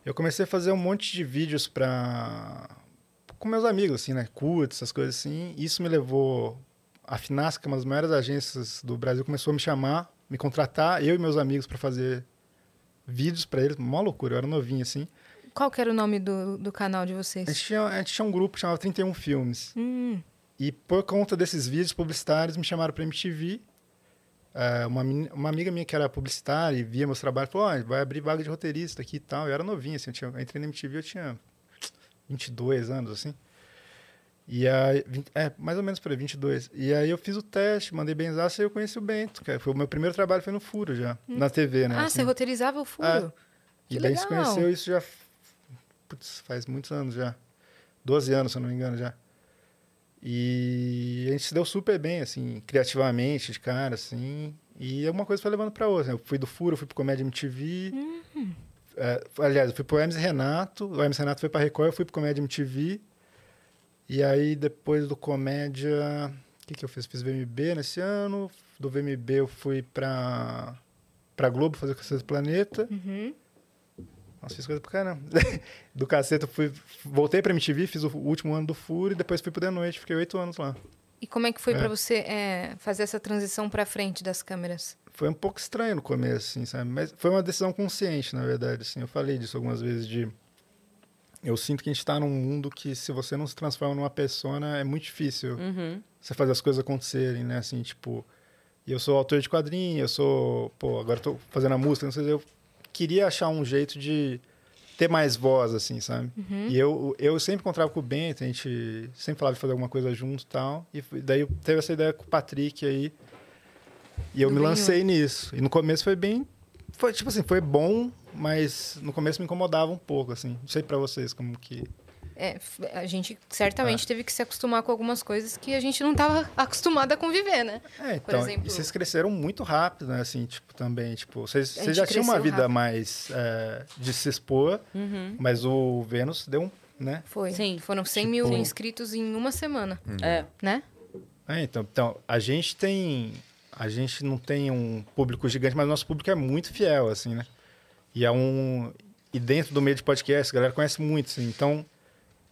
Eu comecei a fazer um monte de vídeos pra... com meus amigos, assim, né? Cuts, essas coisas assim. Isso me levou... A Finasca, uma das maiores agências do Brasil, começou a me chamar, me contratar, eu e meus amigos, pra fazer vídeos pra eles. Mó loucura, eu era novinho, assim. Qual que era o nome do, do canal de vocês? A gente, tinha, a gente tinha um grupo que chamava 31 Filmes. Hum. E por conta desses vídeos publicitários, me chamaram pra MTV. Ah, uma, meni- uma amiga minha que era publicitária e via meus trabalhos falou: "Ó, vai abrir vaga de roteirista aqui e tal. Eu era novinho, assim, eu, tinha, eu entrei na MTV, eu tinha 22 anos, assim. E aí, vinte- é, mais ou menos por aí, 22. E aí eu fiz o teste, mandei benzaço e eu conheci o Bento, cara. Foi o meu primeiro trabalho, foi no Furo já, na TV, né? ah, assim. É. você roteirizava o furo? E Que daí a gente se legal. conheceu isso já. Putz, faz muitos anos já. 12 anos, se eu não me engano, já. E a gente se deu super bem, assim, criativamente, de cara, assim. E uma coisa foi levando pra outra. né? Eu fui do Furo, eu fui pro Comédia MTV. Uhum. É, aliás, eu fui pro Hermes e Renato. O Hermes e Renato foi pra Record, eu fui pro Comédia MTV. E aí, depois do Comédia... O que, que eu fiz? Fiz VMB nesse ano. Do VMB eu fui pra, pra Globo fazer o Cacete do Planeta. Nossa, fiz coisa pra caramba. do Caceta, eu fui, voltei pra MTV, fiz o último ano do Furo e depois fui pro The Noite. Fiquei oito anos lá. E como é que foi É. pra você é, fazer essa transição pra frente das câmeras? Foi um pouco estranho no começo, assim, sabe? Mas foi uma decisão consciente, na verdade, assim. Eu falei disso algumas vezes, de... Eu sinto que a gente tá num mundo que, se você não se transforma numa persona, é muito difícil você fazer as coisas acontecerem, né? Assim, tipo... E eu sou autor de quadrinho, eu sou... Pô, agora eu tô fazendo a música, não sei se eu... Queria achar um jeito de ter mais voz, assim, sabe? Uhum. E eu, eu sempre encontrava com o Bento, a gente sempre falava de fazer alguma coisa junto e tal. E fui- daí teve essa ideia com o Patrick aí. E eu Do me Bem lancei nisso. E no começo foi bem... Foi, tipo assim, foi bom, mas no começo me incomodava um pouco, assim. Não sei pra vocês como que... É, f- a gente É. certamente teve que se acostumar com algumas coisas que a gente não tava acostumada a conviver, né? É, Por então, exemplo- e vocês cresceram muito rápido, né? Assim, tipo, também, tipo, A vocês, vocês gente já tinham uma cresceu vida rápido. Uhum. mais é, de se expor, mas o Vênus deu um, né? Foi. Sim. Foram 100 mil inscritos em uma semana, Hum. Uhum. É. né? É, então, então, a gente tem. A gente não tem um público gigante, mas o nosso público é muito fiel, assim, né? E é um. E dentro do meio de podcast, a galera conhece muito, assim. Então,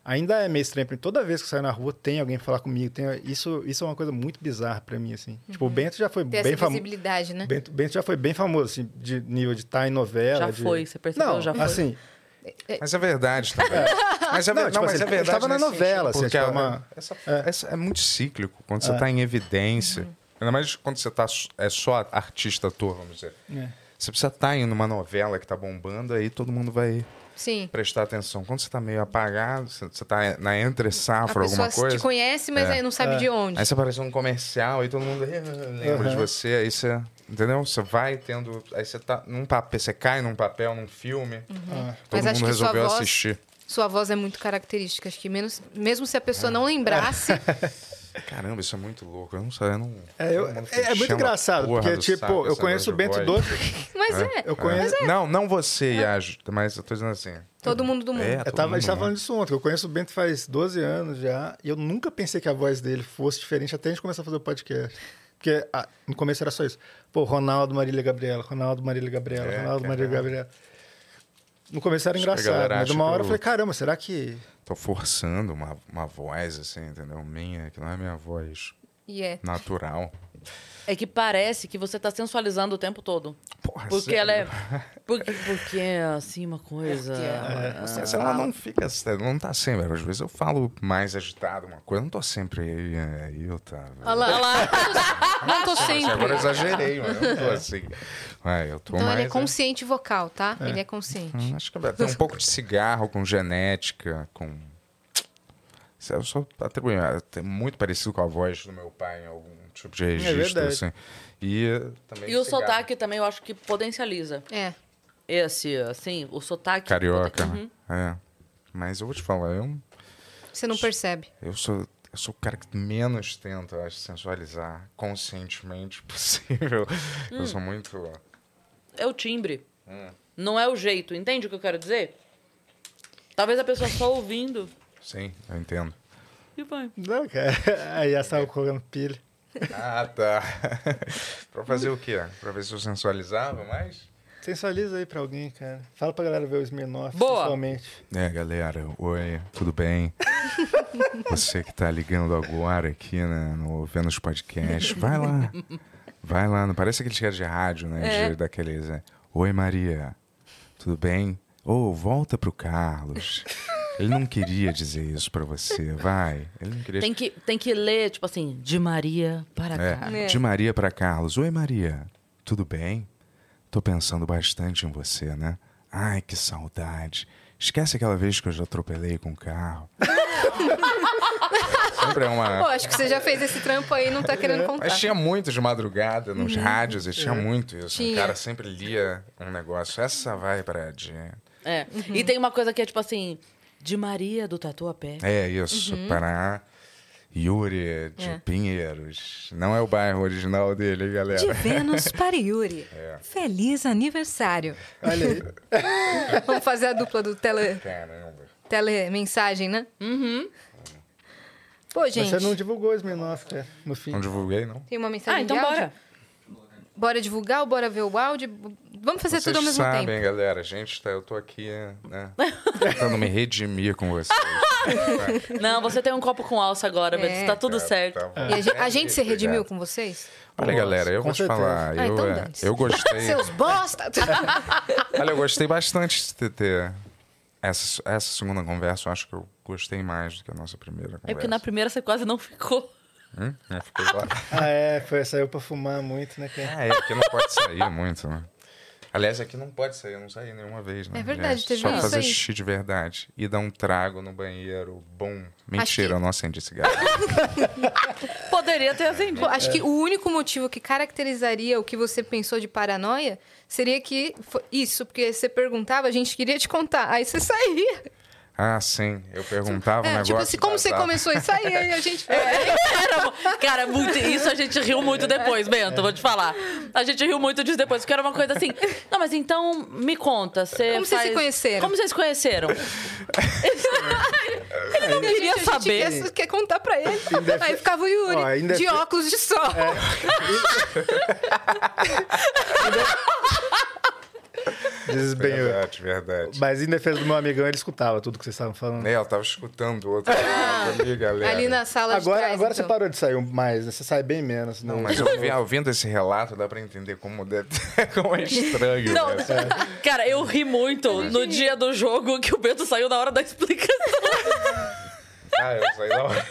ainda é meio estranho pra mim. Toda vez que eu saio na rua, tem alguém falar comigo. Tem, isso, isso é uma coisa muito bizarra pra mim, assim. Tipo, o Bento já foi Ter bem Uhum. essa famoso. visibilidade, né? Bento, Bento já foi bem famoso, assim, de nível de estar em novela. Já de- foi, você percebeu? Não, Já foi. assim, Mas é verdade também. Mas é, Não, ver- tipo não, mas assim, é verdade. estava na nesse novela, sentido, assim, porque tipo, uma- essa- essa- é muito cíclico. Quando É. você está em evidência, ainda mais quando você tá, s- é só artista ator, vamos dizer. É. Você precisa estar em uma novela que tá bombando, aí todo mundo vai Sim. prestar atenção. Quando você tá meio apagado, você você tá na A entre-safra, pessoa alguma coisa. É. te conhece, mas aí não É. sabe de onde. Aí você aparece num comercial, aí todo mundo eh, lembra de Aham. você, aí você. Entendeu? Você vai tendo. Aí você tá num papel, você cai num papel, num filme. Todo Uhum. Ah. Mas acho mundo que sua resolveu voz- assistir. Sua voz é muito característica. Acho que menos, mesmo se a É. pessoa não lembrasse, Caramba, isso é muito louco. Eu não sei, eu não. um é, eu- todo mundo é- é encheu muito uma engraçado, porra porque, do tipo, saco eu essa conheço o voz de Bento boy. do mas é. Eu conheço. É. Não, não você, Iajo, mas eu tô dizendo assim. Todo mundo do mundo. É, Eu todo tava, a mundo, gente tava né? falando disso ontem. Eu conheço o Bento faz 12 anos já. E eu nunca pensei que a voz dele fosse diferente até a gente começar a fazer o podcast. Porque ah, no começo era só isso. Pô, Ronaldo, Marília e Gabriela, Ronaldo, Marília e Gabriela, É, Ronaldo, cara. Marília e Gabriela. No começo era Acho que a engraçado, galera mas acha uma que hora eu eu- falei, caramba, será que... Tô forçando uma, uma voz, assim, entendeu? Minha, que não é minha voz E é. natural. É que parece que você tá sensualizando o tempo todo. Porra, Porque sério? ela é. Porque, porque é assim uma coisa. é, ah, Mas ela não fica. Não tá sempre. Às vezes eu falo mais agitado uma coisa. Eu não tô sempre aí, é, aí Otávio. Olha lá, Não tô Assim, Agora eu sempre. exagerei, mas eu não tô assim. Ué, eu tô Então mais. né? ele é consciente vocal, tá? Ele é consciente. Hum, Acho que tem um pouco de cigarro com genética, com. Isso Eu só atribuindo. É muito parecido com a voz do meu pai em algum tipo de registro, verdade. assim. E eh, também. E o cigarro. sotaque também eu acho que potencializa. É. Esse, assim, o sotaque. Uhum. Carioca, né? É. Mas eu vou te falar, eu, Você não percebe. eu sou. Eu sou o cara que menos tenta, eu acho, sensualizar conscientemente possível. Eu Hum. sou muito. É o timbre. Não é o jeito. Entende o que eu quero dizer? Talvez a pessoa só ouvindo. Sim, eu entendo. E vai. Não, cara. Aí já É. estava colocando pilha. Ah, tá. pra fazer o quê? Pra ver se eu sensualizava mais? Sensualiza aí pra alguém, cara. Fala pra galera ver o Smirnoff, Boa. principalmente. É, galera, oi, tudo bem? Você que tá ligando agora aqui, né, no Vênus Podcast, vai lá. Vai lá, não parece aqueles caras de rádio, né, de- daqueles, é. Oi, Maria, tudo bem? Ô, volta pro Carlos. Ele não queria dizer isso pra você, vai. Ele não queria... Tem que, tem que ler, tipo assim, de Maria para Ah, cá. né? É, de Maria pra Carlos. Oi, Maria. Tudo bem? Tô pensando bastante em você, né? Ai, que saudade. Esquece aquela vez que eu já atropelei com o carro. Sempre é Pô, uma. acho que você já fez esse trampo aí e É. não tá querendo contar. Mas tinha muito de madrugada nos rádios, e tinha muito isso. Uhum. Tinha. O cara sempre lia um negócio. Essa vai pra Jean. É. Uhum. E tem uma coisa que é tipo assim, de Maria do Tatuapé. É isso, Uhum. Pará. Yuri de É. Pinheiros. Não é o bairro original dele, hein, galera? De Vênus para Yuri. É. Feliz aniversário. Olha aí. Vamos fazer a dupla do tele, Caramba. telemensagem, né? Uhum. Pô, gente, Você não divulgou o Smirnoff, cara, no fim. Não divulguei, não? tem uma mensagem Ah, então de áudio? bora. Bora divulgar ou bora ver o áudio? Vamos fazer Vocês é tudo ao mesmo sabem, tempo. galera. Gente, tá, eu tô aqui, né? Tentando me redimir com vocês. Não, você tem um copo com alça agora, É. Beto. Tá tudo certo. Tá bom. É, E a gente, a gente se redimiu com Obrigado. vocês? Olha, galera, eu Com vou te certeza. falar. Ah, Eu, então eh, dane-se. eu gostei. Seus bosta! Olha, eu gostei bastante de ter- ter essa, essa segunda conversa. Eu acho que eu gostei mais do que a nossa primeira conversa. É porque na primeira você quase não ficou. Hum? Não ficou lá. Ah, é, foi, saiu pra fumar muito, né, cara? Ah, é, aqui não pode sair muito, né? Aliás, aqui não pode sair, eu não saí nenhuma vez, né? É verdade, Aliás, teve Só isso fazer aí. xixi de verdade e dar um trago no banheiro. Bom. Mentira, que- eu não acendi cigarro. Poderia ter acendido. Pô, acho que o único motivo que caracterizaria o que você pensou de paranoia seria que foi isso, porque você perguntava, a gente queria te contar, aí você saía. Ah, sim. Eu perguntava um É, negócio. tipo assim, como você vazava. começou e saía, e a gente. É, Era- cara, muito- isso a gente riu muito depois, Bento, vou te falar. A gente riu muito disso depois, porque era uma coisa assim. Não, mas então me conta. Você Como vocês se faz- conheceram?" Como vocês se conheceram? Ele não queria a gente saber. Quer, quer contar pra ele. Aí ficava o Yuri, é Ó, ainda é de fi- óculos de sol. é Dizes bem, eu- Verdade, verdade. Mas em defesa do meu amigão, ele escutava tudo que vocês estavam falando. É, eu tava escutando outro ali, galera. Ah, Ali na sala de Agora, trás. agora então. você parou de sair mais, né? Você sai bem menos. Não, né? mas eu vi- ouvindo esse relato, dá pra entender como, deve- como é estranho. Não, né? cara, eu ri muito no dia do jogo que o Bento saiu na hora da explicação. Ah, eu saí da hora.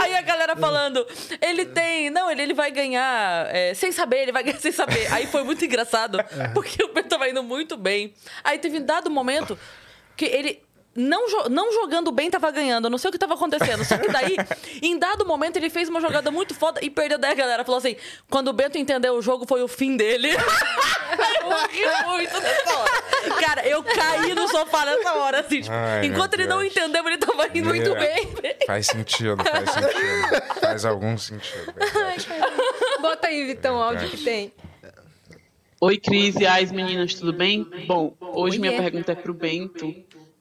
Aí a galera falando, ele tem. Não, ele, ele vai ganhar é, sem saber, ele vai ganhar sem saber. Aí foi muito engraçado, É. porque o Bento tava indo muito bem. Aí teve um dado momento que ele. Não, jo- não jogando bem, tava ganhando. Eu Não sei o que tava acontecendo. Só que daí, em dado momento, ele fez uma jogada muito foda e perdeu. Daí a galera falou assim: quando o Bento entendeu o jogo, foi o fim dele. eu ri muito nessa hora. Cara, eu caí no sofá nessa hora, assim. tipo, Ai, meu enquanto ele não Deus. entendeu, ele tava indo muito É. né? bem. Faz sentido, faz sentido. Faz algum sentido. verdade. Bota aí, Vitão, o áudio que tem. Oi, Cris e as meninas, tudo bem? Bom, hoje Oi, minha é. pergunta é pro Bento.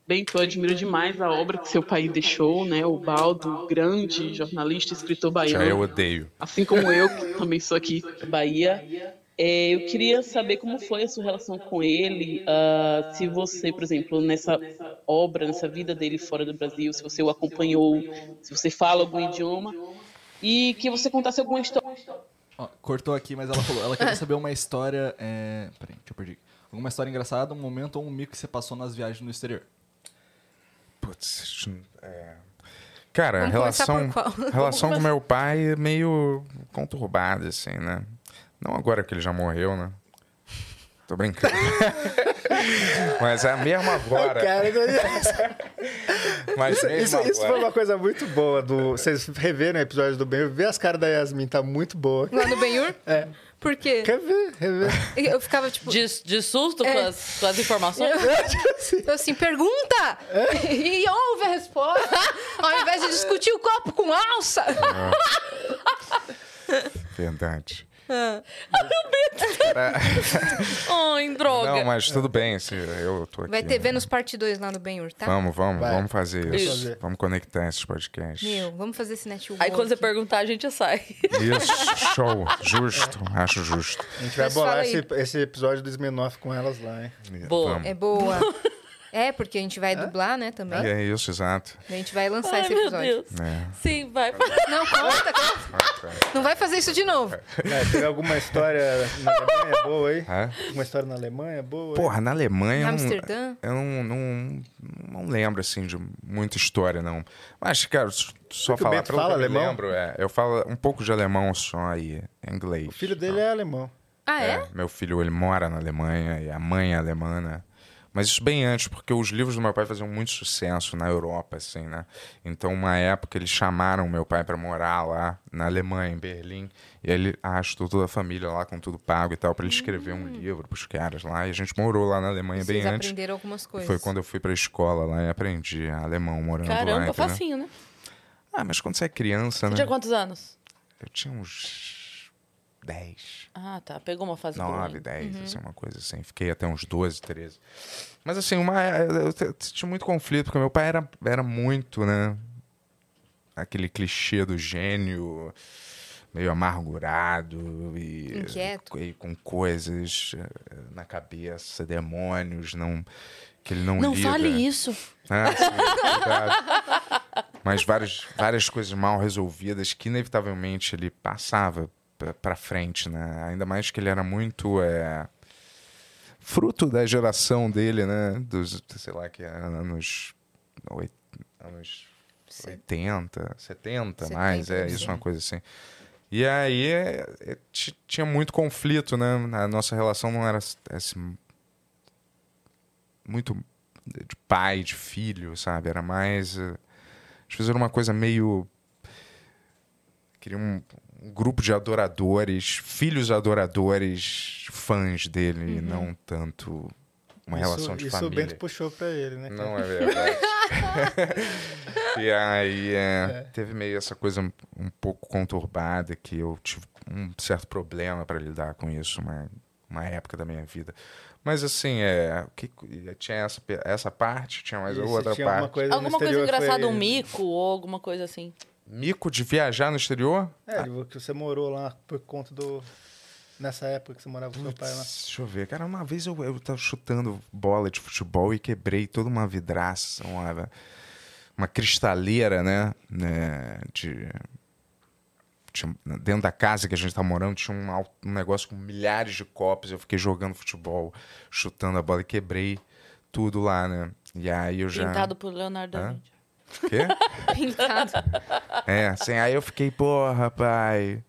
Bento, eu admiro demais a obra que seu pai deixou, né? O Baldo, grande jornalista e escritor Já eu baiano, odeio. assim como eu, que também sou aqui da Bahia. É, eu queria saber como foi a sua relação com ele, ah, se você, por exemplo, nessa obra, nessa vida dele fora do Brasil, se você o acompanhou, se você fala algum idioma. e que você contasse alguma história. Ó, cortou aqui, mas ela falou. Ela queria saber uma história. É... Peraí, deixa eu perder. aqui. Alguma história engraçada, um momento ou um mico que você passou nas viagens no exterior. Putz, isso não- é... Cara, a Vamos começar relação, por qual? a relação Vamos com meu pai é meio conturbada, assim, né? Não agora que ele já morreu, né? Tô brincando. Mas é mesmo agora. Cara, Mas isso, é mesmo isso- agora. isso foi uma coisa muito boa. Do, vocês reveram o episódio do Ben, ver as caras da Yasmin, tá muito boa. Lá no Benhur? É. Por quê? Quer ver, rever. Eu ficava tipo. De, de susto É. com, as, com as informações? Eu, eu assim, pergunta! É. E ouve a resposta! Ao invés de discutir o copo com alça! Verdade. Ah. Ai, o Beto! Ai, droga! Não, mas tudo bem, assim, eu tô aqui. Vai ter Vênus parte 2 lá no Benhur, tá? Vamos, vamos, Vai. vamos fazer Isso. isso. Vamos conectar esses podcasts. Meu, vamos fazer esse network. Aí quando você perguntar, a gente já sai. Isso, show. Justo, acho justo. A gente vai Mas bolar fala aí. esse, esse episódio do Smirnoff com elas lá, hein? Boa. Vamos. É boa. É, porque a gente vai dublar, né, também. E é isso, exato. A gente vai lançar Ai, esse meu episódio. Deus. É. Sim, vai. Não, conta, conta. Não vai fazer isso de novo. É, tem alguma história na Alemanha boa aí? Hã? Alguma história na Alemanha boa? aí? É? Porra, na Alemanha. eu não- Amsterdã? Eu não, não, não lembro, assim, de muita história, não. Mas, cara, s- só Porque É o falar. Beto pelo fala que eu me alemão? lembro, é, eu falo um pouco de alemão só e inglês. O filho dele é alemão. Ah, é? Meu filho, ele mora na Alemanha e a mãe é alemã, Mas isso bem antes, porque os livros do meu pai faziam muito sucesso na Europa, assim, né? Então, uma época, eles chamaram meu pai para morar lá na Alemanha, em Berlim. E aí ele arrastou toda a família lá, com tudo pago e tal, para ele escrever um livro pros caras lá. E a gente morou lá na Alemanha Hum. Vocês bem antes. aprenderam algumas coisas. Foi quando eu fui pra escola lá e aprendi alemão morando lá. Caramba, entendeu? facinho, né? Ah, mas quando você é criança, Você né? tinha quantos anos? Eu tinha uns 10. Ah, tá. Pegou uma fase boa. 9, ainda. 10, Uhum. assim, uma coisa assim. Fiquei até uns 12, 13. Mas assim, uma, eu te- senti muito conflito, porque meu pai era, era muito, né? Aquele clichê do gênio meio amargurado e, Inquieto. e com coisas eh, na cabeça, demônios, não, que ele não Não lida. fale isso. Ah, sim, verdade. Mas várias, várias coisas mal resolvidas que inevitavelmente ele passava pra- pra frente, né? Ainda mais que ele era muito é, fruto da geração dele, né? Dos, sei lá, que era anos, oit- anos 80, 70, mais, é 70, isso, sim. uma coisa assim. E aí é, é, ti- tinha muito conflito, né? A nossa relação não era assim, muito de pai, de filho, sabe? Era mais. eh, Às vezes era uma coisa meio. Queria um, um grupo de adoradores, filhos adoradores, fãs dele, e não tanto uma Uhum. Isso- relação de isso família. o Bento puxou pra ele, né? cara? Não é verdade. e aí é, teve meio essa coisa um, um pouco conturbada que eu tive um certo problema para lidar com isso, uma, uma época da minha vida. Mas assim, é, o que, tinha essa, pe- essa parte, tinha mais Isso, outra tinha parte. alguma coisa Alguma coisa engraçada, um mico ou alguma coisa assim. Mico de viajar no exterior? É, o que você morou lá por conta do. Nessa época que você morava com seu pai lá. Deixa eu ver, cara, uma vez eu, eu tava chutando bola de futebol e quebrei toda uma vidraça, uma, uma cristaleira, né? né, de, tinha- dentro da casa que a gente tá morando, tinha um, al- um negócio com milhares de copos. Eu fiquei jogando futebol, chutando a bola e quebrei tudo lá, né? E aí eu já. tá Pintado por Leonardo da Hã? Vinci. Quê? Pintado. É, assim, aí eu fiquei, porra, pai.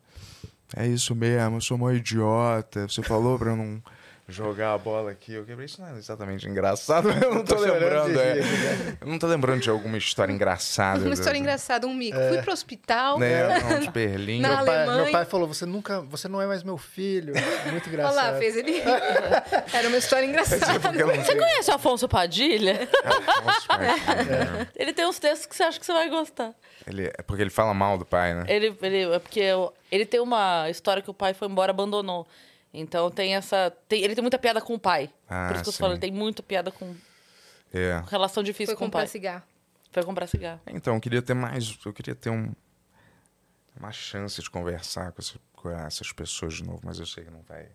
É isso mesmo, eu sou uma idiota. Você falou pra eu não jogar a bola aqui. Eu quebrei isso, não é exatamente engraçado, mas eu não tô, Tô chorando lembrando. de é. rir né? aqui, Eu não tô lembrando de alguma história engraçada. Uma história engraçada, um É. mico. Fui pro hospital. Né, não, de Berlim. Na Meu Meu pai, Alemanha. meu pai falou: você nunca. Você não é mais meu filho. Muito Olha engraçado. lá, fez ele. Era uma É, história tipo, engraçada. Você conhece o Afonso Padilha? Padilha. ele tem uns textos que você acha que você vai gostar. Ele, é porque ele fala mal do pai, né? Ele, ele, é porque eu- ele tem uma história que o pai foi embora, abandonou. Então tem essa. tem- ele tem muita piada com o pai. Ah, Por isso que eu sim. falo, ele tem muita piada com É. relação difícil Foi com o comprar pai. cigarro. Foi comprar cigarro. Então, eu queria ter mais. Eu queria ter um, uma chance de conversar com, esse- com essas pessoas de novo, mas eu sei que não vai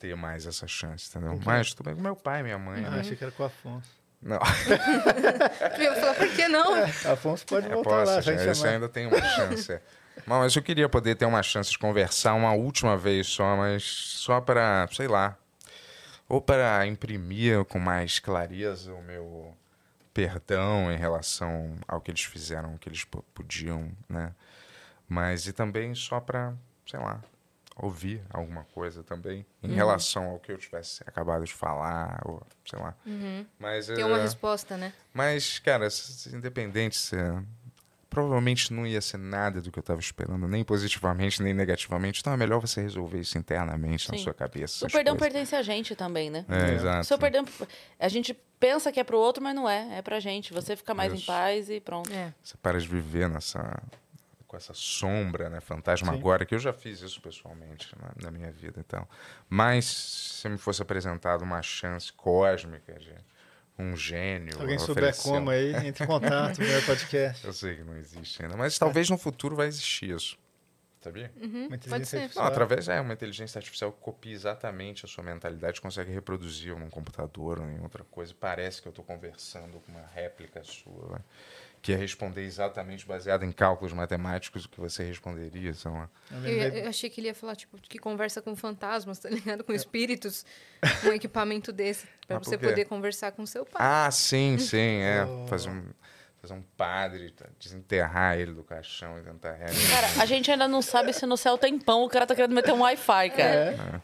ter mais essa chance, entendeu? Ok. Mas tudo bem com meu pai, minha mãe. Ah, né? achei que era com o Afonso. É, Não. Eu ia falar, por que não? Afonso pode Eu voltar É, posso, lá, já, sem isso chamar. ainda tem uma chance. é. Bom, mas eu queria poder ter uma chance de conversar uma última vez só, mas só para, sei lá, ou para imprimir com mais clareza o meu perdão em relação ao que eles fizeram, o que eles po- podiam, né? Mas e também só para, sei lá, ouvir alguma coisa também em Uhum. relação ao que eu tivesse acabado de falar, ou sei lá. Uhum. Mas, Tem uma eh, resposta, né? mas, cara, s- s- independente, se- provavelmente não ia ser nada do que eu tava esperando, nem positivamente, nem negativamente. Então é melhor você resolver isso internamente na Sim. sua cabeça. O essas perdão coisas. pertence a gente também, né? É, exato. O seu perdão, a gente pensa que é pro outro, mas não é. É pra gente. Você fica mais Isso. em paz e pronto. É. Você para de viver nessa com essa sombra, né, fantasma Sim. agora, que eu já fiz isso pessoalmente na, na minha vida, então. Mas se me fosse apresentado uma chance cósmica de um gênio Se alguém souber oferecendo- como é. aí, entre em contato, primeiro podcast. Eu sei que não existe ainda, mas talvez no futuro vai existir isso. Sabia? Uhum, Uma inteligência pode ser. artificial. Não, através é uma inteligência artificial que copia exatamente a sua mentalidade, consegue reproduzir num computador ou em outra coisa. Parece que eu estou conversando com uma réplica sua, né? que é responder exatamente baseado em cálculos matemáticos o que você responderia. Sei lá. Tá Eu, eu achei que ele ia falar, tipo, que conversa com fantasmas, tá ligado? Com espíritos, um equipamento desse, pra É. Mas por você quê? poder conversar com seu pai. Ah, sim, sim, é. Oh. Fazer um, fazer um padre, tá? desenterrar ele do caixão e tentar realizar. Cara, a gente ainda não sabe se no céu tem pão. O cara tá querendo meter um É. Wi-Fi, É, cara.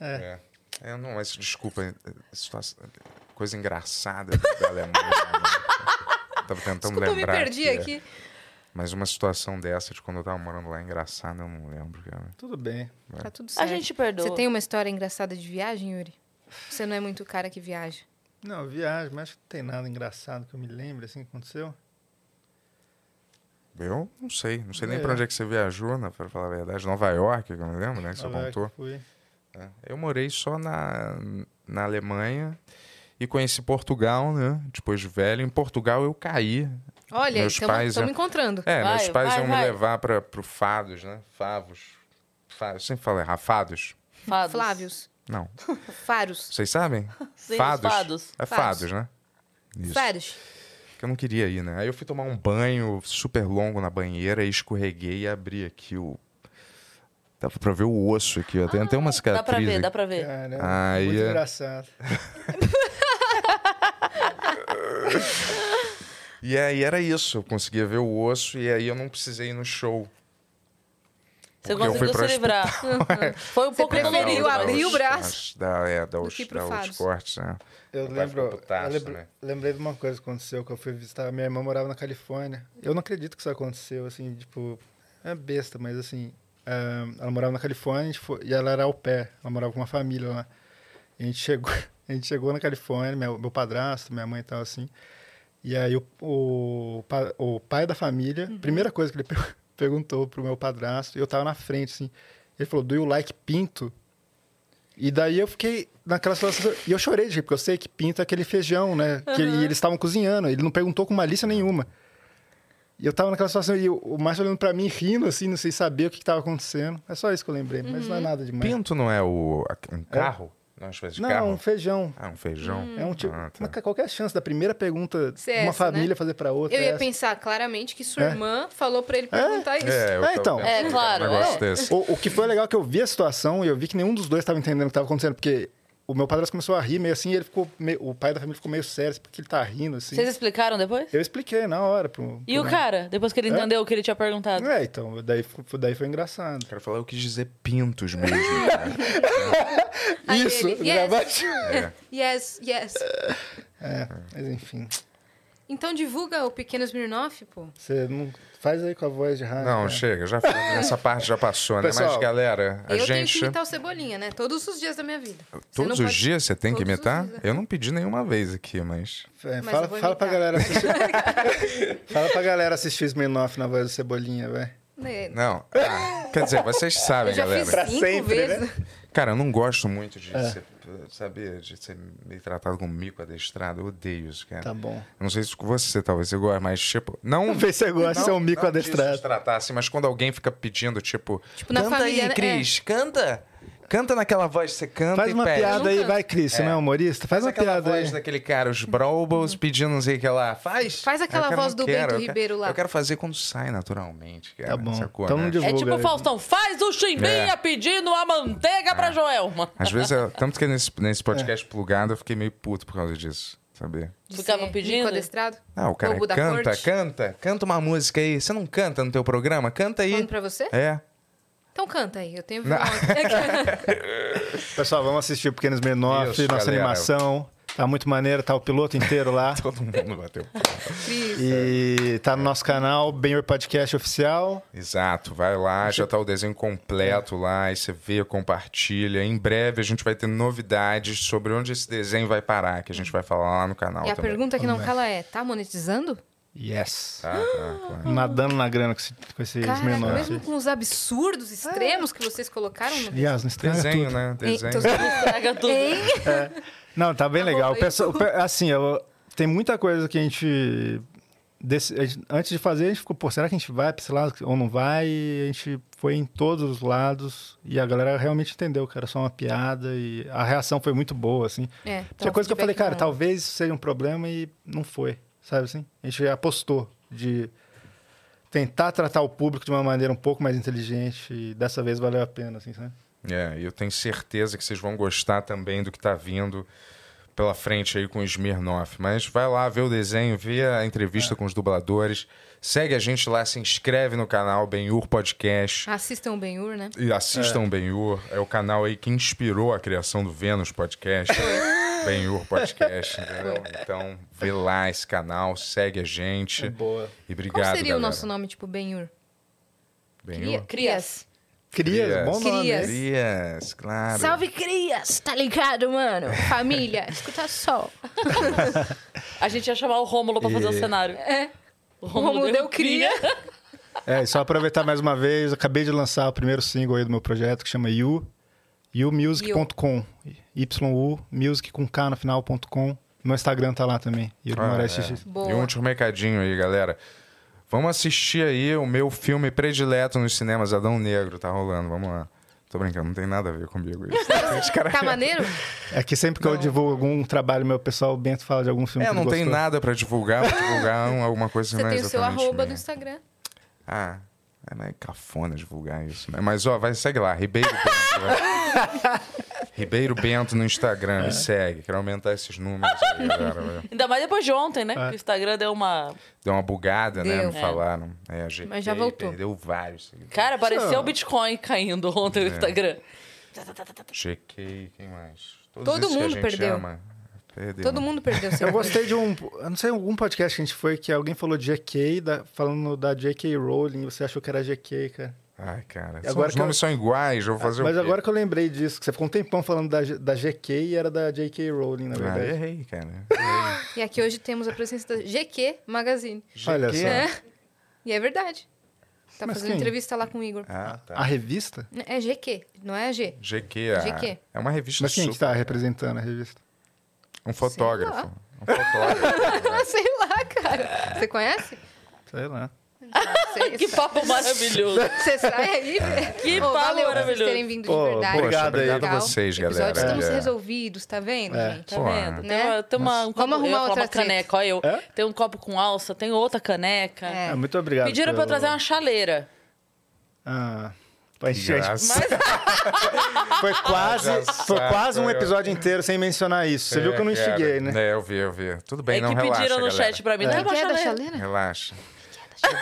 É. É, não, mas desculpa, é, é, situação- coisa engraçada da Alemanha. né? Tava tentando Desculpa, eu me lembrar. é. perdi aqui. aqui. Mas uma situação dessa de quando eu tava morando lá é engraçada, eu não lembro, cara. Tudo bem. É. Tá tudo certo. gente perdoa. Você tem uma história engraçada de viagem, Yuri? Você não é muito cara que viaja. Não, eu viajo, mas acho que não tem nada engraçado que eu me lembre, assim, que aconteceu. Eu não sei. Não sei nem É. pra onde é que você viajou, né, pra falar a verdade. Nova York, que eu me lembro, né? Que você Nova York contou. fui. É. Eu morei só na, na Alemanha e conheci Portugal, né? Depois de velho. Em Portugal eu caí. Olha, meus estamos pais, iam- encontrando. É, Vai, meus pais vai, iam vai. me levar pra, pro Fados, né? Favos. Fa- Eu sempre falo errado. Fados? um Flávios. Não. Faros. Vocês sabem? Sim, fados? fados. É Fados. fados, né? Isso. Faros. Que eu não queria ir, né? Aí eu fui tomar um banho super longo na banheira e escorreguei e abri aqui o. Dava pra ver o osso aqui, ó. Tem até uma cicatriz. Ah, Dá pra ver, aqui. dá pra ver. Caramba, Aí, muito é. engraçado. E aí era isso, eu conseguia ver o osso e aí eu não precisei ir no show. Você Porque eu fui conseguiu se pro livrar. Foi um pouco Da- da- dolorido. da- abrir o da- braço Da, é, da, os, que ir pro da, os Fados. cortes, né? Eu Meu pai lembro, ficou putaço eu lembro- também. lembrei de uma coisa que aconteceu, que eu fui visitar, minha irmã morava na Califórnia. Eu não acredito que isso aconteceu, assim, tipo, é besta, mas assim, ah, ela morava na Califórnia a gente foi- e ela era ao pé, ela morava com uma família lá. E a gente chegou, a gente chegou na Califórnia, meu, meu padrasto, minha mãe e tal, assim, e aí o, o, pa- o pai da família, primeira coisa que ele per- perguntou pro meu padrasto, e eu tava na frente, assim, ele falou, do you like pinto? E daí eu fiquei naquela situação. E eu chorei de rir, porque eu sei que pinta aquele feijão, né? Que ele- Aham. e eles estavam cozinhando. Ele não perguntou com malícia nenhuma. E eu tava naquela situação, e o- o Márcio olhando pra mim, rindo, assim, não sem saber o que, que tava acontecendo. É só isso que eu lembrei, mas Uhum. não é nada demais. Pinto não é o, a- um carro? Não, é uma espécie de Não, carro? um feijão. Ah, um feijão. É um tipo. Ah, tá. mas Qualquer chance da primeira pergunta de Uhum. Ser uma essa, família né? fazer pra outra. Eu é ia essa. pensar claramente que sua É. irmã falou pra ele perguntar isso. É, eu tava então. pensando É, num claro, negócio é. desse. O, o que foi legal é que eu vi a situação e eu vi que nenhum dos dois estava entendendo o que estava acontecendo, porque o meu padrasto começou a rir meio assim, e ele ficou meio- o pai da família ficou meio sério, assim, porque ele tá rindo assim. Vocês explicaram depois? Eu expliquei na hora pro. E o pro- cara, depois que ele É? entendeu o que ele tinha perguntado? É, então, daí, fu- daí foi engraçado. O cara falou, eu quis dizer pintos mesmo. né? Aí Isso, Ah, ele, gravate. yes, yes. É, mas enfim. Então divulga o Pequeno Smirnoff, pô. Você não faz aí com a voz de rádio. Não, cara. chega, já foi, essa parte já passou, né? Mas, Pessoal, galera, a eu tenho gente. é que imitar o Cebolinha, né? Todos os dias da minha vida. Você não Todos os pode- dias você tem que Todos os imitar? dias. Eu não pedi nenhuma vez aqui, mas. É, Mas fala, eu vou fala pra imitar. galera assistir. fala pra galera assistir Smirnoff na voz do Cebolinha, velho. Né? Não. ah, quer dizer, vocês sabem, Eu já galera. fiz Pra cinco sempre, né? vezes. Cara, eu não gosto muito de É. ser, sabe, de ser me tratado como mico adestrado. Eu odeio isso, cara. Tá bom. Eu Não sei se com você, talvez você goste, mas tipo. Não, Talvez você goste de ser um mico não tá, disso de adestrado. tratar assim, mas quando alguém fica pedindo, tipo. na canta família, aí, né? Cris, canta! Canta naquela voz que você canta Faz e uma pede. piada aí, vai, Cris, você não é humorista? Faz uma aquela piada voz né, aí. daquele cara, os Brawbles pedindo não sei o que lá. Faz. Ah, Faz aquela Eu quero- voz não do quero, Bento eu quero- Ribeiro lá. Eu quero fazer quando sai naturalmente, cara. Tá bom. sacou, Então né? não divulga É tipo o aí. Faustão, faz o Chimbinha É. pedindo a manteiga pra Joelma. Às vezes, eu- tanto que nesse, É. nesse podcast plugado, eu fiquei meio puto por causa disso, sabia? Ficava pedindo? Codestrado? Ah, o cara Bobo da canta, corte? canta, canta uma música aí. Você não canta no teu programa? Canta aí. Falando pra você? É. Então canta aí, eu tenho Não. Pessoal, vamos assistir Pequenos Menores, Isso, nossa galera. animação. Tá muito maneiro, tá o piloto inteiro lá. Todo mundo bateu. E tá no nosso canal, Benhor Podcast Oficial. Exato, vai lá, já tá o desenho completo lá, aí você vê, compartilha. Em breve a gente vai ter novidades sobre onde esse desenho vai parar, que a gente vai falar lá no canal E a também. pergunta que não cala é, tá monetizando? Yes. Tá, tá, claro. Nadando na grana com, esse- com esses Cara, é menores. mesmo com os Ah. absurdos extremos que vocês colocaram no Yes, não estraga Desenho, é tudo. né? Desenho. Então, estraga tudo. Não, tá bem legal. O pessoal- o pe- assim, eu- tem muita coisa que a gente, dec- a gente- Antes de fazer, a gente ficou, pô, será que a gente vai pra esse lado ou não vai? E a gente foi em todos os lados e a galera realmente entendeu que era só uma piada e a reação foi muito boa, assim. É, Tinha então, coisa que eu falei, feedback cara, bom. talvez seja um problema e não foi, sabe assim? A gente apostou de tentar tratar o público de uma maneira um pouco mais inteligente e dessa vez valeu a pena, assim, sabe? É, e eu tenho certeza que vocês vão gostar também do que tá vindo pela frente aí com o Smirnoff. Mas vai lá ver o desenho, vê a entrevista com os dubladores, segue a gente lá, se inscreve no canal Benhur Podcast. Assistam o Ben-Hur, né? E assistam Benhur, é o canal aí que inspirou a criação do Vênus Podcast. Benhur Podcast, entendeu? Então, vê lá esse canal, segue a gente. Boa. E obrigado, É Qual seria galera. o nosso nome, tipo, Ben-Hur? Benhur? Crias. Crias, bom nome. Crias. hein? Crias, claro. Salve, Crias! Tá ligado, mano? Família, escuta só. A gente ia chamar o Rômulo pra fazer o E- cenário. É. O Rômulo deu cria. É, e só aproveitar mais uma vez, eu acabei de lançar o primeiro single aí do meu projeto que chama You, youmusic.com, Y-U, music com K no final.com. Meu Instagram tá lá também, Yuri Ah, Moraes é. XX. Boa. E um último recadinho aí, galera. Vamos assistir aí o meu filme predileto nos cinemas, Adão Negro. Tá rolando, vamos lá. Tô brincando, não tem nada a ver comigo isso. Os caras- Tá maneiro? É que sempre que eu divulgo algum trabalho meu, o pessoal, o Bento fala de algum filme É, que ele não tem gostou. nada pra divulgar, vou divulgar um- alguma coisa Você mais tem o seu exatamente arroba minha. no Instagram. Ah, é meio cafona divulgar isso, né? Mas, ó, vai, segue lá, Ribeiro Bento. vai. Ribeiro Bento no Instagram, me segue. Quero aumentar esses números aí, né? galera. vai. Ainda mais depois de ontem, né? Que O Instagram deu uma. Deu uma bugada, né? Deu. Me É. falaram. É, ajeitei, Mas já voltou. Perdeu vários seguidores. Cara, pareceu o Bitcoin caindo ontem no Instagram. Chequei, quem mais? Todos Todo esses que a mundo gente perdeu. ama. Perdeu. Todo mundo perdeu seu Eu gostei de um, eu não sei, algum podcast que a gente foi que alguém falou de JK, da- falando da JK Rowling, você achou que era JK, cara. Ai, cara. agora Agora os que eu- Ah, nomes são iguais, eu vou fazer Mas o quê? agora que eu lembrei disso, que você ficou um tempão falando da, G- da GK e era da JK Rowling, na Ah, verdade. errei, cara. E aqui hoje temos a presença da GQ Magazine. Olha só. É. E é verdade. Tá Mas fazendo quem? entrevista lá com o Igor. Ah, A tá. revista? É GQ, não é G. GQ, ah, GQ. É uma revista Mas quem que super- tá representando a revista? Um fotógrafo. tá. Um fotógrafo. Sei lá, cara. Você conhece? Sei lá. Você- Que papo maravilhoso. Você sai É. aí. velho. Que Ô, papo valeu pra vocês maravilhoso. terem vindo de Pô, verdade. poxa, Obrigado aí. obrigado a vocês, Legal. galera. Episódios estamos É. resolvidos, tá vendo, É. gente? Tá Porra. vendo? Né? Tem uma, tem uma- um copo, Vamos eu ia arrumar falar outra uma treta. caneca, olha eu. É? Tem um copo com alça, tem outra caneca. É. Ah, muito obrigado. Pediram pra eu pelo- trazer uma chaleira. Ah, foi, Que gente, graça. foi quase, já foi sabe, quase um eu- episódio inteiro sem mencionar isso. Você viu que eu não cara. instiguei, né? É, eu vi, eu vi. Tudo bem, É não que relaxa, pediram no galera. chat pra mim. O Traz que uma que é da chaleira. chaleira? Relaxa.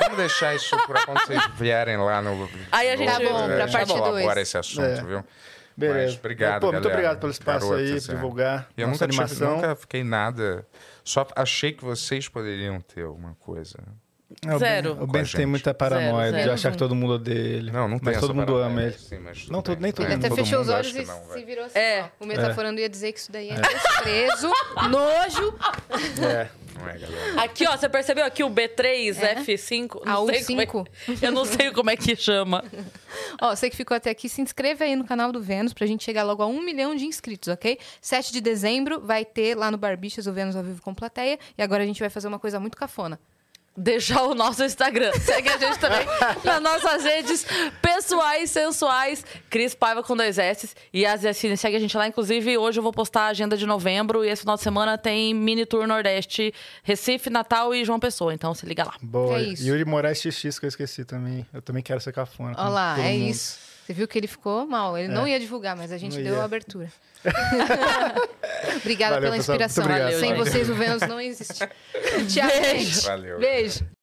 Vamos deixar isso pra quando vocês vierem lá no... Aí a gente- Tá bom, pra a gente parte dois. elabora esse assunto, É. viu? Beleza. Mas obrigado, Pô, muito galera. obrigado pelo espaço Garotas, aí, é. por divulgar E eu nossa nunca, tive- animação. nunca fiquei nada. Só achei que vocês poderiam ter alguma coisa. É, o Ben- Zero. O Com a Ben gente. tem muita paranoia Zero, zero. de achar que todo mundo odeia ele. Não, não tem Mas essa todo mundo parada. né? ama ele. Sim, mas tudo Não, todo- bem. nem todo Ele É, até todo fechou os mundo olhos acha e que não, se velho. virou assim. É. ó. O metaforando ia dizer que isso daí é desprezo, nojo. É. Não é, galera. Aqui, ó, você percebeu aqui o B3F5? Não A sei como é que- U5. eu não sei como é que chama. Ó, você que ficou até aqui, se inscreva aí no canal do Vênus pra gente chegar logo a um milhão de inscritos, ok? 7 de dezembro vai ter lá no Barbixas o Vênus ao vivo com plateia. E agora a gente vai fazer uma coisa muito cafona. deixar o nosso Instagram. Segue a gente também nas nossas redes pessoais, sensuais. Cris Paiva com dois S. E as Yassine, segue a gente lá. Inclusive, hoje eu vou postar a agenda de novembro. E esse final de semana tem mini tour Nordeste, Recife, Natal e João Pessoa. Então se liga lá. Boa. É isso. Yuri Moraes XX, que eu esqueci também. Eu também quero ser cafona. como Olha lá, todo é mundo. isso. Você viu que ele ficou mal. Ele não É. ia divulgar, mas a gente Não deu ia. a abertura. Obrigada Valeu, pela pessoal. Muito inspiração. obrigado. Sem Valeu. vocês, o Vênus não existe. Tchau, Beijo. gente. Valeu. Beijo.